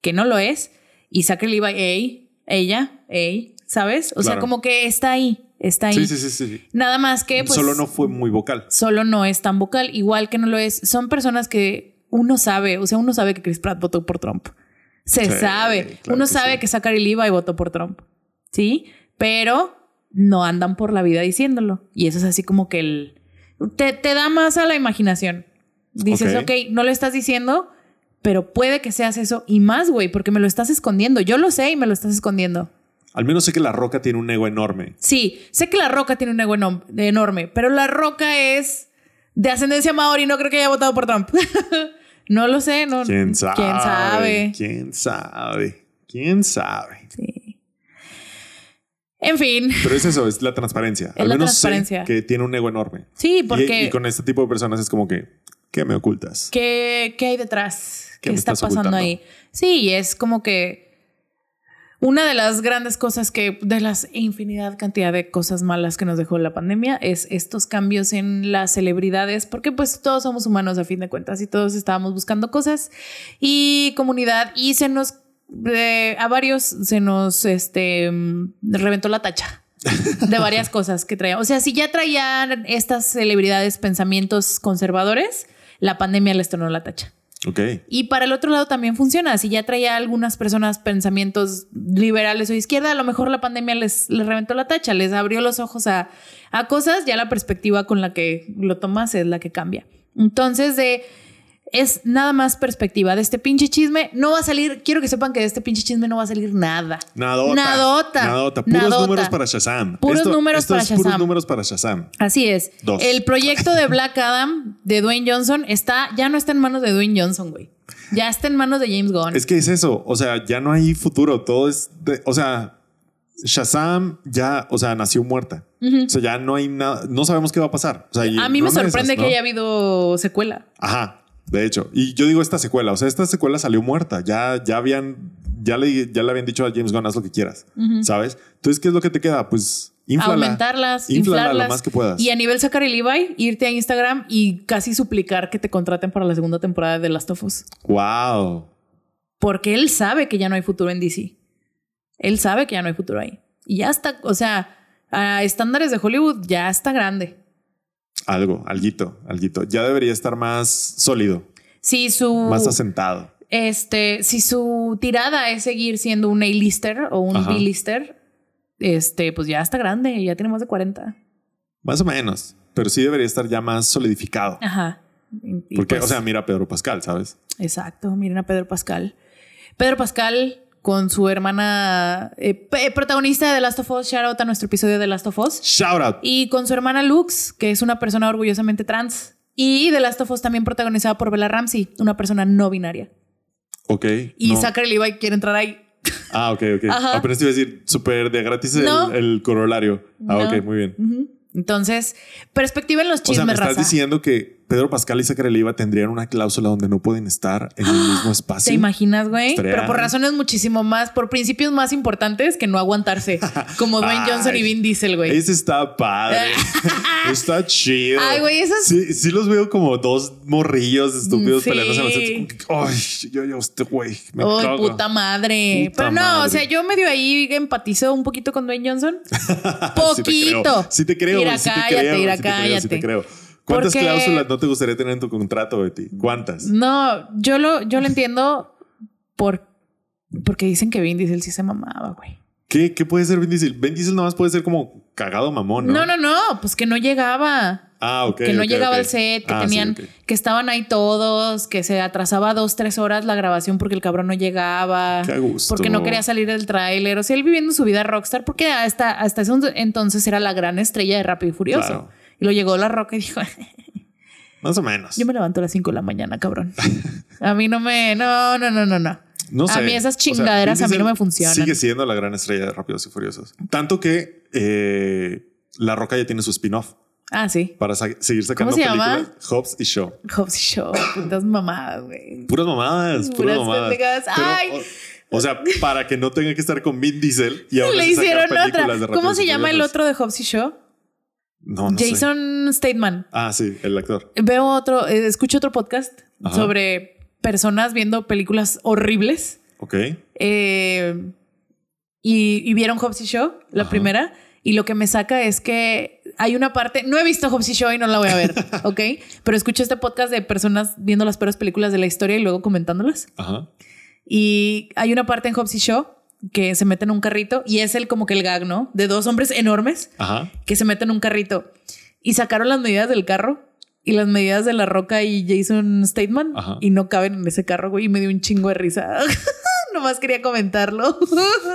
Speaker 2: que no lo es, y Zachary Levi, ey, ella, ey, ¿sabes? O sea,
Speaker 1: Claro.
Speaker 2: como que está ahí, está ahí.
Speaker 1: Sí, sí, sí, sí.
Speaker 2: Nada más que pues,
Speaker 1: Solo no fue muy vocal.
Speaker 2: solo no es tan vocal, igual que no lo es. Son personas que uno sabe, o sea, uno sabe que Chris Pratt votó por Trump. Se
Speaker 1: Sí,
Speaker 2: sabe.
Speaker 1: claro
Speaker 2: uno
Speaker 1: que
Speaker 2: sabe
Speaker 1: sí.
Speaker 2: que Zachary Levi votó por Trump. ¿Sí? Pero no andan por la vida diciéndolo. Y eso es así como que el. Te, te da más a la imaginación. Dices,
Speaker 1: Ok.
Speaker 2: ok, no lo estás diciendo, pero puede que seas eso y más, güey, porque me lo estás escondiendo. Yo lo sé y me lo estás escondiendo.
Speaker 1: Al menos sé que La Roca tiene un ego enorme.
Speaker 2: Sí, sé que La Roca tiene un ego enom- enorme, pero La Roca es de ascendencia maori, no creo que haya votado por Trump. no lo sé, no.
Speaker 1: ¿Quién sabe?
Speaker 2: ¿Quién sabe?
Speaker 1: ¿Quién sabe? ¿Quién sabe?
Speaker 2: Sí. En fin,
Speaker 1: Pero es eso, es la transparencia.
Speaker 2: Es
Speaker 1: Al
Speaker 2: la
Speaker 1: menos sé
Speaker 2: transparencia.
Speaker 1: que tiene un ego enorme.
Speaker 2: sí,
Speaker 1: Y-
Speaker 2: porque
Speaker 1: Y, con este tipo de personas es como que, ¿qué me ocultas?
Speaker 2: ¿qué, qué hay detrás?
Speaker 1: ¿Qué
Speaker 2: ¿Qué
Speaker 1: me
Speaker 2: está
Speaker 1: estás
Speaker 2: pasando
Speaker 1: ocultando?
Speaker 2: ahí? Sí, es como que una de las grandes cosas que, de las infinidad cantidad de cosas malas que nos dejó la pandemia, es estos cambios en las celebridades, porque pues todos somos humanos a fin de cuentas y todos estábamos buscando cosas y comunidad y se nos, eh, a varios se nos, este, mm, reventó la tacha de varias cosas que traían. O sea, si ya traían estas celebridades pensamientos conservadores, la pandemia les tornó la tacha.
Speaker 1: Ok.
Speaker 2: Y para el otro lado también funciona. Si ya traía algunas personas pensamientos liberales o izquierda, a lo mejor la pandemia les, les reventó la tacha, les abrió los ojos a, a cosas, ya la perspectiva con la que lo tomas es la que cambia. Entonces, de, es nada más perspectiva de este pinche chisme. No va a salir, quiero que sepan que de este pinche chisme no va a salir nada.
Speaker 1: Nadota.
Speaker 2: Nadota.
Speaker 1: Nadota. Puros
Speaker 2: Nadota.
Speaker 1: números para Shazam.
Speaker 2: Puros números
Speaker 1: esto
Speaker 2: para
Speaker 1: es puros
Speaker 2: Shazam.
Speaker 1: números para Shazam.
Speaker 2: Así es.
Speaker 1: Dos.
Speaker 2: El proyecto de Black Adam de Dwayne Johnson está, ya no está en manos de Dwayne Johnson, güey. Ya está en manos de James Gunn.
Speaker 1: Es que es eso. O sea, ya no hay futuro. Todo es. de- o sea, Shazam ya, o sea, nació muerta. O sea, ya no hay nada. No sabemos qué va a pasar. O sea, y
Speaker 2: a mí
Speaker 1: no me
Speaker 2: me sorprende
Speaker 1: esas,
Speaker 2: que
Speaker 1: ¿no?
Speaker 2: haya habido secuela.
Speaker 1: Ajá, de hecho. Y yo digo esta secuela, o sea, esta secuela salió muerta. Ya, ya habían, ya le, ya le habían dicho a James Gunn, haz lo que quieras, ¿sabes? Entonces, ¿qué es lo que te queda? Pues inflala.
Speaker 2: aumentarlas,
Speaker 1: Inflala
Speaker 2: inflarlas.
Speaker 1: lo más que puedas.
Speaker 2: Y a nivel sacar el Levi, irte a Instagram y casi suplicar que te contraten para la segunda temporada de Last of Us.
Speaker 1: Wow.
Speaker 2: porque él sabe que ya no hay futuro en DC. Él sabe que ya no hay futuro ahí. Y ya está, o sea, a estándares de Hollywood ya está grande.
Speaker 1: Algo, alguito, alguito. Ya debería estar más sólido,
Speaker 2: Si su
Speaker 1: más asentado.
Speaker 2: este, si su tirada es seguir siendo un A-lister o un
Speaker 1: Ajá.
Speaker 2: B-lister, este, pues ya está grande, ya tiene más de 40.
Speaker 1: Más o menos. Pero sí debería estar ya más solidificado.
Speaker 2: Ajá. Ah, Y- y
Speaker 1: Porque,
Speaker 2: pues-
Speaker 1: o sea, mira a Pedro Pascal, ¿sabes?
Speaker 2: Exacto, miren a Pedro Pascal. Pedro Pascal con su hermana eh, pe- protagonista de The Last of Us, shout out a nuestro episodio de Last of Us,
Speaker 1: Shout out.
Speaker 2: y con su hermana Lux, que es una persona orgullosamente trans, y The Last of Us también protagonizada por Bella Ramsey, una persona no binaria.
Speaker 1: Ok.
Speaker 2: Y
Speaker 1: no.
Speaker 2: Zachary Levi quiere entrar ahí.
Speaker 1: Ah, ok, ok.
Speaker 2: Ajá.
Speaker 1: Ah, pero te iba a decir súper de gratis el-
Speaker 2: No.
Speaker 1: el, corolario. Ah,
Speaker 2: No.
Speaker 1: ok, muy bien.
Speaker 2: Ujú. Entonces, perspectiva en los
Speaker 1: O
Speaker 2: chismes,
Speaker 1: sea, me estás
Speaker 2: raza.
Speaker 1: diciendo que Pedro Pascal y Zachary Leiva tendrían una cláusula donde no pueden estar en el mismo espacio.
Speaker 2: ¿Te imaginas, güey?
Speaker 1: Estaría-
Speaker 2: Pero por razones muchísimo más, por principios más importantes que no aguantarse, como Dwayne Johnson y
Speaker 1: Ay,
Speaker 2: Vin Diesel, güey.
Speaker 1: Ese está padre. está chido.
Speaker 2: Ay, güey, esos-
Speaker 1: Sí, sí los veo como dos morrillos estúpidos
Speaker 2: Sí.
Speaker 1: peleándose en la Ay, yo, yo, este güey. Me
Speaker 2: Ay,
Speaker 1: cago.
Speaker 2: puta madre.
Speaker 1: Puta
Speaker 2: Pero no,
Speaker 1: madre.
Speaker 2: o sea, yo medio ahí empatizo un poquito con Dwayne Johnson.
Speaker 1: Sí te creo.
Speaker 2: Poquito.
Speaker 1: Sí te creo.
Speaker 2: Ira,
Speaker 1: sí te
Speaker 2: cállate,
Speaker 1: creo,
Speaker 2: Ira,
Speaker 1: sí te creo, sí te
Speaker 2: cállate.
Speaker 1: creo. ¿Cuántas
Speaker 2: Porque-
Speaker 1: cláusulas no te gustaría tener en tu contrato, Betty? ¿Cuántas?
Speaker 2: No, yo lo, yo lo entiendo por, porque dicen que Vin Diesel sí se mamaba, güey.
Speaker 1: ¿Qué, qué puede ser Vin Diesel? Vin Diesel nomás puede ser como cagado mamón, ¿no?
Speaker 2: No, no, no, pues que no llegaba.
Speaker 1: Ah, ok.
Speaker 2: que no
Speaker 1: ok,
Speaker 2: llegaba
Speaker 1: ok.
Speaker 2: al set, que
Speaker 1: Ah, sí,
Speaker 2: tenían,
Speaker 1: ok.
Speaker 2: que estaban ahí todos, que se atrasaba dos, tres horas la grabación porque el cabrón no llegaba.
Speaker 1: Qué a gusto.
Speaker 2: Porque no quería salir del tráiler. O sea, él viviendo su vida rockstar, porque hasta, hasta ese entonces era la gran estrella de Rápido y Furioso.
Speaker 1: Claro.
Speaker 2: Y lo llegó la roca y dijo:
Speaker 1: Más o menos.
Speaker 2: Yo me levanto a las 5 de la mañana, cabrón. A mí no me. No, no, no, no, no.
Speaker 1: No
Speaker 2: a
Speaker 1: sé.
Speaker 2: mí esas
Speaker 1: O sea, Vin
Speaker 2: chingaderas a mí
Speaker 1: Diesel
Speaker 2: no me funcionan.
Speaker 1: Sigue siendo la gran estrella de Rápidos y Furiosos. Tanto que eh, La Roca ya tiene su spin-off
Speaker 2: Ah, sí.
Speaker 1: para sa- seguir sacando
Speaker 2: se llama?
Speaker 1: películas. Hobbs y Shaw.
Speaker 2: Hobbs y Shaw, putas mamadas, güey.
Speaker 1: Puras mamadas, puras,
Speaker 2: Puras
Speaker 1: mamadas.
Speaker 2: pendejadas.
Speaker 1: Pero,
Speaker 2: Ay.
Speaker 1: O, o sea, para que no tenga que estar con Vin Diesel y ahora
Speaker 2: Le
Speaker 1: sí sacar
Speaker 2: hicieron
Speaker 1: películas de
Speaker 2: otra.
Speaker 1: Rápidos
Speaker 2: ¿Cómo
Speaker 1: y
Speaker 2: se llama el
Speaker 1: Furiosos.
Speaker 2: otro de Hobbs y Shaw?
Speaker 1: No, no sé.
Speaker 2: Jason Statham.
Speaker 1: Ah, sí, el actor.
Speaker 2: Veo otro, eh, escucho otro podcast
Speaker 1: Ajá.
Speaker 2: sobre personas viendo películas horribles.
Speaker 1: Ok.
Speaker 2: Eh, y, y vieron Hobbs y Shaw, la
Speaker 1: Ajá.
Speaker 2: primera. Y lo que me saca es que hay una parte. No he visto Hobbs y Shaw y no la voy a ver, ¿ok? Pero escucho este podcast de personas viendo las peores películas de la historia y luego comentándolas.
Speaker 1: Ajá.
Speaker 2: Y hay una parte en Hobbs y Shaw que se mete en un carrito y es el como que el gag, ¿no? De dos hombres enormes
Speaker 1: Ajá.
Speaker 2: que se meten en un carrito y sacaron las medidas del carro y las medidas de La Roca y Jason Statham
Speaker 1: Ajá.
Speaker 2: y no caben en ese carro, güey, y me dio un chingo de risa. Nomás quería comentarlo.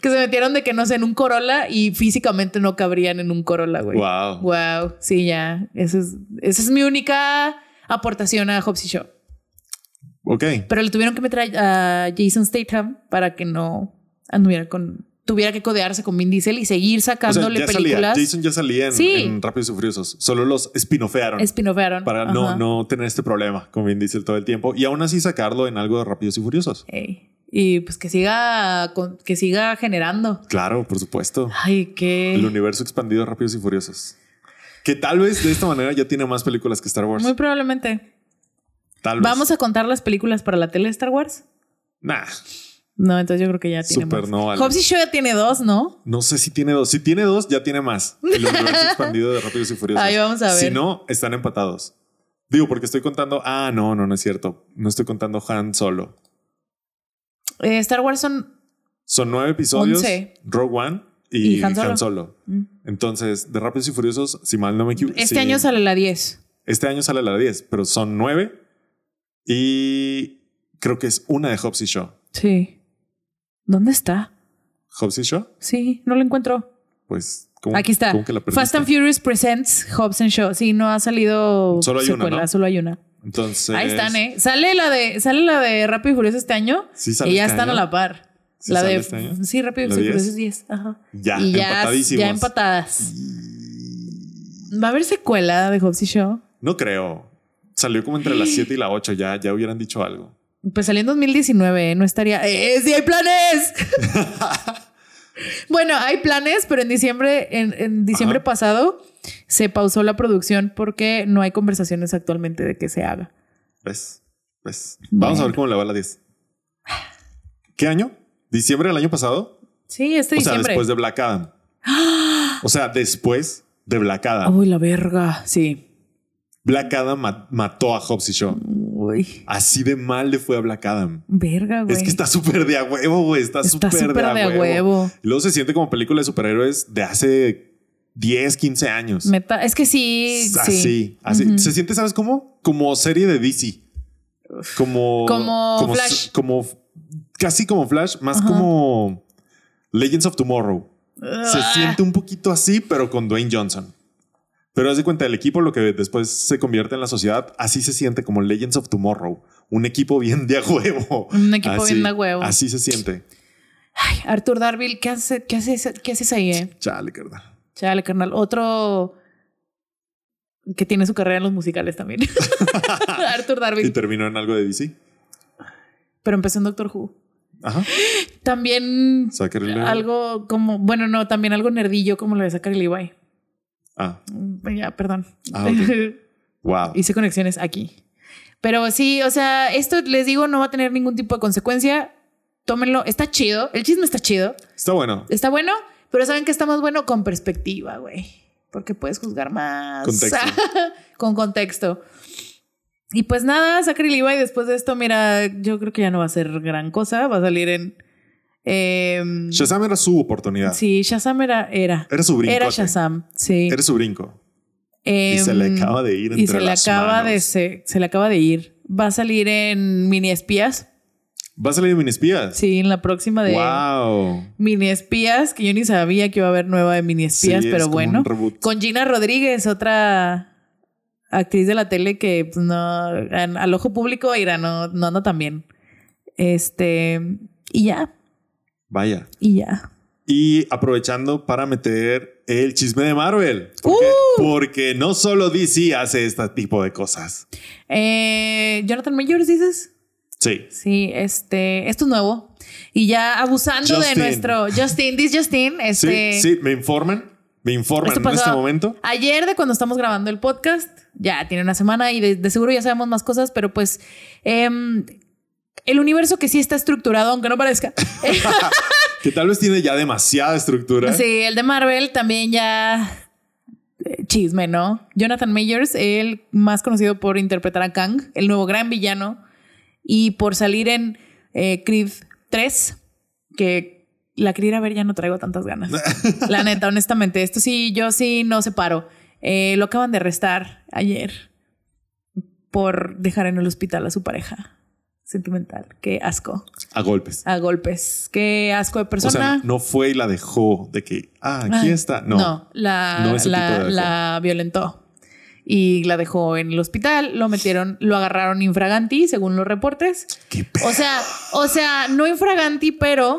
Speaker 2: que se metieron de que no sé, en un Corolla y físicamente no cabrían en un Corolla, güey.
Speaker 1: Wow.
Speaker 2: Wow. Sí, ya. Esa es, esa es mi única aportación a Hobbs y Shaw.
Speaker 1: Ok.
Speaker 2: Pero le tuvieron que meter a, a Jason Statham para que no anduviera con... Tuviera que codearse con Vin Diesel y seguir
Speaker 1: O sea,
Speaker 2: sacándole
Speaker 1: ya salía.
Speaker 2: películas.
Speaker 1: Jason ya salía en,
Speaker 2: Sí.
Speaker 1: en Rápidos y Furiosos. Solo los spin-offearon
Speaker 2: Espinovearon.
Speaker 1: para no,
Speaker 2: Ajá.
Speaker 1: no tener este problema con Vin Diesel todo el tiempo y aún así sacarlo en algo de Rápidos y Furiosos.
Speaker 2: Ey. Y pues que siga, con- que siga generando.
Speaker 1: Claro, por supuesto.
Speaker 2: Ay,
Speaker 1: El
Speaker 2: qué.
Speaker 1: universo expandido de Rápidos y Furiosos. Que tal vez de esta manera ya tiene más películas que Star Wars.
Speaker 2: Muy probablemente.
Speaker 1: Tal vez.
Speaker 2: ¿Vamos a contar las películas para la tele de Star Wars?
Speaker 1: Nah,
Speaker 2: No, entonces yo creo que ya tiene
Speaker 1: Súper
Speaker 2: más.
Speaker 1: no, Ale.
Speaker 2: Hobbs y Shaw ya tiene dos, ¿no?
Speaker 1: no sé si tiene dos. Si tiene dos, ya tiene más. El universo expandido de Rápidos y Furiosos.
Speaker 2: Ahí vamos a ver.
Speaker 1: Si no, están empatados. Digo, porque estoy contando. Ah, no, no, no es cierto. No estoy contando Han solo.
Speaker 2: Eh, Star Wars son...
Speaker 1: Son nueve episodios.
Speaker 2: Once.
Speaker 1: Rogue One y,
Speaker 2: Y Han
Speaker 1: Han,
Speaker 2: Solo.
Speaker 1: solo.
Speaker 2: Mm.
Speaker 1: Entonces, de Rápidos y Furiosos, si mal no me equivoco.
Speaker 2: Este
Speaker 1: sí,
Speaker 2: año sale la 10.
Speaker 1: Este año sale la 10, pero son nueve. Y creo que es una de Hobbs y Shaw.
Speaker 2: Sí. ¿Dónde está?
Speaker 1: ¿Hobbs y Shaw?
Speaker 2: Sí, no lo encuentro.
Speaker 1: Pues, ¿cómo,
Speaker 2: Aquí está.
Speaker 1: cómo que la
Speaker 2: Fast
Speaker 1: perdiste?
Speaker 2: and Furious Presents Hobbs and Shaw. Sí, no ha salido
Speaker 1: Solo hay una,
Speaker 2: secuela,
Speaker 1: ¿no?
Speaker 2: solo hay una.
Speaker 1: Entonces.
Speaker 2: Ahí están, ¿eh? Sale la de, sale la de Rápido y Furioso este año.
Speaker 1: Sí sale
Speaker 2: Y ya
Speaker 1: este
Speaker 2: están a
Speaker 1: año.
Speaker 2: la par.
Speaker 1: ¿Sí
Speaker 2: la
Speaker 1: sale
Speaker 2: de.
Speaker 1: este año?
Speaker 2: Sí, Rápido y
Speaker 1: ¿La
Speaker 2: Furioso
Speaker 1: 10?
Speaker 2: es 10. Ajá.
Speaker 1: Ya,
Speaker 2: y ya,
Speaker 1: empatadísimos. Mm.
Speaker 2: ya empatadas. ¿Va a haber secuela de Hobbs y Shaw?
Speaker 1: No creo. Salió como entre las 7 y la 8. Ya, ya hubieran dicho algo.
Speaker 2: Pues salió en 2019, ¿eh? no estaría. ¡Eh, sí hay planes! bueno, hay planes, pero en diciembre, en, en diciembre
Speaker 1: Ajá.
Speaker 2: pasado se pausó la producción porque no hay conversaciones actualmente de que se haga.
Speaker 1: ¿Ves? ¿Ves? Vamos a ver cómo le va a la 10. ¿Qué año? ¿Diciembre del año pasado?
Speaker 2: Sí, este
Speaker 1: O sea,
Speaker 2: diciembre.
Speaker 1: después de Black Adam. O sea, después de Black Adam.
Speaker 2: Uy, la verga. Sí.
Speaker 1: Black Adam ma- mató a Hobbs y Shaw.
Speaker 2: Uy,
Speaker 1: Así de mal le fue a Black Adam.
Speaker 2: verga, Ah, güey.
Speaker 1: Es que está súper de a huevo, güey. Está
Speaker 2: Está
Speaker 1: súper de, a huevo.
Speaker 2: huevo.
Speaker 1: Y luego se siente como película de superhéroes de hace 10, 15 años.
Speaker 2: Meta- es que sí,
Speaker 1: así,
Speaker 2: sí.
Speaker 1: así.
Speaker 2: Ujú.
Speaker 1: Se siente, ¿sabes cómo? Como serie de DC. Como.
Speaker 2: Como Flash.
Speaker 1: s- Como. Casi como Flash, más
Speaker 2: Ajá.
Speaker 1: como Legends of Tomorrow. Se
Speaker 2: Ah.
Speaker 1: siente un poquito así, pero con Dwayne Johnson. Pero haz de cuenta, el equipo, lo que después se convierte en la sociedad, así se siente como Legends of Tomorrow. Un equipo bien de a huevo.
Speaker 2: Un equipo
Speaker 1: Así-
Speaker 2: bien de a huevo.
Speaker 1: Así se siente.
Speaker 2: Ay, Arthur Darville, ¿qué, hace- qué, haces, ¿qué haces ahí, eh?
Speaker 1: Chale, carnal.
Speaker 2: Chale, carnal. Otro que tiene su carrera en los musicales también. Arthur
Speaker 1: Y
Speaker 2: Darville.
Speaker 1: terminó en algo de DC.
Speaker 2: Pero empezó en Doctor Who.
Speaker 1: Ajá.
Speaker 2: También
Speaker 1: Zachary Levi.
Speaker 2: algo como, bueno, no, también algo nerdillo como lo de Zachary Levi.
Speaker 1: Ah,
Speaker 2: Mm, Ya, perdón.
Speaker 1: Ah, ok. wow.
Speaker 2: Hice conexiones aquí. Pero sí, o sea, esto les digo, no va a tener ningún tipo de consecuencia. Tómenlo. Está chido. El chisme está chido.
Speaker 1: Está bueno.
Speaker 2: Está bueno, pero saben que está más bueno con perspectiva, güey. Porque puedes juzgar más.
Speaker 1: Contexto.
Speaker 2: con contexto. Y pues nada, Zachary Levi, después de esto, mira, yo creo que ya no va a ser gran cosa. Va a salir en. em,
Speaker 1: Shazam era su oportunidad.
Speaker 2: Sí, Shazam era. Era,
Speaker 1: Era su brinco.
Speaker 2: era Shazam, sí.
Speaker 1: Era su brinco. Y
Speaker 2: Em,
Speaker 1: se le acaba de ir entre
Speaker 2: y se le
Speaker 1: las
Speaker 2: acaba
Speaker 1: manos.
Speaker 2: de se, se le acaba de ir. Va a salir en Mini Espías.
Speaker 1: ¿Va a salir Mini Espías?
Speaker 2: Sí, en la próxima de
Speaker 1: Wow.
Speaker 2: Mini Espías, que yo ni sabía que iba a haber nueva de Mini Espías,
Speaker 1: Sí, es
Speaker 2: pero
Speaker 1: como
Speaker 2: bueno.
Speaker 1: un reboot.
Speaker 2: Con Gina Rodríguez, otra actriz de la tele que pues, no an- al ojo público irá, no, no anda tan bien. Este, y ya,
Speaker 1: Vaya.
Speaker 2: y ya.
Speaker 1: Y aprovechando para meter el chisme de Marvel. ¿Por qué?
Speaker 2: ¡Uh!
Speaker 1: Porque no solo DC hace este tipo de cosas.
Speaker 2: Eh, Jonathan Majors, dices.
Speaker 1: Sí.
Speaker 2: Sí, este, esto es nuevo. Y ya abusando
Speaker 1: Justin.
Speaker 2: de nuestro Justin, this Justin, este.
Speaker 1: Sí, sí, me informan. Me informan
Speaker 2: Esto
Speaker 1: en este
Speaker 2: pasó
Speaker 1: momento.
Speaker 2: Ayer de cuando estamos grabando el podcast, ya tiene una semana y de, de seguro ya sabemos más cosas, pero pues em, el universo que sí está estructurado, aunque no parezca.
Speaker 1: Que tal vez tiene ya demasiada estructura.
Speaker 2: sí, el de Marvel también ya eh, chisme, ¿no? Jonathan Majors, el más conocido por interpretar a Kang, el nuevo gran villano, y por salir en eh, Creed 3, que la quería ir a ver ya no traigo tantas ganas. la neta, honestamente, esto sí, yo sí no separo. Eh, lo acaban de arrestar ayer por dejar en el hospital a su pareja sentimental. Qué asco.
Speaker 1: A golpes.
Speaker 2: A golpes. Qué asco de persona.
Speaker 1: O sea, no fue y la dejó de que, ah, aquí
Speaker 2: Ay,
Speaker 1: está.
Speaker 2: No,
Speaker 1: No.
Speaker 2: la,
Speaker 1: No ese
Speaker 2: la-
Speaker 1: tipo de
Speaker 2: la violentó y la dejó en el hospital. Lo metieron, lo agarraron infraganti, según los reportes.
Speaker 1: Qué pe-
Speaker 2: O sea, o sea, no infraganti, pero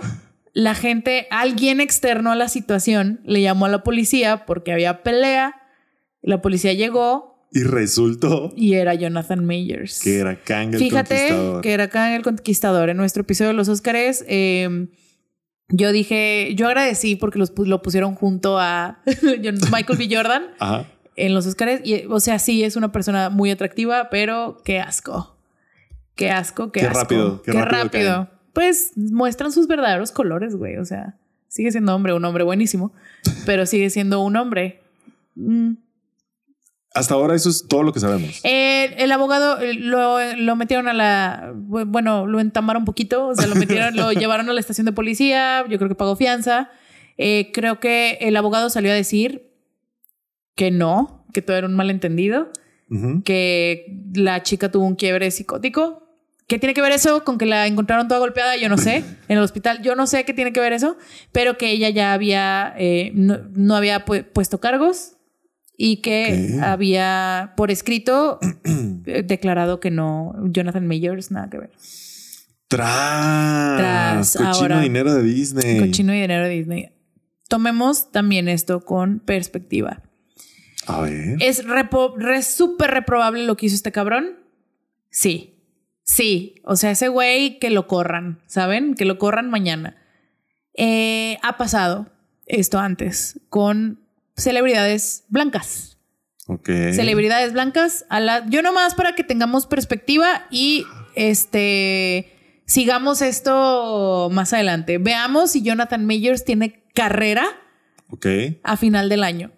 Speaker 2: la gente, alguien externo a la situación, le llamó a la policía porque había pelea. La policía llegó
Speaker 1: Y resultó
Speaker 2: y era Jonathan Mayers.
Speaker 1: que era Kang el
Speaker 2: Fíjate
Speaker 1: Conquistador.
Speaker 2: que era acá en El Conquistador, en nuestro episodio de los Óscares, eh, yo dije, yo agradecí porque los, pu- lo pusieron junto a John- Michael B. Jordan
Speaker 1: Ajá.
Speaker 2: en los Óscares. Y, eh, o sea, sí, es una persona muy atractiva, pero qué asco. Qué asco, qué,
Speaker 1: Qué
Speaker 2: asco.
Speaker 1: rápido, qué rápido
Speaker 2: Pues muestran sus verdaderos colores, güey. O sea, sigue siendo hombre, un hombre buenísimo, pero sigue siendo un hombre. Mm.
Speaker 1: Hasta ahora eso es todo lo que sabemos.
Speaker 2: Eh, el abogado eh, lo, lo metieron a la. bu- Bueno, lo entamaron un poquito. O sea, lo metieron, lo llevaron a la estación de policía. Yo creo que pagó fianza. Eh, creo que el abogado salió a decir que no, que todo era un malentendido,
Speaker 1: Ujú.
Speaker 2: que la chica tuvo un quiebre psicótico. ¿Qué tiene que ver eso con que la encontraron toda golpeada? Yo no sé. En el hospital, yo no sé qué tiene que ver eso, pero que ella ya había. eh, no, no había pu- puesto cargos y que
Speaker 1: Ok.
Speaker 2: había por escrito eh, declarado que no, Jonathan Majors, nada que ver.
Speaker 1: Tras.
Speaker 2: Tras,
Speaker 1: Cochino
Speaker 2: ahora.
Speaker 1: dinero de Disney.
Speaker 2: Cochino y dinero de Disney. Tomemos también esto con perspectiva.
Speaker 1: A ver.
Speaker 2: ¿Es repo- re- súper reprobable lo que hizo este cabrón? Sí. Sí. O sea, ese güey que lo corran, ¿saben? Que lo corran mañana. Eh, ha pasado esto antes con celebridades blancas.
Speaker 1: Ok.
Speaker 2: celebridades blancas a la yo nomás para que tengamos perspectiva y este sigamos esto más adelante. Veamos si Jonathan Majors tiene carrera
Speaker 1: Ok,
Speaker 2: a final del año.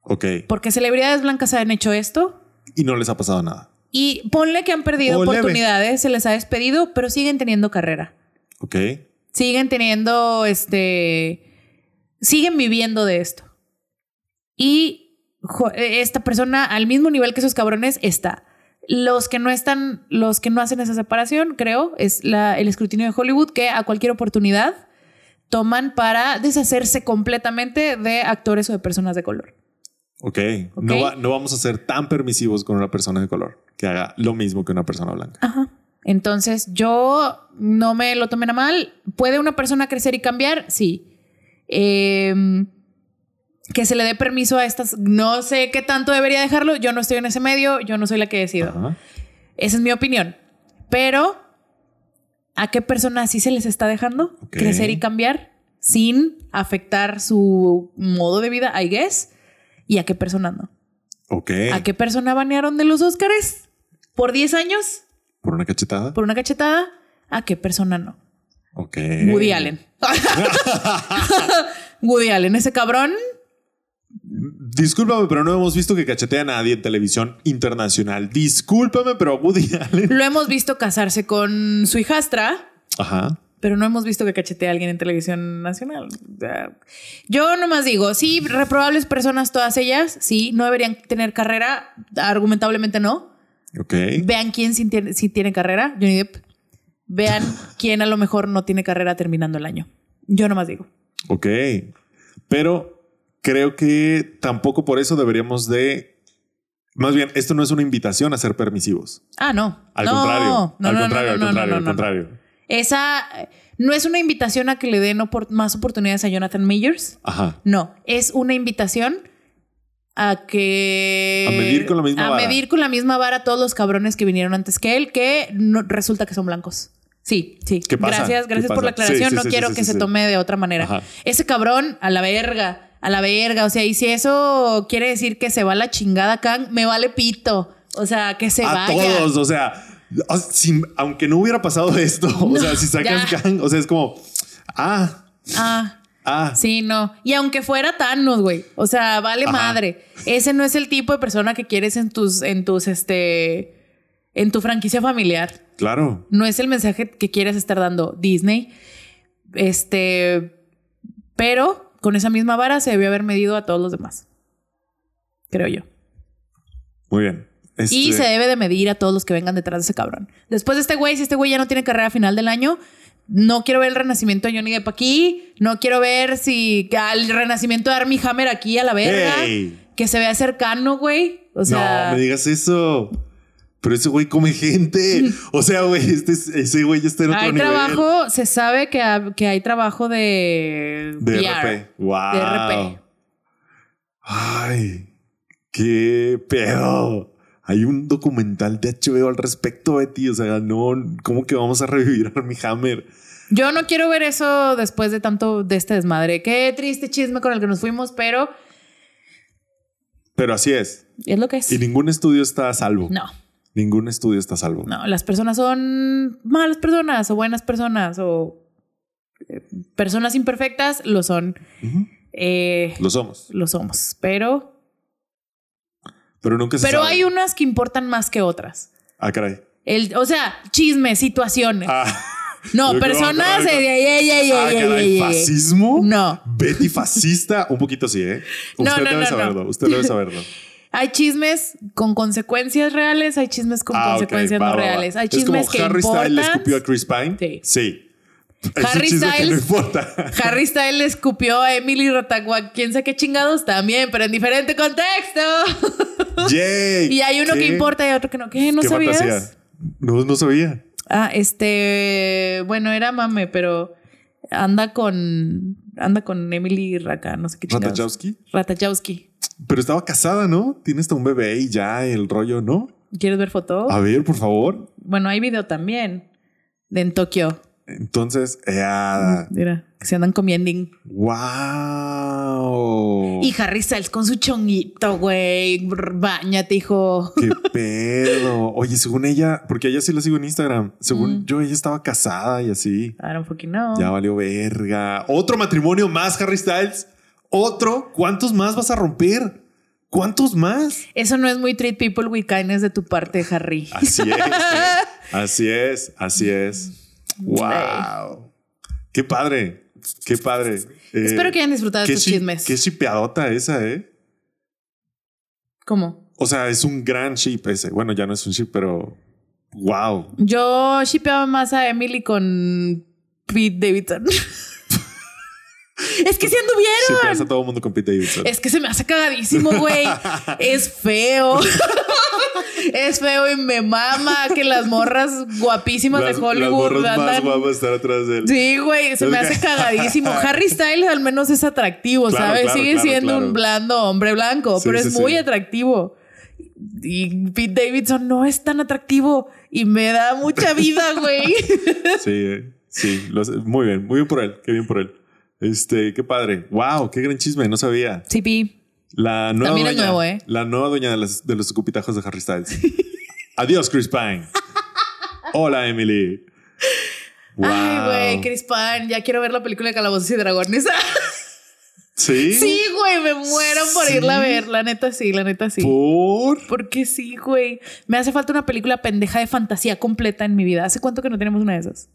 Speaker 1: ok.
Speaker 2: Porque celebridades blancas han hecho esto.
Speaker 1: Y no les ha pasado nada.
Speaker 2: Y ponle que han perdido
Speaker 1: O leve.
Speaker 2: oportunidades, se les ha despedido, pero siguen teniendo carrera.
Speaker 1: Ok,
Speaker 2: Siguen teniendo, este, siguen viviendo de esto. Y jo- e, esta persona, al mismo nivel que esos cabrones, está. Los que no están, los que no hacen esa separación, creo, es la- el escrutinio de Hollywood que a cualquier oportunidad toman para deshacerse completamente de actores o de personas de color.
Speaker 1: ok.
Speaker 2: Ok.
Speaker 1: No, va- no vamos a ser tan permisivos con una persona de color que haga lo mismo que una persona blanca.
Speaker 2: Ajá. Entonces, yo no me lo tomen a mal. ¿Puede una persona crecer y cambiar? Sí. Em, que se le dé permiso a estas. No sé qué tanto debería dejarlo. Yo no estoy en ese medio. Yo no soy la que decido.
Speaker 1: Ajá.
Speaker 2: Esa es mi opinión. Pero, ¿a qué persona sí se les está dejando
Speaker 1: Ok.
Speaker 2: crecer y cambiar sin afectar su modo de vida, I guess? ¿Y a qué persona no?
Speaker 1: Ok.
Speaker 2: ¿A qué persona banearon de los Óscares? ¿Por 10 años?
Speaker 1: ¿Por una cachetada?
Speaker 2: por una cachetada, ¿a qué persona no?
Speaker 1: Ok.
Speaker 2: Woody
Speaker 1: Eh.
Speaker 2: Allen. Woody Allen, ese cabrón.
Speaker 1: Discúlpame, pero no hemos visto que cachetee a nadie en televisión internacional. Discúlpame, pero Woody Allen.
Speaker 2: Lo hemos visto casarse con su hijastra,
Speaker 1: Ajá.
Speaker 2: pero no hemos visto que cachetee a alguien en televisión nacional. O sea, Yo nomás digo, sí, reprobables personas todas ellas, sí, no deberían tener carrera, argumentablemente no.
Speaker 1: Ok.
Speaker 2: Vean quién sí tiene, sí tiene carrera, Johnny Depp. Vean quién a lo mejor no tiene carrera terminando el año. Yo nomás digo.
Speaker 1: Ok. Pero creo que tampoco por eso deberíamos de. Más bien, esto no es una invitación a ser permisivos.
Speaker 2: Ah, no.
Speaker 1: Al
Speaker 2: No,
Speaker 1: contrario.
Speaker 2: no,
Speaker 1: al
Speaker 2: no, no,
Speaker 1: contrario, al
Speaker 2: no, no,
Speaker 1: contrario,
Speaker 2: no,
Speaker 1: al
Speaker 2: no, no.
Speaker 1: contrario.
Speaker 2: Esa eh, no es una invitación a que le den opor- más oportunidades a Jonathan Majors.
Speaker 1: Ajá.
Speaker 2: No, es una invitación a que.
Speaker 1: A medir con la misma
Speaker 2: a
Speaker 1: vara.
Speaker 2: medir con la misma vara a todos los cabrones que vinieron antes que él, que no- resulta que son blancos. Sí, sí.
Speaker 1: ¿Qué pasa?
Speaker 2: Gracias,
Speaker 1: ¿Qué
Speaker 2: gracias por
Speaker 1: pasa?
Speaker 2: la aclaración.
Speaker 1: Sí, sí,
Speaker 2: no
Speaker 1: sí,
Speaker 2: quiero
Speaker 1: sí, sí,
Speaker 2: que
Speaker 1: sí,
Speaker 2: se
Speaker 1: sí.
Speaker 2: tome de otra manera.
Speaker 1: Ajá.
Speaker 2: Ese cabrón, a la verga, a la verga. O sea, y si eso quiere decir que se va a la chingada, Kang, me vale pito. O sea, que se
Speaker 1: a
Speaker 2: vaya.
Speaker 1: todos. O sea, o- si- aunque no hubiera pasado esto, o
Speaker 2: No,
Speaker 1: sea, si sacas
Speaker 2: ya.
Speaker 1: gang, o sea, es como. Ah,
Speaker 2: Ah.
Speaker 1: ah.
Speaker 2: Sí, no. Y aunque fuera Thanos, güey. O sea, vale
Speaker 1: Ajá.
Speaker 2: madre. Ese no es el tipo de persona que quieres en tus, en tus, este, en tu franquicia familiar.
Speaker 1: Claro.
Speaker 2: No es el mensaje que quieres estar dando Disney. Este, pero con esa misma vara se debió haber medido a todos los demás. Creo yo.
Speaker 1: Muy bien.
Speaker 2: Y
Speaker 1: Este-
Speaker 2: se debe de medir a todos los que vengan detrás de ese cabrón. Después de este güey, si este güey ya no tiene carrera a final del año, no quiero ver el renacimiento de Johnny Depp aquí. No quiero ver si al renacimiento de Armie Hammer aquí a la verga.
Speaker 1: ¡Ey!
Speaker 2: Que se vea cercano, güey. O sea,
Speaker 1: no me digas eso. Pero ese güey come gente. O sea, güey, este, es- ese güey ya está en otro
Speaker 2: hay
Speaker 1: nivel.
Speaker 2: trabajo, se sabe que, ha- que hay trabajo de,
Speaker 1: De Ah.
Speaker 2: PR.
Speaker 1: RP. Wow.
Speaker 2: De RP.
Speaker 1: Ay, qué pedo. Hay un documental de HBO al respecto, Betty. O sea, no, ¿cómo que vamos a revivir a mi Hammer?
Speaker 2: Yo no quiero ver eso después de tanto de este desmadre. Qué triste chisme con el que nos fuimos, pero
Speaker 1: Pero así es.
Speaker 2: es lo que es.
Speaker 1: Y ningún estudio está a salvo.
Speaker 2: No.
Speaker 1: Ningún estudio está a salvo.
Speaker 2: No, las personas son malas personas o buenas personas o eh, personas imperfectas, lo son.
Speaker 1: Ujú.
Speaker 2: Eh,
Speaker 1: Lo somos.
Speaker 2: lo somos, pero...
Speaker 1: Pero nunca se
Speaker 2: Pero
Speaker 1: sabe.
Speaker 2: hay unas que importan más que otras.
Speaker 1: Ah, caray.
Speaker 2: El, o sea, chismes, situaciones.
Speaker 1: Ah,
Speaker 2: no,
Speaker 1: yo creo-
Speaker 2: personas...
Speaker 1: creo-
Speaker 2: eh, eh, eh, eh,
Speaker 1: ah,
Speaker 2: eh,
Speaker 1: caray.
Speaker 2: eh, eh.
Speaker 1: ¿Fascismo?
Speaker 2: No.
Speaker 1: Betty fascista, un poquito sí, ¿eh?
Speaker 2: No,
Speaker 1: Usted
Speaker 2: no,
Speaker 1: debe
Speaker 2: no,
Speaker 1: saberlo,
Speaker 2: no.
Speaker 1: usted debe saberlo.
Speaker 2: Hay chismes con consecuencias reales, hay chismes con
Speaker 1: Ah, ok,
Speaker 2: consecuencias
Speaker 1: va,
Speaker 2: no
Speaker 1: va, va.
Speaker 2: reales. Hay
Speaker 1: es
Speaker 2: chismes
Speaker 1: como
Speaker 2: que
Speaker 1: Harry Styles le
Speaker 2: importan.
Speaker 1: escupió a Chris Pine.
Speaker 2: Sí.
Speaker 1: Sí. Es
Speaker 2: Harry
Speaker 1: un chisme que no
Speaker 2: Styles-
Speaker 1: importa.
Speaker 2: Harry Styles le escupió a Emily Ratajkowski, quién sabe qué chingados también, pero en diferente contexto.
Speaker 1: Yay.
Speaker 2: Y hay uno
Speaker 1: ¿Qué?
Speaker 2: que importa y otro que no. ¿Qué? ¿No
Speaker 1: ¿Qué
Speaker 2: sabías?
Speaker 1: fantasía? No, no sabía.
Speaker 2: Ah, este. Bueno, era mame, pero anda con. Anda con Emily Raka, no sé qué chingados.
Speaker 1: Ratajkowski.
Speaker 2: Ratajkowski.
Speaker 1: Pero estaba casada, ¿no? Tiene hasta un bebé y ya el rollo, ¿no?
Speaker 2: ¿Quieres ver foto?
Speaker 1: A ver, por favor.
Speaker 2: Bueno, hay video también. De en Tokio. Mm.
Speaker 1: Entonces, eh, ah,
Speaker 2: Mira, que se andan comiendo.
Speaker 1: wow.
Speaker 2: Y Harry Styles con su chonguito, güey. Brr, Báñate, hijo.
Speaker 1: Qué pedo. Oye, según ella, porque a ella sí la sigo en Instagram. Según yo, ella estaba casada y así.
Speaker 2: I don't fucking know.
Speaker 1: Ya valió verga. Otro matrimonio más, Harry Styles. Otro. ¿Cuántos más vas a romper? ¿Cuántos más?
Speaker 2: Eso no es muy treat people with kindness de tu parte, Harry.
Speaker 1: Así es. ¿eh? Así es. Así es. Wow. Qué padre. Qué padre. Eh,
Speaker 2: Espero que hayan disfrutado
Speaker 1: qué
Speaker 2: estos
Speaker 1: chi-
Speaker 2: chismes.
Speaker 1: Qué shipeadota esa, ¿eh?
Speaker 2: ¿Cómo?
Speaker 1: O sea, es un gran ship ese. Bueno, ya no es un ship, pero wow.
Speaker 2: Yo shipeaba más a Emily con Pete Davidson. es que se anduvieron.
Speaker 1: Shipeas a todo el mundo con Pete Davidson.
Speaker 2: Es que se me hace cagadísimo, güey. es feo. es feo y me mama que las morras guapísimas
Speaker 1: las,
Speaker 2: de
Speaker 1: las
Speaker 2: Hollywood
Speaker 1: morras más
Speaker 2: andan-
Speaker 1: guapas están atrás de él.
Speaker 2: Sí, güey, se me hace cagadísimo. Harry Styles al menos es atractivo,
Speaker 1: Claro,
Speaker 2: ¿sabes?
Speaker 1: claro,
Speaker 2: Sigue
Speaker 1: claro,
Speaker 2: siendo
Speaker 1: claro.
Speaker 2: un blando hombre blanco,
Speaker 1: Sí,
Speaker 2: pero
Speaker 1: sí,
Speaker 2: es
Speaker 1: sí.
Speaker 2: muy atractivo. Y Pete Davidson no es tan atractivo y me da mucha vida, güey.
Speaker 1: Sí, eh, sí. lo hace- muy bien, muy bien por él. Qué bien por él. Este, qué padre. Wow, qué gran chisme. No sabía.
Speaker 2: Sí, Pi.
Speaker 1: La nueva
Speaker 2: También es
Speaker 1: dueña,
Speaker 2: nuevo, ¿eh?
Speaker 1: La nueva dueña de, las- de los cupitajos de Harry Styles. Adiós, Chris Pine. Hola, Emily. Wow.
Speaker 2: Ay, güey, Chris Pan, ya quiero ver la película de Calabozos y Dragones. Ah,
Speaker 1: ¿Sí?
Speaker 2: sí, güey, me muero por
Speaker 1: Sí.
Speaker 2: irla a ver. La neta sí, la neta sí.
Speaker 1: ¿Por?
Speaker 2: Porque sí, güey. Me hace falta una película pendeja de fantasía completa en mi vida. ¿Hace cuánto que no tenemos una de esas?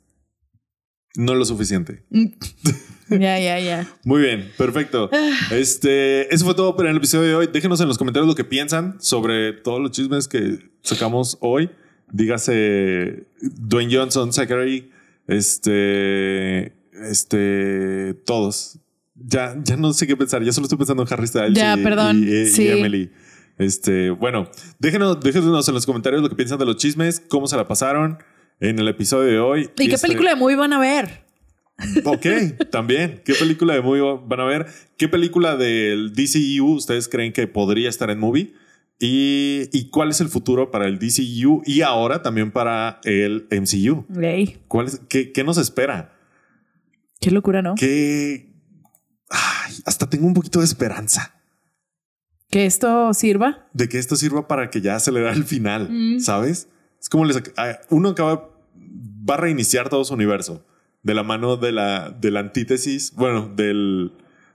Speaker 1: No lo suficiente.
Speaker 2: Ya, ya, ya.
Speaker 1: Muy bien, perfecto.
Speaker 2: Ah.
Speaker 1: Este, eso fue todo por el episodio de hoy. Déjenos en los comentarios lo que piensan sobre todos los chismes que sacamos hoy. Dígase Dwayne Johnson, Zachary, este, este, todos. Ya, ya no sé qué pensar. Ya solo estoy pensando en Harry Styles
Speaker 2: Ya,
Speaker 1: y,
Speaker 2: perdón,
Speaker 1: y- y
Speaker 2: sí.
Speaker 1: Emily. Este, bueno, déjenos, déjenos en los comentarios lo que piensan de los chismes, cómo se la pasaron en el episodio de hoy.
Speaker 2: ¿Y qué
Speaker 1: Este,
Speaker 2: película de movie van a ver?
Speaker 1: Ok, también. ¿Qué película de movie van a ver? ¿Qué película del DCU ustedes creen que podría estar en movie? ¿Y, y cuál es el futuro para el DCU y ahora también para el MCU?
Speaker 2: Ey,
Speaker 1: ¿Cuál es- qué, qué nos espera?
Speaker 2: qué locura, ¿no?
Speaker 1: ¿Qué... Ay, hasta tengo un poquito de esperanza
Speaker 2: Que esto sirva.
Speaker 1: de que esto sirva para que ya acelerar el final,
Speaker 2: Mm.
Speaker 1: ¿sabes? Es como les, a- uno acaba, va a reiniciar todo su universo de la mano de la, de la antítesis, bueno, del,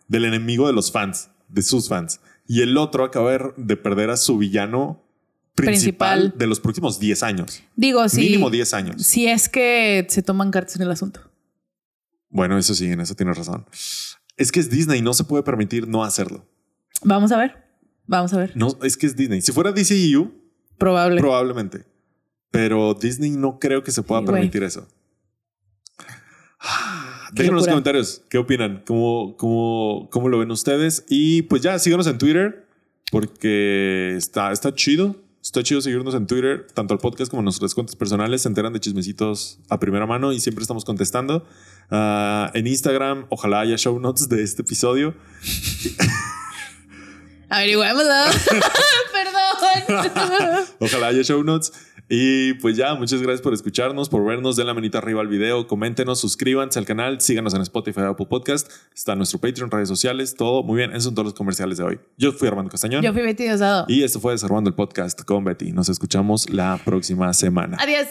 Speaker 1: del enemigo de los fans, de sus fans. Y el otro acaba de- de perder a su villano principal,
Speaker 2: Principal.
Speaker 1: de los próximos 10 años.
Speaker 2: Digo, si,
Speaker 1: Mínimo 10 años.
Speaker 2: si es que se toman cartas en el asunto.
Speaker 1: Bueno, eso sí, en eso tienes razón. Es que es Disney, no se puede permitir no hacerlo.
Speaker 2: Vamos a ver. Vamos a ver.
Speaker 1: No, es que es Disney. Si fuera E DCU,
Speaker 2: Probable.
Speaker 1: Probablemente. Pero Disney no creo que se pueda
Speaker 2: Sí, güey. Ah,
Speaker 1: permitir eso. Déjenme en los
Speaker 2: locura.
Speaker 1: comentarios qué opinan, cómo, cómo, cómo lo ven ustedes. Y pues ya, síganos en Twitter porque está, está chido. Está chido seguirnos en Twitter, tanto al podcast como a nuestras cuentas personales. Se enteran de chismecitos a primera mano y siempre estamos contestando. Ah, en Instagram, ojalá haya show notes de este episodio.
Speaker 2: Averigüémoslo. Perdón.
Speaker 1: Ojalá haya show notes. Y pues ya, muchas gracias por escucharnos, por vernos. Den la manita arriba al video, coméntenos, suscríbanse al canal, síganos en Spotify, Apple Podcast. Está nuestro Patreon, redes sociales, todo muy bien. Esos son todos los comerciales de hoy. Yo fui Armando Castañón.
Speaker 2: Yo fui Betty Diosdado.
Speaker 1: y esto fue Desarmando el Podcast con Betty. Nos escuchamos la próxima semana.
Speaker 2: Adiós.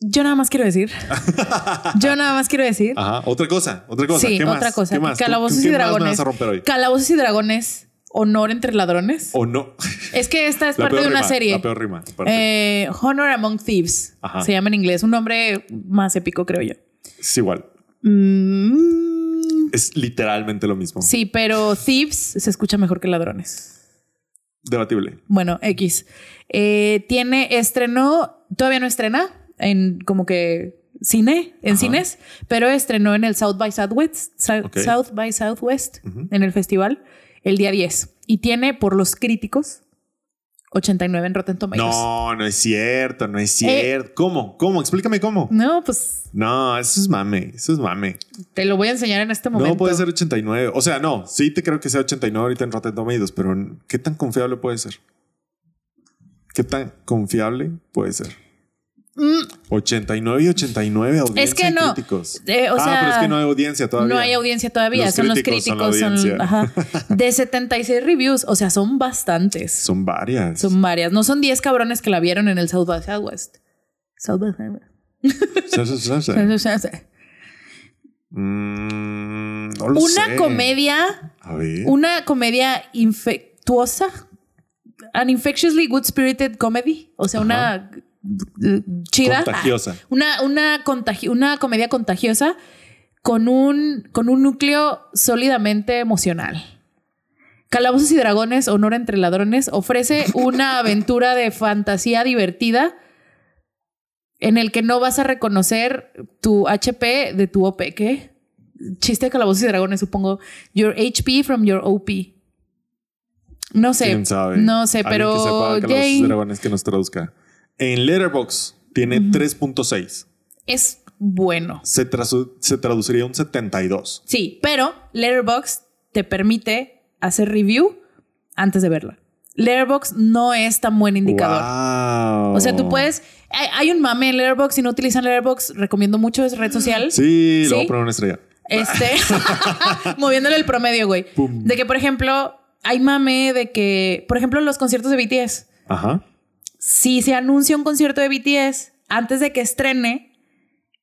Speaker 2: Yo nada más quiero decir. Yo nada más quiero decir.
Speaker 1: Ajá, otra cosa, otra cosa.
Speaker 2: sí,
Speaker 1: ¿Qué más?
Speaker 2: otra cosa.
Speaker 1: ¿Qué más?
Speaker 2: Calabozos
Speaker 1: ¿Qué-
Speaker 2: y
Speaker 1: qué más me
Speaker 2: dragones.
Speaker 1: vas a romper hoy?
Speaker 2: Calabozos y dragones. Honor entre ladrones.
Speaker 1: ¿O no?
Speaker 2: Es que esta es
Speaker 1: Oh. La
Speaker 2: parte
Speaker 1: peor
Speaker 2: de una
Speaker 1: rima,
Speaker 2: serie.
Speaker 1: La peor rima. aparte.
Speaker 2: Eh, Honor Among Thieves.
Speaker 1: Ajá.
Speaker 2: Se llama en inglés. Un nombre más épico, creo yo.
Speaker 1: es igual.
Speaker 2: Mm,
Speaker 1: Es literalmente lo mismo.
Speaker 2: sí, pero Thieves se escucha mejor que ladrones.
Speaker 1: Debatible.
Speaker 2: Bueno, X. Eh, tiene, estrenó, todavía no estrena en como que cine, en
Speaker 1: Ajá.
Speaker 2: cines, pero estrenó en el South by Southwest, Sou-
Speaker 1: Ok.
Speaker 2: South by Southwest,
Speaker 1: Ujú.
Speaker 2: en el festival, el día 10. Y tiene, por los críticos, 89 en Rotten Tomatoes.
Speaker 1: No, no es cierto, no es
Speaker 2: Eh,
Speaker 1: cierto. ¿Cómo? ¿Cómo? Explícame cómo.
Speaker 2: No, pues
Speaker 1: No, eso es mame, eso es mame.
Speaker 2: te lo voy a enseñar en este momento.
Speaker 1: No puede ser 89. O sea, no, sí te creo que sea 89 ahorita en Rotten Tomatoes, pero ¿qué tan confiable puede ser? ¿Qué tan confiable puede ser?
Speaker 2: Mm,
Speaker 1: 89 y 89 audiencia
Speaker 2: Es que
Speaker 1: y
Speaker 2: no.
Speaker 1: críticos.
Speaker 2: Eh, o
Speaker 1: ah,
Speaker 2: sea,
Speaker 1: pero es que no hay audiencia todavía.
Speaker 2: No hay audiencia todavía,
Speaker 1: Los
Speaker 2: son los
Speaker 1: críticos son la
Speaker 2: críticos. Son
Speaker 1: audiencia.
Speaker 2: ajá. De 76 reviews, o sea, son bastantes.
Speaker 1: Son varias.
Speaker 2: Son varias. No son 10 cabrones que la vieron en el South by Southwest. South by Southwest.
Speaker 1: Mm, no lo
Speaker 2: Una
Speaker 1: sé.
Speaker 2: comedia
Speaker 1: A ver.
Speaker 2: una comedia infectuosa. An infectiously good spirited comedy. O sea, una eh, chida.
Speaker 1: Contagiosa.
Speaker 2: Ah, Una, una, contagi- una comedia contagiosa con un, con un núcleo sólidamente emocional. Calabozos y Dragones, Honor entre Ladrones, ofrece una aventura de fantasía divertida en el que no vas a reconocer tu HP de tu OP. ¿Qué? Chiste de Calabozos y Dragones, supongo. Your HP from your OP. No sé.
Speaker 1: ¿Quién sabe?
Speaker 2: No sé,
Speaker 1: Alguien
Speaker 2: pero.
Speaker 1: Que sepa que
Speaker 2: yay.
Speaker 1: los dragones que nos traduzca. En Letterboxd tiene 3.6.
Speaker 2: es bueno.
Speaker 1: Se, trasu- se traduciría un 72.
Speaker 2: Sí, pero Letterboxd te permite hacer review antes de verla. Letterboxd no es tan buen indicador.
Speaker 1: Wow.
Speaker 2: O sea, tú puedes. Hay, hay un mame en Letterboxd. Si no utilizan Letterboxd, recomiendo mucho. Es red social.
Speaker 1: Sí, le voy
Speaker 2: ¿Sí?
Speaker 1: a poner una estrella.
Speaker 2: Este. moviéndole el promedio, güey.
Speaker 1: Pum.
Speaker 2: De que, por ejemplo, hay mame de que. Por ejemplo, los conciertos de BTS.
Speaker 1: Ajá.
Speaker 2: Si se anuncia un concierto de BTS antes de que estrene,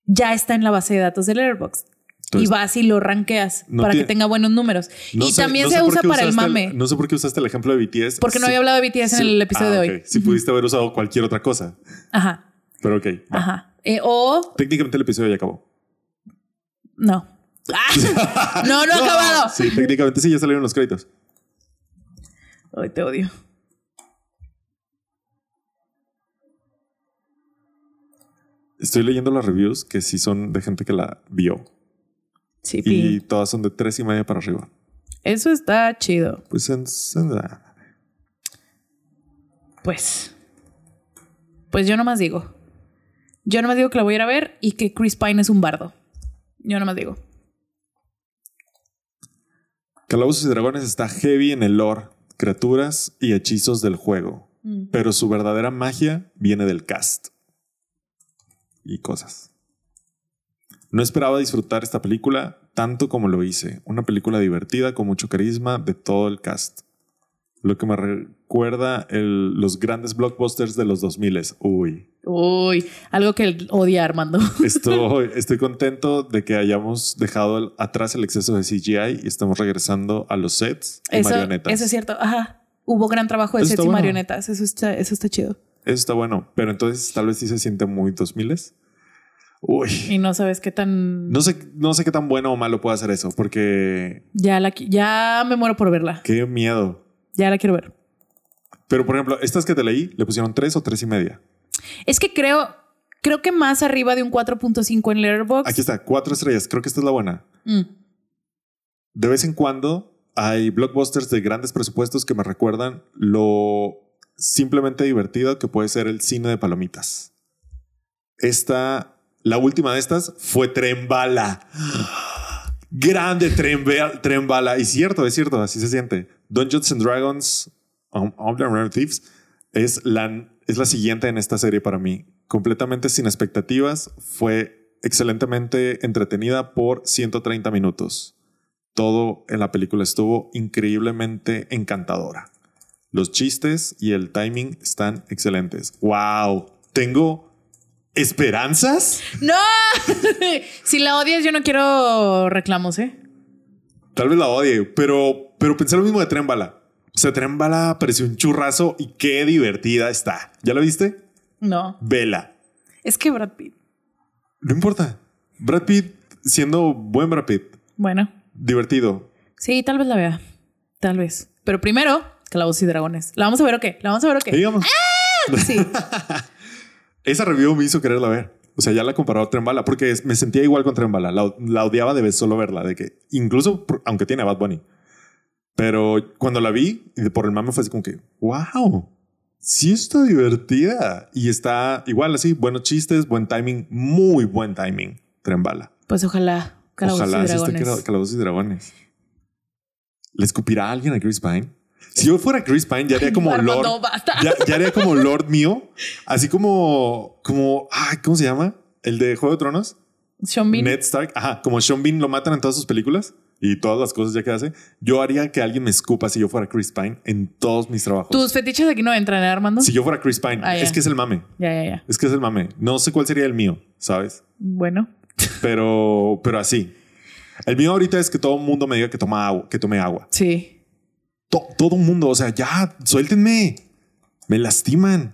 Speaker 2: ya está en la base de datos de Letterboxd.
Speaker 1: Entonces,
Speaker 2: y vas y lo ranqueas
Speaker 1: no
Speaker 2: para
Speaker 1: tiene-
Speaker 2: que tenga buenos números.
Speaker 1: No
Speaker 2: y
Speaker 1: sé-
Speaker 2: también
Speaker 1: no
Speaker 2: se
Speaker 1: sé por
Speaker 2: usa
Speaker 1: qué
Speaker 2: para el
Speaker 1: usaste
Speaker 2: mame.
Speaker 1: no sé por qué usaste el ejemplo de BTS.
Speaker 2: porque no
Speaker 1: Sí.
Speaker 2: había hablado de BTS en
Speaker 1: Sí.
Speaker 2: el episodio
Speaker 1: Ah,
Speaker 2: de hoy.
Speaker 1: ok. Si pudiste haber usado cualquier otra cosa.
Speaker 2: Ajá,
Speaker 1: Pero ok. va.
Speaker 2: ajá. Eh, o
Speaker 1: Técnicamente el episodio ya acabó.
Speaker 2: no. ¡Ah! no, no ha acabado.
Speaker 1: Sí, técnicamente sí, ya salieron los créditos.
Speaker 2: Ay, te odio.
Speaker 1: Estoy leyendo las reviews que sí son de gente que la vio.
Speaker 2: Sí,
Speaker 1: Y
Speaker 2: pi.
Speaker 1: todas son de tres y media para arriba.
Speaker 2: Eso está chido.
Speaker 1: Pues en- en- ah.
Speaker 2: Pues. Pues yo nomás digo. Yo nomás digo que la voy a ir a ver y que Chris Pine es un bardo. Yo nomás digo.
Speaker 1: Calabozos y Dragones está heavy en el lore, criaturas y hechizos del juego.
Speaker 2: Mm.
Speaker 1: Pero su verdadera magia viene del cast. Y cosas. No esperaba disfrutar esta película tanto como lo hice. Una película divertida con mucho carisma de todo el cast. Lo que me recuerda el- los grandes blockbusters de los 2000. Uy.
Speaker 2: Uy, algo que odia Armando.
Speaker 1: Estoy, estoy contento de que hayamos dejado el- atrás el exceso de CGI y estamos regresando a los sets y
Speaker 2: Eso,
Speaker 1: marionetas.
Speaker 2: eso es cierto. Ajá. Hubo gran trabajo de
Speaker 1: Eso
Speaker 2: sets
Speaker 1: está
Speaker 2: y
Speaker 1: bueno.
Speaker 2: marionetas. Eso está, eso está chido.
Speaker 1: Eso está bueno, pero entonces tal vez sí se siente muy 2000 Uy.
Speaker 2: Y no sabes qué tan.
Speaker 1: No sé, no sé qué tan bueno o malo puede hacer eso, porque
Speaker 2: Ya, la, qui- ya me muero por verla.
Speaker 1: qué miedo.
Speaker 2: Ya la quiero ver.
Speaker 1: Pero por ejemplo, estas que te leí le pusieron tres o tres y media.
Speaker 2: Es que creo, creo que más arriba de un 4.5 en Letterboxd.
Speaker 1: Aquí está, cuatro estrellas. Creo que esta es la buena.
Speaker 2: Mm.
Speaker 1: De vez en cuando hay blockbusters de grandes presupuestos que me recuerdan lo simplemente divertido que puede ser el cine de palomitas. Esta, la última de estas fue Tren Bala. Grande Tren, Be- Tren Bala. Y cierto, es cierto, así se siente. Dungeons and Dragons, um, Undead Rare Thieves, es la, es la siguiente en esta serie para mí. Completamente sin expectativas, fue excelentemente entretenida por 130 minutos todo en la película estuvo increíblemente encantadora. Los chistes y el timing están excelentes. ¡Wow! Tengo esperanzas.
Speaker 2: ¡No! si la odias, yo no quiero reclamos, ¿eh?
Speaker 1: Tal vez la odie, pero, pero pensé lo mismo de Tren Bala. O sea, Tren Bala pareció un churrazo y qué divertida está. ¿Ya la viste?
Speaker 2: No.
Speaker 1: Vela.
Speaker 2: Es que Brad Pitt.
Speaker 1: No importa. Brad Pitt, siendo buen Brad Pitt,
Speaker 2: Bueno,
Speaker 1: divertido.
Speaker 2: sí, tal vez la vea. Tal vez. Pero primero, Clavos y Dragones. ¿La vamos a ver o qué? ¿La vamos a ver o qué?
Speaker 1: Digamos.
Speaker 2: Ah, Sí.
Speaker 1: Esa review me hizo quererla ver. O sea, ya la comparaba a Tren Bala, porque es- me sentía igual con Tren Bala. La, la odiaba de vez solo verla, de que incluso por- aunque tiene a Bad Bunny. Pero cuando la vi, y de- por el mame fue así como que, wow, sí está divertida. Y está igual así, buenos chistes, buen timing, muy buen timing, Tren Bala.
Speaker 2: Pues ojalá. Calabozos
Speaker 1: Ojalá
Speaker 2: y
Speaker 1: sí esté
Speaker 2: Dragones.
Speaker 1: Cala- Calabozos y Dragones. ¿Le escupirá a alguien a Chris Pine? Si yo fuera Chris Pine, ya haría como
Speaker 2: Armando,
Speaker 1: Lord.
Speaker 2: basta.
Speaker 1: Ya, ya haría como Lord mío. Así como, como, ay, ¿cómo se llama? El de Juego de Tronos.
Speaker 2: Sean Bean.
Speaker 1: Ned Stark. Ajá, como Sean Bean lo matan en todas sus películas y todas las cosas ya que hace. Yo haría que alguien me escupa si yo fuera Chris Pine en todos mis trabajos.
Speaker 2: Tus fetiches aquí no entran, ¿eh, Armando?
Speaker 1: Si yo fuera Chris Pine,
Speaker 2: Ah, ya.
Speaker 1: es que es el mame.
Speaker 2: Ya, ya, ya.
Speaker 1: Es que es el mame. No sé cuál sería el mío, ¿sabes?
Speaker 2: Bueno.
Speaker 1: Pero, pero así. El mío ahorita es que todo el mundo me diga que toma agua, que tome agua.
Speaker 2: Sí.
Speaker 1: To- todo el mundo, o sea, ya, suéltenme. Me lastiman.